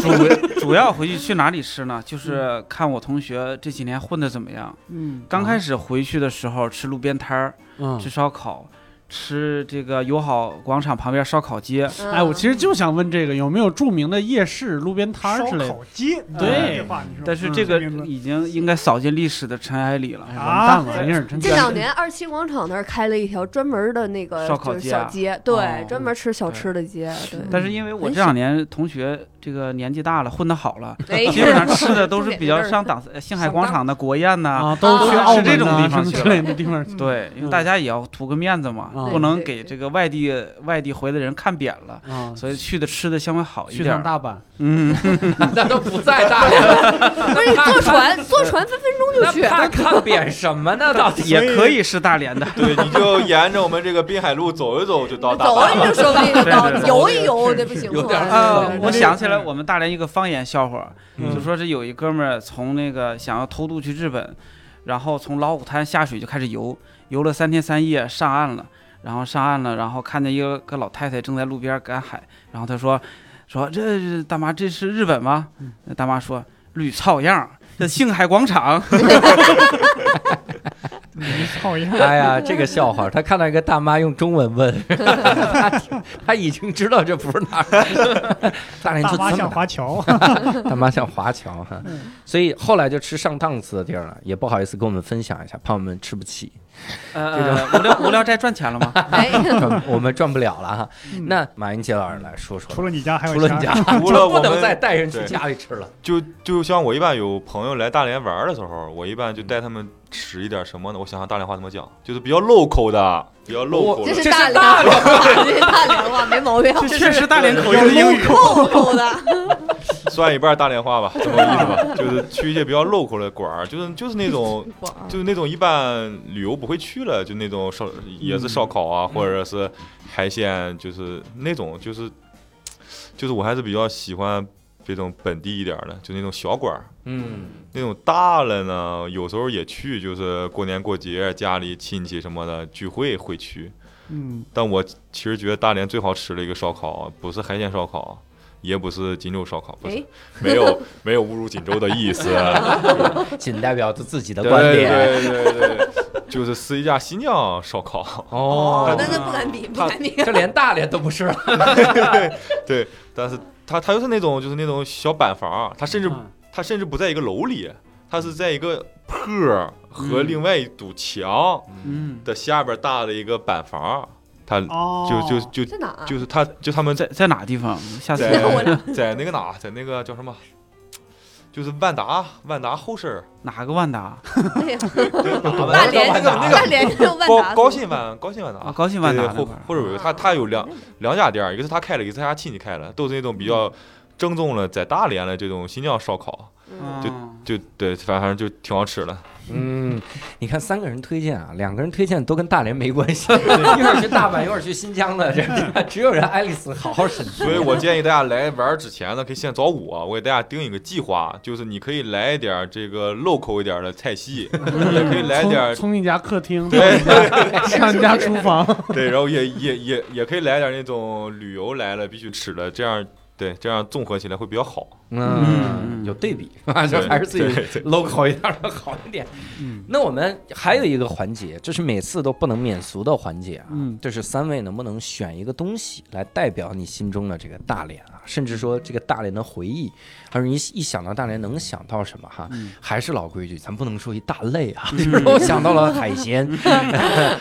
Speaker 4: 主主要回去去哪里吃呢？就是看我同学这几年混的怎么样。
Speaker 3: 嗯
Speaker 4: 刚开始回去的时候吃路边摊儿，
Speaker 3: 嗯
Speaker 4: 吃烧烤，吃这个友好广场旁边烧烤街。
Speaker 5: 嗯
Speaker 3: 哎，我其实就想问这个，有没有著名的夜市、路边摊儿之
Speaker 2: 烧
Speaker 3: 类的？
Speaker 2: 烤街，
Speaker 3: 对
Speaker 2: 这话你说，
Speaker 4: 但是这个
Speaker 2: 嗯
Speaker 4: 已经应该扫进历史的尘埃里了
Speaker 3: 哎，。完
Speaker 2: 啊
Speaker 3: 蛋了，有点真
Speaker 5: 这两年二七广场那儿开了一条专门的那个
Speaker 4: 烧烤
Speaker 5: 就是
Speaker 4: 街
Speaker 5: 小
Speaker 4: 啊
Speaker 5: 街，对
Speaker 3: 哦，
Speaker 5: 专门吃小吃的街，对。
Speaker 4: 但是因为我
Speaker 5: 嗯很
Speaker 4: 这两年同学这个年纪大了，混得好 了，
Speaker 5: 哎
Speaker 4: 基本上吃的都
Speaker 5: 重
Speaker 4: 是
Speaker 5: 点
Speaker 4: 比
Speaker 5: 在
Speaker 4: 较
Speaker 5: 这儿
Speaker 4: 上档次，呃星海广场的国宴呐、
Speaker 3: 啊，都去
Speaker 5: 啊
Speaker 3: 澳
Speaker 4: 哦是这
Speaker 3: 门
Speaker 4: 种
Speaker 3: 呐
Speaker 4: 地方
Speaker 3: 什么
Speaker 4: 去
Speaker 3: 之类
Speaker 4: 了
Speaker 3: 的地方。
Speaker 4: 对，因为
Speaker 3: 嗯
Speaker 4: 大家也要图个面子嘛，
Speaker 3: 啊
Speaker 4: 不能
Speaker 5: 对对
Speaker 4: 给这个外地外地回的人看扁了，
Speaker 3: 啊，
Speaker 4: 所以去的吃的相对好一
Speaker 3: 去
Speaker 4: 点
Speaker 3: 趟大
Speaker 4: 儿。
Speaker 3: 阪，
Speaker 4: 嗯，
Speaker 1: 那都不在大连了，
Speaker 5: 不是你坐船，坐船分分钟就
Speaker 1: 那
Speaker 5: 去。
Speaker 1: 怕看扁什么呢？到底
Speaker 4: 也可以是大连的。
Speaker 6: 对，你就沿着我们这个滨海路走一走，就到大
Speaker 5: 走啊，
Speaker 6: 阪
Speaker 5: 你
Speaker 6: 了。
Speaker 5: 就说不定就到
Speaker 4: 对对
Speaker 5: 了，
Speaker 4: 对
Speaker 5: 游一游，
Speaker 2: 是
Speaker 5: 这不行吗？
Speaker 1: 有点儿
Speaker 4: 啊
Speaker 5: 对，
Speaker 4: 我
Speaker 2: 这
Speaker 4: 想
Speaker 2: 个
Speaker 4: 起来我们大连一个方言笑话儿，
Speaker 1: 嗯
Speaker 4: 就说是有一哥们儿从那个想要偷渡去日本，然后从老虎滩下水就开始游，游了三天三夜上岸了，然后上岸了，然后看见一个个老太太正在路边赶海，然后他说说这是大妈这是日本吗？那大妈说绿草样儿，这星海广场。
Speaker 2: 讨厌，
Speaker 1: 哎呀，这个笑话，他看到一个大妈用中文问，他他已经知道这不是哪儿，大连
Speaker 2: 大
Speaker 1: 就
Speaker 2: 妈
Speaker 1: 这
Speaker 2: 像
Speaker 1: 么
Speaker 2: 华嗯侨，
Speaker 1: 大，大妈像华侨 哈，所以后来就吃上档次的地儿了，也不好意思跟我们分享一下，怕我们吃不起。
Speaker 4: 呃， 呃无聊无聊斋赚钱了吗？
Speaker 5: 哎，
Speaker 1: 赚我们赚不了了哈。
Speaker 2: 嗯
Speaker 1: 那马云杰老师来说说吧，
Speaker 2: 除了你家还有
Speaker 1: 除了你家，
Speaker 6: 除了
Speaker 1: 不
Speaker 6: 我
Speaker 1: 能再
Speaker 6: 们，
Speaker 1: 带人去
Speaker 6: 对
Speaker 1: 家里吃了。
Speaker 6: 就就像我一般有朋友来大连玩儿的时候，我一般就带他们吃一点什么呢？我想想大连话怎么讲，就是比较 local 的，比较 local
Speaker 5: 这
Speaker 1: 这
Speaker 6: 的。
Speaker 1: 是
Speaker 5: 是大连
Speaker 1: 大
Speaker 5: 话，这是大连话，没毛病。
Speaker 4: 这确实大连口音的英语。
Speaker 5: 扣扣的，
Speaker 6: 算一半大连话吧，这么个意思吧，就是去一些比较 local 的馆儿，就是就是那种
Speaker 5: 啊
Speaker 6: 就是那种一般旅游不会去了，就那种烧也是烧烤啊，或者是海鲜，就是那种就是就是我还是比较喜欢这种本地一点儿的，就那种小馆儿。
Speaker 1: 嗯，
Speaker 6: 那种大了呢，有时候也去，就是过年过节家里亲戚什么的聚会会去。
Speaker 2: 嗯，
Speaker 6: 但我其实觉得大连最好吃的一个烧烤，啊不是海鲜烧烤，也不是锦州烧烤，不是
Speaker 5: 哎，
Speaker 6: 没有 没有侮辱锦州的意思。
Speaker 1: 仅代表着自己的
Speaker 6: 对
Speaker 1: 观点。
Speaker 6: 对对对对，就是是一家新疆烧烤，
Speaker 1: 哦，
Speaker 5: 那那不敢比，不敢比。
Speaker 1: 这连大连都不是了。
Speaker 6: 对，但是它它就是那种就是那种小板房，啊它甚至
Speaker 3: 嗯
Speaker 6: 它甚至不在一个楼里，它是在一个坡儿和
Speaker 1: 嗯
Speaker 6: 另外一堵墙
Speaker 4: 嗯，
Speaker 6: 的下边搭的一个板房，它就
Speaker 2: 哦，
Speaker 6: 就就
Speaker 5: 在哪儿啊？
Speaker 6: 就是他就他们在
Speaker 4: 在在哪地方？下次
Speaker 6: 在
Speaker 5: 我 俩
Speaker 6: 在那个哪，在那个叫什么，就是万达万达后身儿，
Speaker 4: 哪个万达
Speaker 5: 哎呀，
Speaker 6: 大
Speaker 5: 大连
Speaker 6: 那个那
Speaker 5: 大
Speaker 6: 个
Speaker 5: 连就万达
Speaker 6: 高高兴万高兴万
Speaker 4: 啊？
Speaker 6: 达。
Speaker 4: 高新
Speaker 6: 对
Speaker 4: 万
Speaker 6: 对，
Speaker 4: 达
Speaker 6: 后
Speaker 4: 那块儿
Speaker 6: 后
Speaker 5: 嗯
Speaker 6: 边有他他有两两家店儿，一个是他开了，一个是他亲戚开了，都是那种比较正宗的，在大连的这种新疆烧烤，
Speaker 5: 嗯
Speaker 4: 嗯
Speaker 6: 就对，反正就挺好吃的。
Speaker 1: 嗯，你看三个人推荐啊，两个人推荐都跟大连没关系，一会儿去大阪，一会儿去新疆的，这只有人爱丽丝好好审视。
Speaker 6: 所以我建议大家来玩儿之前呢，可以先找我，我给大家定一个计划，就是你可以来一点儿这个 local 一点儿的菜系，
Speaker 5: 嗯
Speaker 6: 也可以来点儿
Speaker 3: 从从你家客厅
Speaker 6: 对
Speaker 3: 上你家厨 房，
Speaker 6: 对，然后也也也也可以来点那种旅游来了必须吃的，这样对，这样综合起来会比较好。
Speaker 1: 嗯，
Speaker 4: 嗯
Speaker 1: 有对比，就还是自己
Speaker 6: 对对
Speaker 1: local 一点的好一点。
Speaker 2: 嗯
Speaker 1: 那我们还有一个环节，这是每次都不能免俗的环节啊，
Speaker 3: 嗯
Speaker 1: 就是三位能不能选一个东西来代表你心中的这个大连啊，甚至说这个大连的回忆，还是你一想到大连能想到什么哈？
Speaker 3: 嗯
Speaker 1: 还是老规矩，咱不能说一大类啊， 就是我想到了海鲜，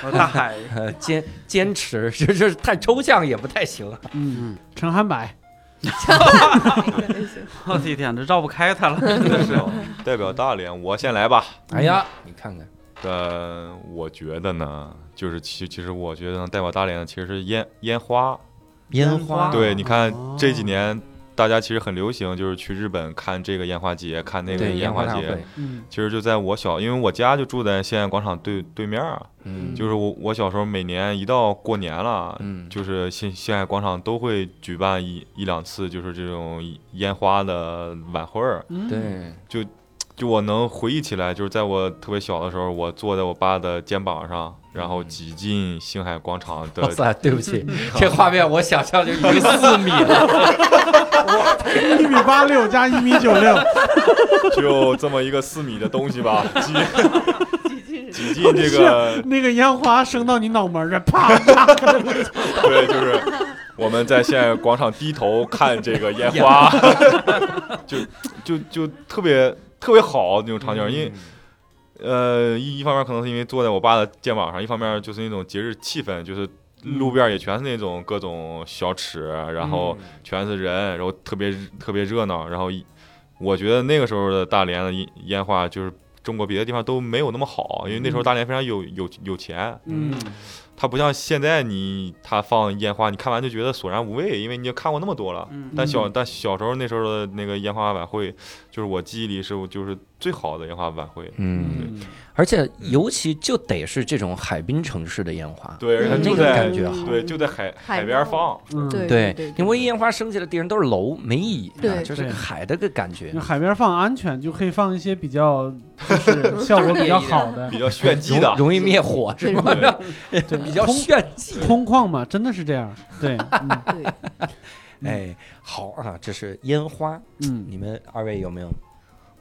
Speaker 4: 我大海，
Speaker 1: 呃，坚坚持， 这这太抽象也不太行啊。
Speaker 3: 嗯，陈汉柏，
Speaker 6: 啊
Speaker 4: 我的天，这绕不开他了，嗯真的是。
Speaker 6: 代表大连，我先来吧。
Speaker 1: 哎呀，你看看，
Speaker 6: 呃，我觉得呢，就是其其实我觉得呢代表大连的其实是烟烟花。
Speaker 1: 烟花，
Speaker 6: 对，你看
Speaker 3: 哦
Speaker 6: 这几年大家其实很流行，就是去日本看这个烟花节，看那个
Speaker 1: 对烟
Speaker 6: 花
Speaker 1: 大
Speaker 6: 节
Speaker 1: 会。，
Speaker 3: 嗯
Speaker 6: 其实就在我小，因为我家就住在现代广场对对面儿，
Speaker 1: 嗯
Speaker 6: 就是我我小时候每年一到过年了，
Speaker 1: 嗯，
Speaker 6: 就是现现海广场都会举办一一两次，就是这种烟花的晚会儿。
Speaker 3: 嗯，
Speaker 1: 对，
Speaker 6: 就我能回忆起来，就是在我特别小的时候，我坐在我爸的肩膀上，然后挤进星海广场
Speaker 1: 嗯哇
Speaker 6: 的。
Speaker 1: 塞，对不 起，这画面我想象就已经四米了，
Speaker 3: 一米八六加一米九六，
Speaker 6: 就这么一个四米的东西吧， 挤挤进这个，
Speaker 3: 那个烟花升到你脑门儿这，啪啪，
Speaker 6: 对，就是我们在现海广场低头看这个烟花， 就就就特别特别好那种场景，因为。呃，一一方面可能是因为坐在我爸的肩膀上，一方面就是那种节日气氛，就是路边也全是那种各种小吃，
Speaker 1: 嗯
Speaker 6: 然后全是人，然后特别特别热闹。然后一我觉得那个时候的大连的烟烟花，就是中国别的地方都没有那么好，因为那时候大连非常有有有钱，
Speaker 3: 嗯，
Speaker 6: 它不像现在你它放烟花，你看完就觉得索然无味，因为你也看过那么多了。
Speaker 4: 嗯，
Speaker 6: 但小但小时候那时候的那个烟花晚会，就是我记忆里是就是最好的烟花晚会。
Speaker 1: 嗯
Speaker 3: 嗯
Speaker 1: 而且尤其就得是这种海滨城市的烟花，
Speaker 5: 嗯
Speaker 6: 对，而且它
Speaker 1: 那
Speaker 6: 就
Speaker 1: 个
Speaker 6: 在
Speaker 1: 感觉好。
Speaker 6: 对，就在海
Speaker 5: 海
Speaker 6: 海边
Speaker 5: 边
Speaker 6: 放。
Speaker 3: 嗯
Speaker 5: 对
Speaker 1: 对，因为烟花升起的地方都是楼，没意义，啊
Speaker 5: 对
Speaker 1: 就是
Speaker 3: 对
Speaker 1: 海的个感觉
Speaker 3: 那。海边放安全，就可以放一些比较就是效果比较好的，
Speaker 6: 比较炫技
Speaker 1: 容
Speaker 6: 的，
Speaker 1: 容易灭火是吗？
Speaker 6: 对
Speaker 1: 就比较
Speaker 3: 通
Speaker 1: 炫技。
Speaker 3: 空旷嘛，真的是这样。对，嗯
Speaker 5: 对，
Speaker 1: 哎，好啊，这是烟花，
Speaker 3: 嗯，
Speaker 1: 你们二位有没有？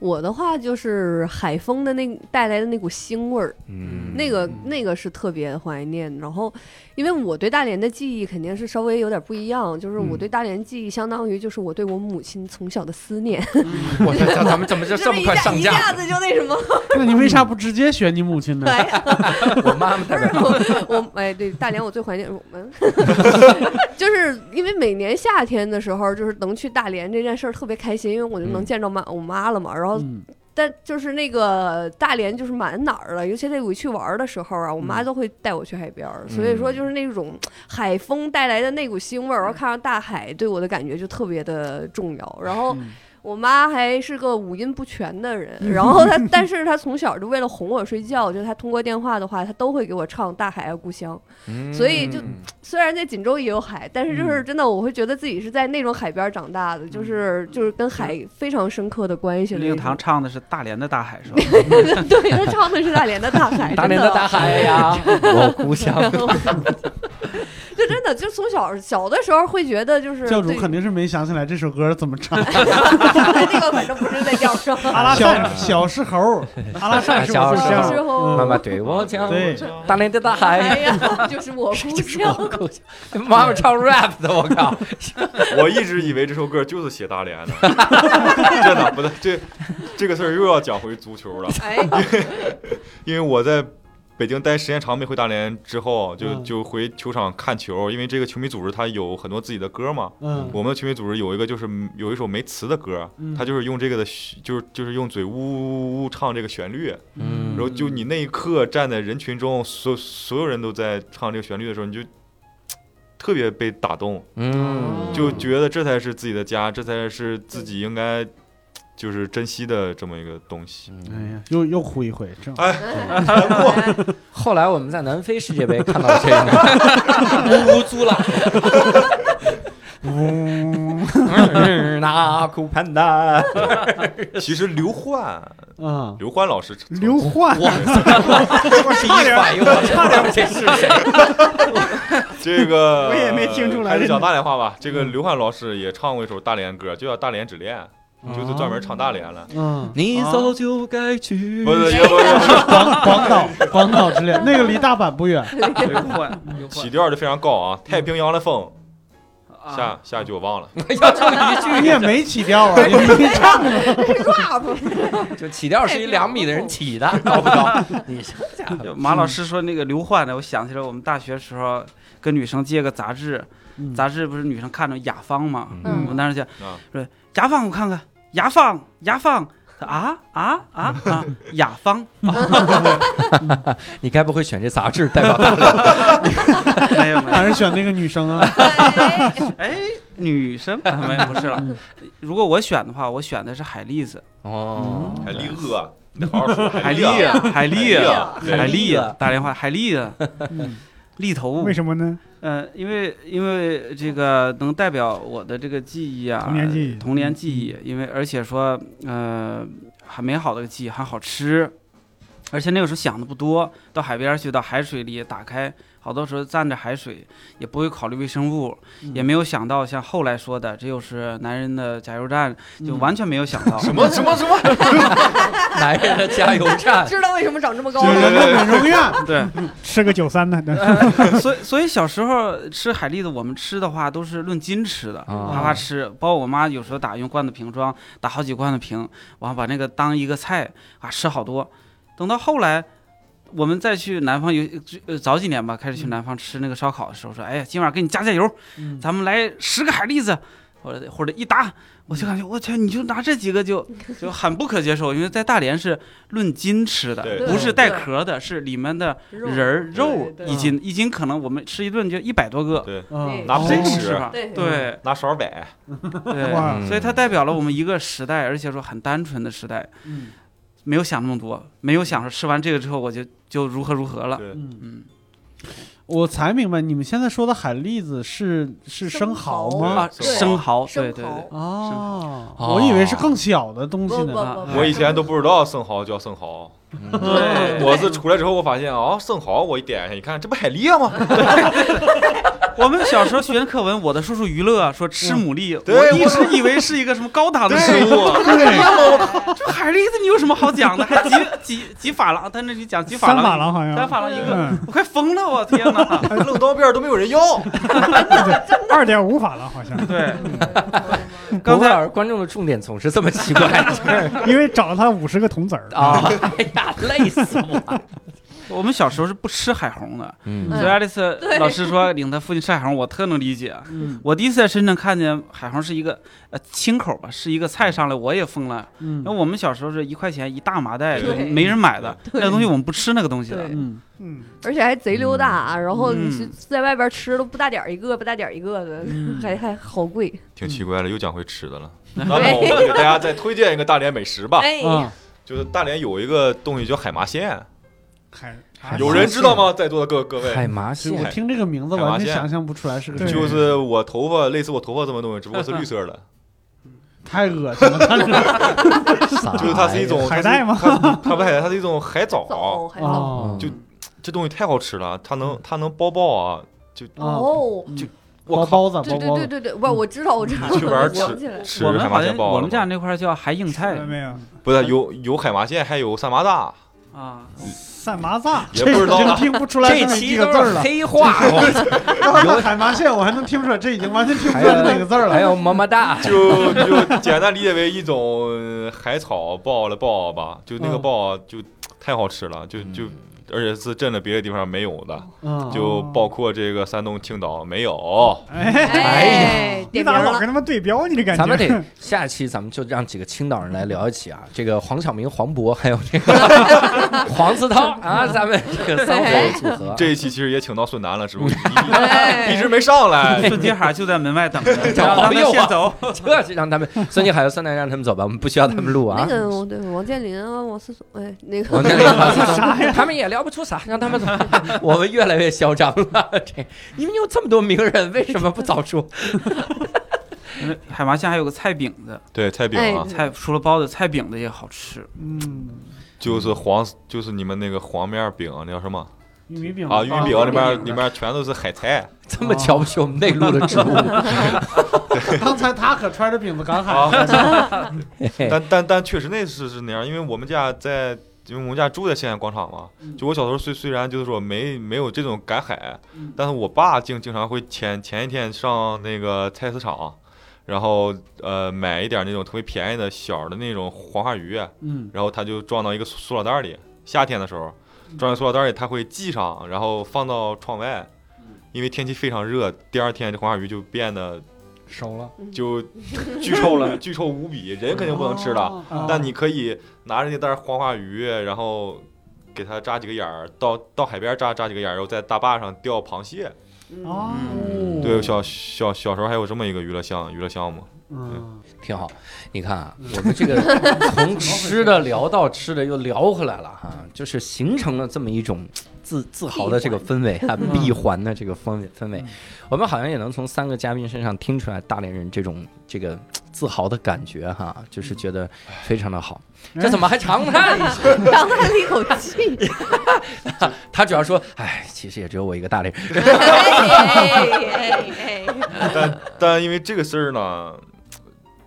Speaker 5: 我的话就是海风的那带来的那股腥味儿，
Speaker 1: 嗯
Speaker 5: 那个那个是特别怀念。然后，因为我对大连的记忆肯定是稍微有点不一样，就是我
Speaker 1: 嗯
Speaker 5: 对大连记忆相当于就是我对我母亲从小的思念，
Speaker 1: 我这这咱们怎么就
Speaker 5: 就
Speaker 1: 这
Speaker 5: 是
Speaker 1: 么
Speaker 5: 一
Speaker 1: 快
Speaker 5: 下
Speaker 1: 上
Speaker 5: 一
Speaker 1: 架？
Speaker 5: 下子就那什 么，
Speaker 3: 那你为啥不直接选你母亲 呢？
Speaker 5: 哎，
Speaker 1: 我妈妈在这儿
Speaker 5: 不是我，我哎，对，大连我最怀念我 们，就是因为每年夏天的时候，就是能去大连这件事儿特别开心，因为我就能
Speaker 1: 嗯
Speaker 5: 见着妈、我妈了嘛。然后，
Speaker 3: 嗯，
Speaker 5: 但就是那个大连就是满哪儿了，尤其在我去玩儿的时候啊，我妈都会带我去海边儿，所以说就是那种海风带来的那股腥味儿，然后看到大海对我的感觉就特别的重要。然后
Speaker 3: 嗯
Speaker 5: 我妈还是个五音不全的人，然后她，但是她从小就为了哄我睡觉，就是她通过电话的话，她都会给我唱《大海啊故乡》。所以就
Speaker 1: 嗯
Speaker 5: 虽然在锦州也有海，但是就是真的，我会觉得自己是在那种海边长大的，就是就是跟海非常深刻的关系了。
Speaker 4: 令堂唱的是大连的大海，是吧？
Speaker 5: 对她唱的是大连的大海，
Speaker 1: 大连的大海呀，我故乡。
Speaker 5: 真的。就真的，就从小小的时候会觉得，就是
Speaker 3: 教主
Speaker 5: 对
Speaker 3: 肯定是没想起来这首歌怎么唱。
Speaker 5: 那个反正不是在调上。
Speaker 2: 阿拉善，
Speaker 3: 小小石猴，
Speaker 2: 阿拉善是啊
Speaker 1: 小
Speaker 2: 我故
Speaker 1: 时候
Speaker 5: 小
Speaker 2: 乡
Speaker 5: 时。候，哎
Speaker 1: 妈妈对我讲，
Speaker 3: 对
Speaker 1: 大连的大海。
Speaker 5: 呀，就是我故乡。
Speaker 1: 故乡妈妈唱 rap 的，我靠！
Speaker 6: 我一直以为这首歌就是写大连的， 真的不对，这这个事儿又要讲回足球了，
Speaker 5: 哎，
Speaker 6: 因为我在北京待时间长没回大连之后，就
Speaker 3: 嗯
Speaker 6: 就回球场看球，因为这个球迷组织它有很多自己的歌嘛。
Speaker 3: 嗯
Speaker 6: 我们的球迷组织有一个就是有一首没词的歌
Speaker 3: 嗯，
Speaker 6: 他就是用这个的旋，就是就是用嘴呜呜呜唱这个旋律，
Speaker 1: 嗯
Speaker 6: 然后就你那一刻站在人群中，所所有人都在唱这个旋律的时候，你就特别被打动。
Speaker 1: 嗯
Speaker 6: 就觉得这才是自己的家，这才是自己应该就是珍惜的这么一个东西。
Speaker 3: 哎呀，又又哭一回，正好
Speaker 1: 后来我们在南非世界杯看到这个，呜呜租了，呜，那苦盼的，
Speaker 6: 其实刘欢，
Speaker 3: 啊，
Speaker 6: 刘欢老师，
Speaker 2: 刘欢，
Speaker 1: 我是一反应，我差点这是谁？
Speaker 6: 这个
Speaker 2: 我也没听出来嗯
Speaker 6: 还是讲大连话吧。这个刘欢老师也唱过一首大连歌，就叫《大连之恋》，
Speaker 2: 啊
Speaker 6: 就是专门唱大连了。
Speaker 3: 嗯，
Speaker 1: 你早就该去
Speaker 6: 不是，也不是，
Speaker 3: 广岛广岛之恋，那个离大阪不远。
Speaker 4: 刘欢，刘
Speaker 6: 起
Speaker 4: 欢
Speaker 6: 调就非常高啊！太平洋的风，
Speaker 4: 啊，
Speaker 6: 下下一句我忘
Speaker 2: 嗯
Speaker 6: 了。
Speaker 1: 要就一句
Speaker 3: 你也没起调啊， 你没唱啊，
Speaker 5: rap，
Speaker 1: 就起调是一两米的人起的，高不高？你想想，
Speaker 4: 就马老师说那个刘欢的，我想起来我们大学时候跟女生借个杂志，
Speaker 3: 嗯
Speaker 4: 杂志不是女生看着雅芳吗？
Speaker 5: 嗯
Speaker 4: 我们当时就
Speaker 6: 啊
Speaker 4: 说雅芳，我看看雅芳，雅芳。啊啊啊啊！雅芳，
Speaker 1: 你该不会选这杂志代表大
Speaker 4: 没有没有
Speaker 3: 还，是选那个女生 啊？
Speaker 4: 哎，女生没有不是了。如果我选的话，我选的是海蛎子，
Speaker 1: 哦，
Speaker 6: 海蛎子，你好好说。海
Speaker 4: 海
Speaker 6: 蛎
Speaker 4: 蛎啊，海蛎啊，
Speaker 6: 对
Speaker 4: 海蛎啊，打电话，海蛎 啊，
Speaker 3: 嗯
Speaker 4: 栗头
Speaker 2: 为。什么呢？
Speaker 4: 嗯，因为因为这个能代表我的这个记忆啊，
Speaker 2: 童年记忆嗯
Speaker 4: 童年记忆，因为而且说，呃，很美好的记忆，还好吃，而且那个时候想的不多，到海边去，到海水里打开，好多时候蘸着海水，也不会考虑微生物，
Speaker 2: 嗯
Speaker 4: 也没有想到像后来说的，这又是男人的加油站，
Speaker 2: 嗯
Speaker 4: 就完全没有想到。
Speaker 6: 什么什么什么？
Speaker 1: 男人的加油站，
Speaker 5: 知道为什么长这么高
Speaker 3: 就
Speaker 5: 了
Speaker 3: 人
Speaker 5: 吗？
Speaker 3: 的美容院，
Speaker 4: 对，
Speaker 2: 吃个九三的，
Speaker 4: 所以所以小时候吃海蛎子，我们吃的话都是论斤吃的，
Speaker 1: 啊
Speaker 4: 啪啪吃。包括我妈有时候打用罐子瓶装，打好几罐子瓶，完后把那个当一个菜啊吃好多。等到后来，我们再去南方有呃早几年吧，开始去南方吃那个烧烤的时候，说哎呀，今晚给你加加油，
Speaker 3: 嗯
Speaker 4: 咱们来十个海蛎子。或者或者一打，我就感觉我去，你就拿这几个就就很不可接受，因为在大连是论斤吃的，
Speaker 6: 对
Speaker 4: 不是带
Speaker 5: 对
Speaker 4: 壳的，是里面的
Speaker 5: 肉
Speaker 4: 人儿肉
Speaker 5: 对对
Speaker 4: 一斤，一斤可能我们吃一顿就一百多个，
Speaker 6: 对，
Speaker 3: 嗯
Speaker 6: 拿
Speaker 4: 真
Speaker 6: 真
Speaker 4: 吃
Speaker 6: 吃，
Speaker 4: 法，
Speaker 5: 对
Speaker 4: 对
Speaker 6: 拿勺摆。
Speaker 4: 对，
Speaker 2: 哇
Speaker 1: 嗯，
Speaker 4: 所以它代表了我们一个时代，而且说很单纯的时代，
Speaker 3: 嗯
Speaker 4: 没有想那么多，没有想说吃完这个之后我就
Speaker 5: 哦
Speaker 4: 就如何如何了，
Speaker 6: 对，
Speaker 3: 嗯，
Speaker 4: 嗯
Speaker 3: 我才明白你们现在说的海蛎子是是生蚝吗？
Speaker 4: 啊，
Speaker 6: 对
Speaker 4: 生蚝，对
Speaker 5: 生
Speaker 4: 对
Speaker 5: 蚝
Speaker 4: 对，
Speaker 3: 哦，
Speaker 1: 蚝
Speaker 3: 我以为是更小的东西
Speaker 5: 不不
Speaker 3: 呢。
Speaker 5: 不，不
Speaker 6: 我以前都不知道生蚝叫生蚝。
Speaker 4: 对
Speaker 6: 哦我是出来之后，我发现啊，生蚝我一点一下，一看，这不海蛎吗？
Speaker 4: 我们小时候学的课文，我的叔叔于乐说
Speaker 5: 嗯
Speaker 4: 吃牡蛎，
Speaker 6: 对
Speaker 4: 我
Speaker 6: 我
Speaker 4: 一直以为是一个什么高档的食
Speaker 6: 哎
Speaker 4: 物。这海蛎子你有什么好讲的？还几几几法郎？他那里讲几法
Speaker 2: 三
Speaker 4: 郎？
Speaker 2: 法郎好像
Speaker 4: 三法嗯郎一个，
Speaker 2: 嗯，
Speaker 4: 我快疯了！我天哪！
Speaker 5: 嗯
Speaker 6: 愣刀片都没有人要。
Speaker 2: 二点五法郎好像，
Speaker 4: 对，
Speaker 1: 刚
Speaker 2: 啊
Speaker 4: 刚才
Speaker 1: 才啊观众的重点总是这么奇怪
Speaker 2: 因为找了他五十个铜子儿
Speaker 1: 啊！ 哎呀，累死我！
Speaker 4: 我们小时候是不吃海虹的，
Speaker 1: 嗯
Speaker 4: 所以爱丽丝
Speaker 5: 对
Speaker 4: 老师说领她父亲吃海虹，我特能理解。啊
Speaker 3: 嗯
Speaker 4: 我第一次在深圳看见海虹是一个呃清口吧，是一个菜上来，我也疯了。
Speaker 3: 嗯
Speaker 4: 那我们小时候是一块钱一大麻袋，
Speaker 5: 对
Speaker 4: 没人买的，
Speaker 5: 对
Speaker 4: 那个东西我们不吃那个东西的。
Speaker 5: 对
Speaker 3: 嗯，
Speaker 2: 嗯，
Speaker 5: 而且还贼溜达，啊然后你去
Speaker 4: 嗯
Speaker 5: 在外边吃都不大点儿一个，不大点儿一个的，还还好贵。
Speaker 6: 挺奇怪的，又讲回吃的了。那么我们给大家再推荐一个大连美食吧，
Speaker 5: 哎，
Speaker 3: 啊，
Speaker 6: 就是大连有一个东西叫海麻线，
Speaker 2: 还
Speaker 6: 有人知道？吗？在座的各各位，
Speaker 1: 嗯海麻
Speaker 3: 其实我
Speaker 1: 线，
Speaker 3: 听这个名字完全想象不出来是个
Speaker 2: 对
Speaker 3: 什么
Speaker 6: 就
Speaker 3: 人，
Speaker 6: 是我头发类似我头发这么东西，只不过是绿 色的，
Speaker 3: 太恶心了。
Speaker 6: 就是它是一种
Speaker 2: 海带吗？
Speaker 6: 它它不是海带，它是一种海藻，
Speaker 5: 走还走
Speaker 3: 哦，
Speaker 6: 就这东西太好吃了，它
Speaker 4: 嗯
Speaker 6: 能它能包包啊，就
Speaker 5: 哦，
Speaker 3: 包
Speaker 6: 我靠，
Speaker 3: 包子，
Speaker 5: 对
Speaker 3: 包
Speaker 5: 对
Speaker 3: 包
Speaker 5: 对
Speaker 3: 子，
Speaker 5: 对对，我我知道我知道，
Speaker 6: 去玩儿
Speaker 5: 我
Speaker 6: 吃
Speaker 5: 想起来了，
Speaker 6: 吃
Speaker 4: 我
Speaker 6: 海
Speaker 4: 们
Speaker 6: 麻
Speaker 4: 好
Speaker 6: 线
Speaker 4: 像
Speaker 6: 包啊
Speaker 4: 我们家
Speaker 6: 了吗
Speaker 4: 那块儿叫海影菜
Speaker 2: 没有，
Speaker 6: 不是有有海麻线，还有三麻大，
Speaker 4: 啊，
Speaker 2: 散麻萨，
Speaker 6: 也不知道
Speaker 3: 已
Speaker 6: 啊
Speaker 3: 经听不出来是哪几个字儿 了。
Speaker 1: 黑话，
Speaker 3: 刚才那海麻线我还能听出来，这已经完全听不出来是哪个字儿
Speaker 1: 还
Speaker 3: 了。
Speaker 1: 有么么哒，
Speaker 6: 就就简单理解为一种呃海草爆了爆吧，就那个
Speaker 3: 嗯
Speaker 6: 爆啊就太好吃了，就就
Speaker 1: 嗯
Speaker 6: 而且是镇了别的地方没有的，
Speaker 3: 嗯，
Speaker 6: 就包括这个山东青岛没有。
Speaker 2: 哎，
Speaker 1: 哎
Speaker 5: 呀
Speaker 2: 你
Speaker 5: 点名
Speaker 2: 咋老
Speaker 5: 了
Speaker 2: 跟，他们对标？你这感觉？
Speaker 1: 咱们得下期咱们就让几个青岛人来聊一起啊，这个黄晓明、黄渤还有这个 黄子韬啊，咱们这个三回组合，
Speaker 6: 这一期其实也请到孙楠了，只不过一
Speaker 5: 哎，
Speaker 6: 直没上来。
Speaker 4: 顺街海就在门外等着，
Speaker 1: 找
Speaker 4: 让他
Speaker 1: 朋友啊
Speaker 4: 们先走。
Speaker 1: 这是让他们孙继海和孙楠让他们走吧，我们不需要他们录啊
Speaker 5: 嗯那。个我对王健林啊，王思聪，哎，那
Speaker 1: 我那
Speaker 5: 个
Speaker 1: 里啥呀？他们也聊不出啥，让他们走。 我们越来越嚣张了。这你们有这么多名人，为什么不早说？
Speaker 4: 海麻线还有个菜饼子，
Speaker 6: 对，菜饼啊
Speaker 5: 哎，
Speaker 4: 菜除了包子，菜饼子也好吃。
Speaker 2: 嗯，
Speaker 6: 就是黄，就是你们那个黄面饼，那叫什么
Speaker 3: 玉米饼
Speaker 6: 啊？玉米饼里
Speaker 3: 啊
Speaker 6: 面里面全都是海菜。
Speaker 1: 这么瞧不起我们内陆的植物？
Speaker 3: 刚才他可揣着饼子赶海，
Speaker 6: 啊，
Speaker 1: 嘿嘿
Speaker 6: 但但但确实那是是那样，因为我们家在，因为我们家住在现代广场嘛，就我小时候虽虽然就是说没没有这种赶海，但是我爸经经常会前前一天上那个菜市场，然后呃买一点那种特别便宜的小的那种黄花鱼，啊
Speaker 3: 嗯，
Speaker 6: 然后他就装到一个塑塑料袋里，夏天的时候装在塑料袋里，他会系上，然后放到窗外。因为天气非常热，第二天这黄花鱼就变得
Speaker 1: 熟了，
Speaker 6: 就巨臭了，巨臭无比，人肯定不能吃了。
Speaker 3: 哦
Speaker 6: 但你可以拿着那袋黄花鱼，然后给它扎几个眼儿，到到海边扎扎几个眼儿，然后在大坝上钓螃蟹。
Speaker 2: 哦，
Speaker 4: 嗯
Speaker 6: 对，小小小时候还有这么一个娱乐项娱乐项目。
Speaker 3: 嗯，
Speaker 1: 挺好。你看啊，我们这个从吃的聊到吃的又聊回来了哈、就是形成了这么一种自自豪的这个氛围
Speaker 3: 嗯
Speaker 1: 啊， 闭环的这个氛围氛围。我们好像也能从三个嘉宾身上听出来大连人这种这个自豪的感觉哈、就是觉得非常的好。这怎么还长叹一 下？
Speaker 5: 长叹了一口气，
Speaker 1: 他主要说，哎，其实也只有我一个大连人。
Speaker 5: 哎哎哎
Speaker 6: 但但因为这个事儿呢，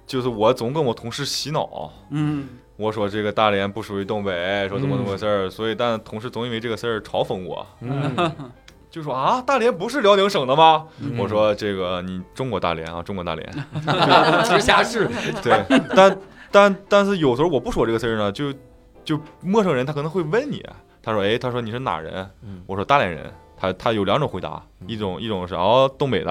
Speaker 6: 就是我总跟我同事洗脑，
Speaker 4: 嗯，
Speaker 6: 我说这个大连不属于东北，说怎么怎么回事儿，所以但同事总因为这个事儿嘲讽我。
Speaker 1: 嗯，
Speaker 6: 就说啊，大连不是辽宁省的吗？
Speaker 1: 嗯
Speaker 6: 我说这个你中国大连啊，中国大连，
Speaker 1: 直辖市，
Speaker 6: 对，但但但是有时候我不说这个事儿呢，就就陌生人他可能会问你，他说哎，他说你是哪人
Speaker 1: 嗯？
Speaker 6: 我说大连人。他他有两种回答，一种一种是哦东北的，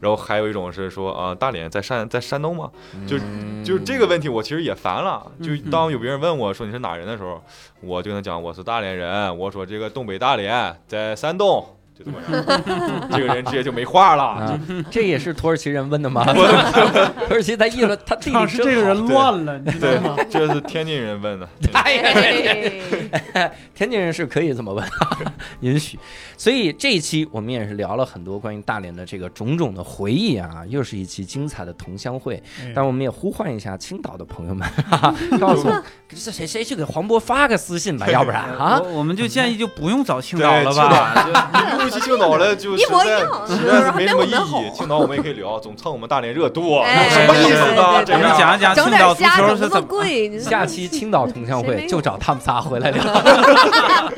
Speaker 6: 然后还有一种是说啊、大连在山在山东吗？ 就
Speaker 1: 嗯
Speaker 6: 就这个问题我其实也烦了，就
Speaker 4: 嗯
Speaker 6: 当有别人问我说你是哪人的时候，我就跟他讲我是大连人，我说这个东北大连在山东，就这么样，这个人直接就没话了。
Speaker 1: 啊，这也是土耳其人问的 吗？ 土耳其他议论他地
Speaker 3: 主
Speaker 1: 理
Speaker 3: 要是这个人乱了，你知
Speaker 6: 对
Speaker 3: 道吗？，
Speaker 6: 这是天津人问的。
Speaker 5: 哎
Speaker 1: 天津人是可以这么问，啊 允许。所以这一期我们也是聊了很多关于大连的这个种种的回忆啊，又是一期精彩的同乡会。
Speaker 2: 哎
Speaker 1: 但我们也呼唤一下青岛的朋友们， 哈哈告诉这谁谁去给黄渤发个私信吧，要不然啊，
Speaker 4: 我我们就建议就不用找青岛了吧，
Speaker 6: 不提青岛了，就
Speaker 5: 一
Speaker 6: 实
Speaker 5: 模一
Speaker 6: 在
Speaker 5: 样
Speaker 6: 实在
Speaker 5: 就是是
Speaker 6: 没什么
Speaker 5: 还没
Speaker 6: 意
Speaker 5: 我们好
Speaker 6: 义。青岛我们也可以聊，总蹭我们大连热度，
Speaker 5: 哎
Speaker 6: 什么意思呢？
Speaker 5: 对对对对
Speaker 6: 这
Speaker 4: 我们
Speaker 6: 样
Speaker 4: 讲一讲
Speaker 5: 整
Speaker 4: 青
Speaker 5: 点
Speaker 4: 岛足
Speaker 5: 虾
Speaker 4: 球
Speaker 5: 整
Speaker 4: 是
Speaker 5: 得
Speaker 4: 怎
Speaker 5: 这
Speaker 4: 么
Speaker 5: 么贵，你
Speaker 1: 下期青岛同乡
Speaker 5: 谁
Speaker 1: 会
Speaker 5: 没有
Speaker 1: 就找他们仨回来 聊，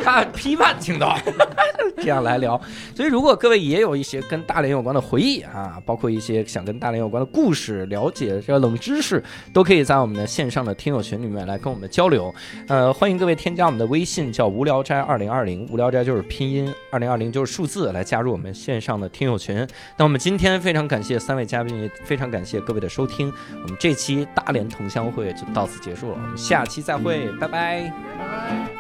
Speaker 1: 他批判青岛，这样来聊。所以，如果各位也有一些跟大连有关的回忆啊，包括一些想跟大连有关的故事，了解这个冷知识，都可以在我们的线上的听友群里面来跟我们交流。呃，欢迎各位添加我们的微信，叫无聊斋二零二零，无聊斋就是拼音，二零二零就是数字，来加入我们线上的听友群。那我们今天非常感谢三位嘉宾，也非常感谢各位的收听。我们这期大连同乡会就到此结束了，我们下期再会，拜拜。
Speaker 5: 拜拜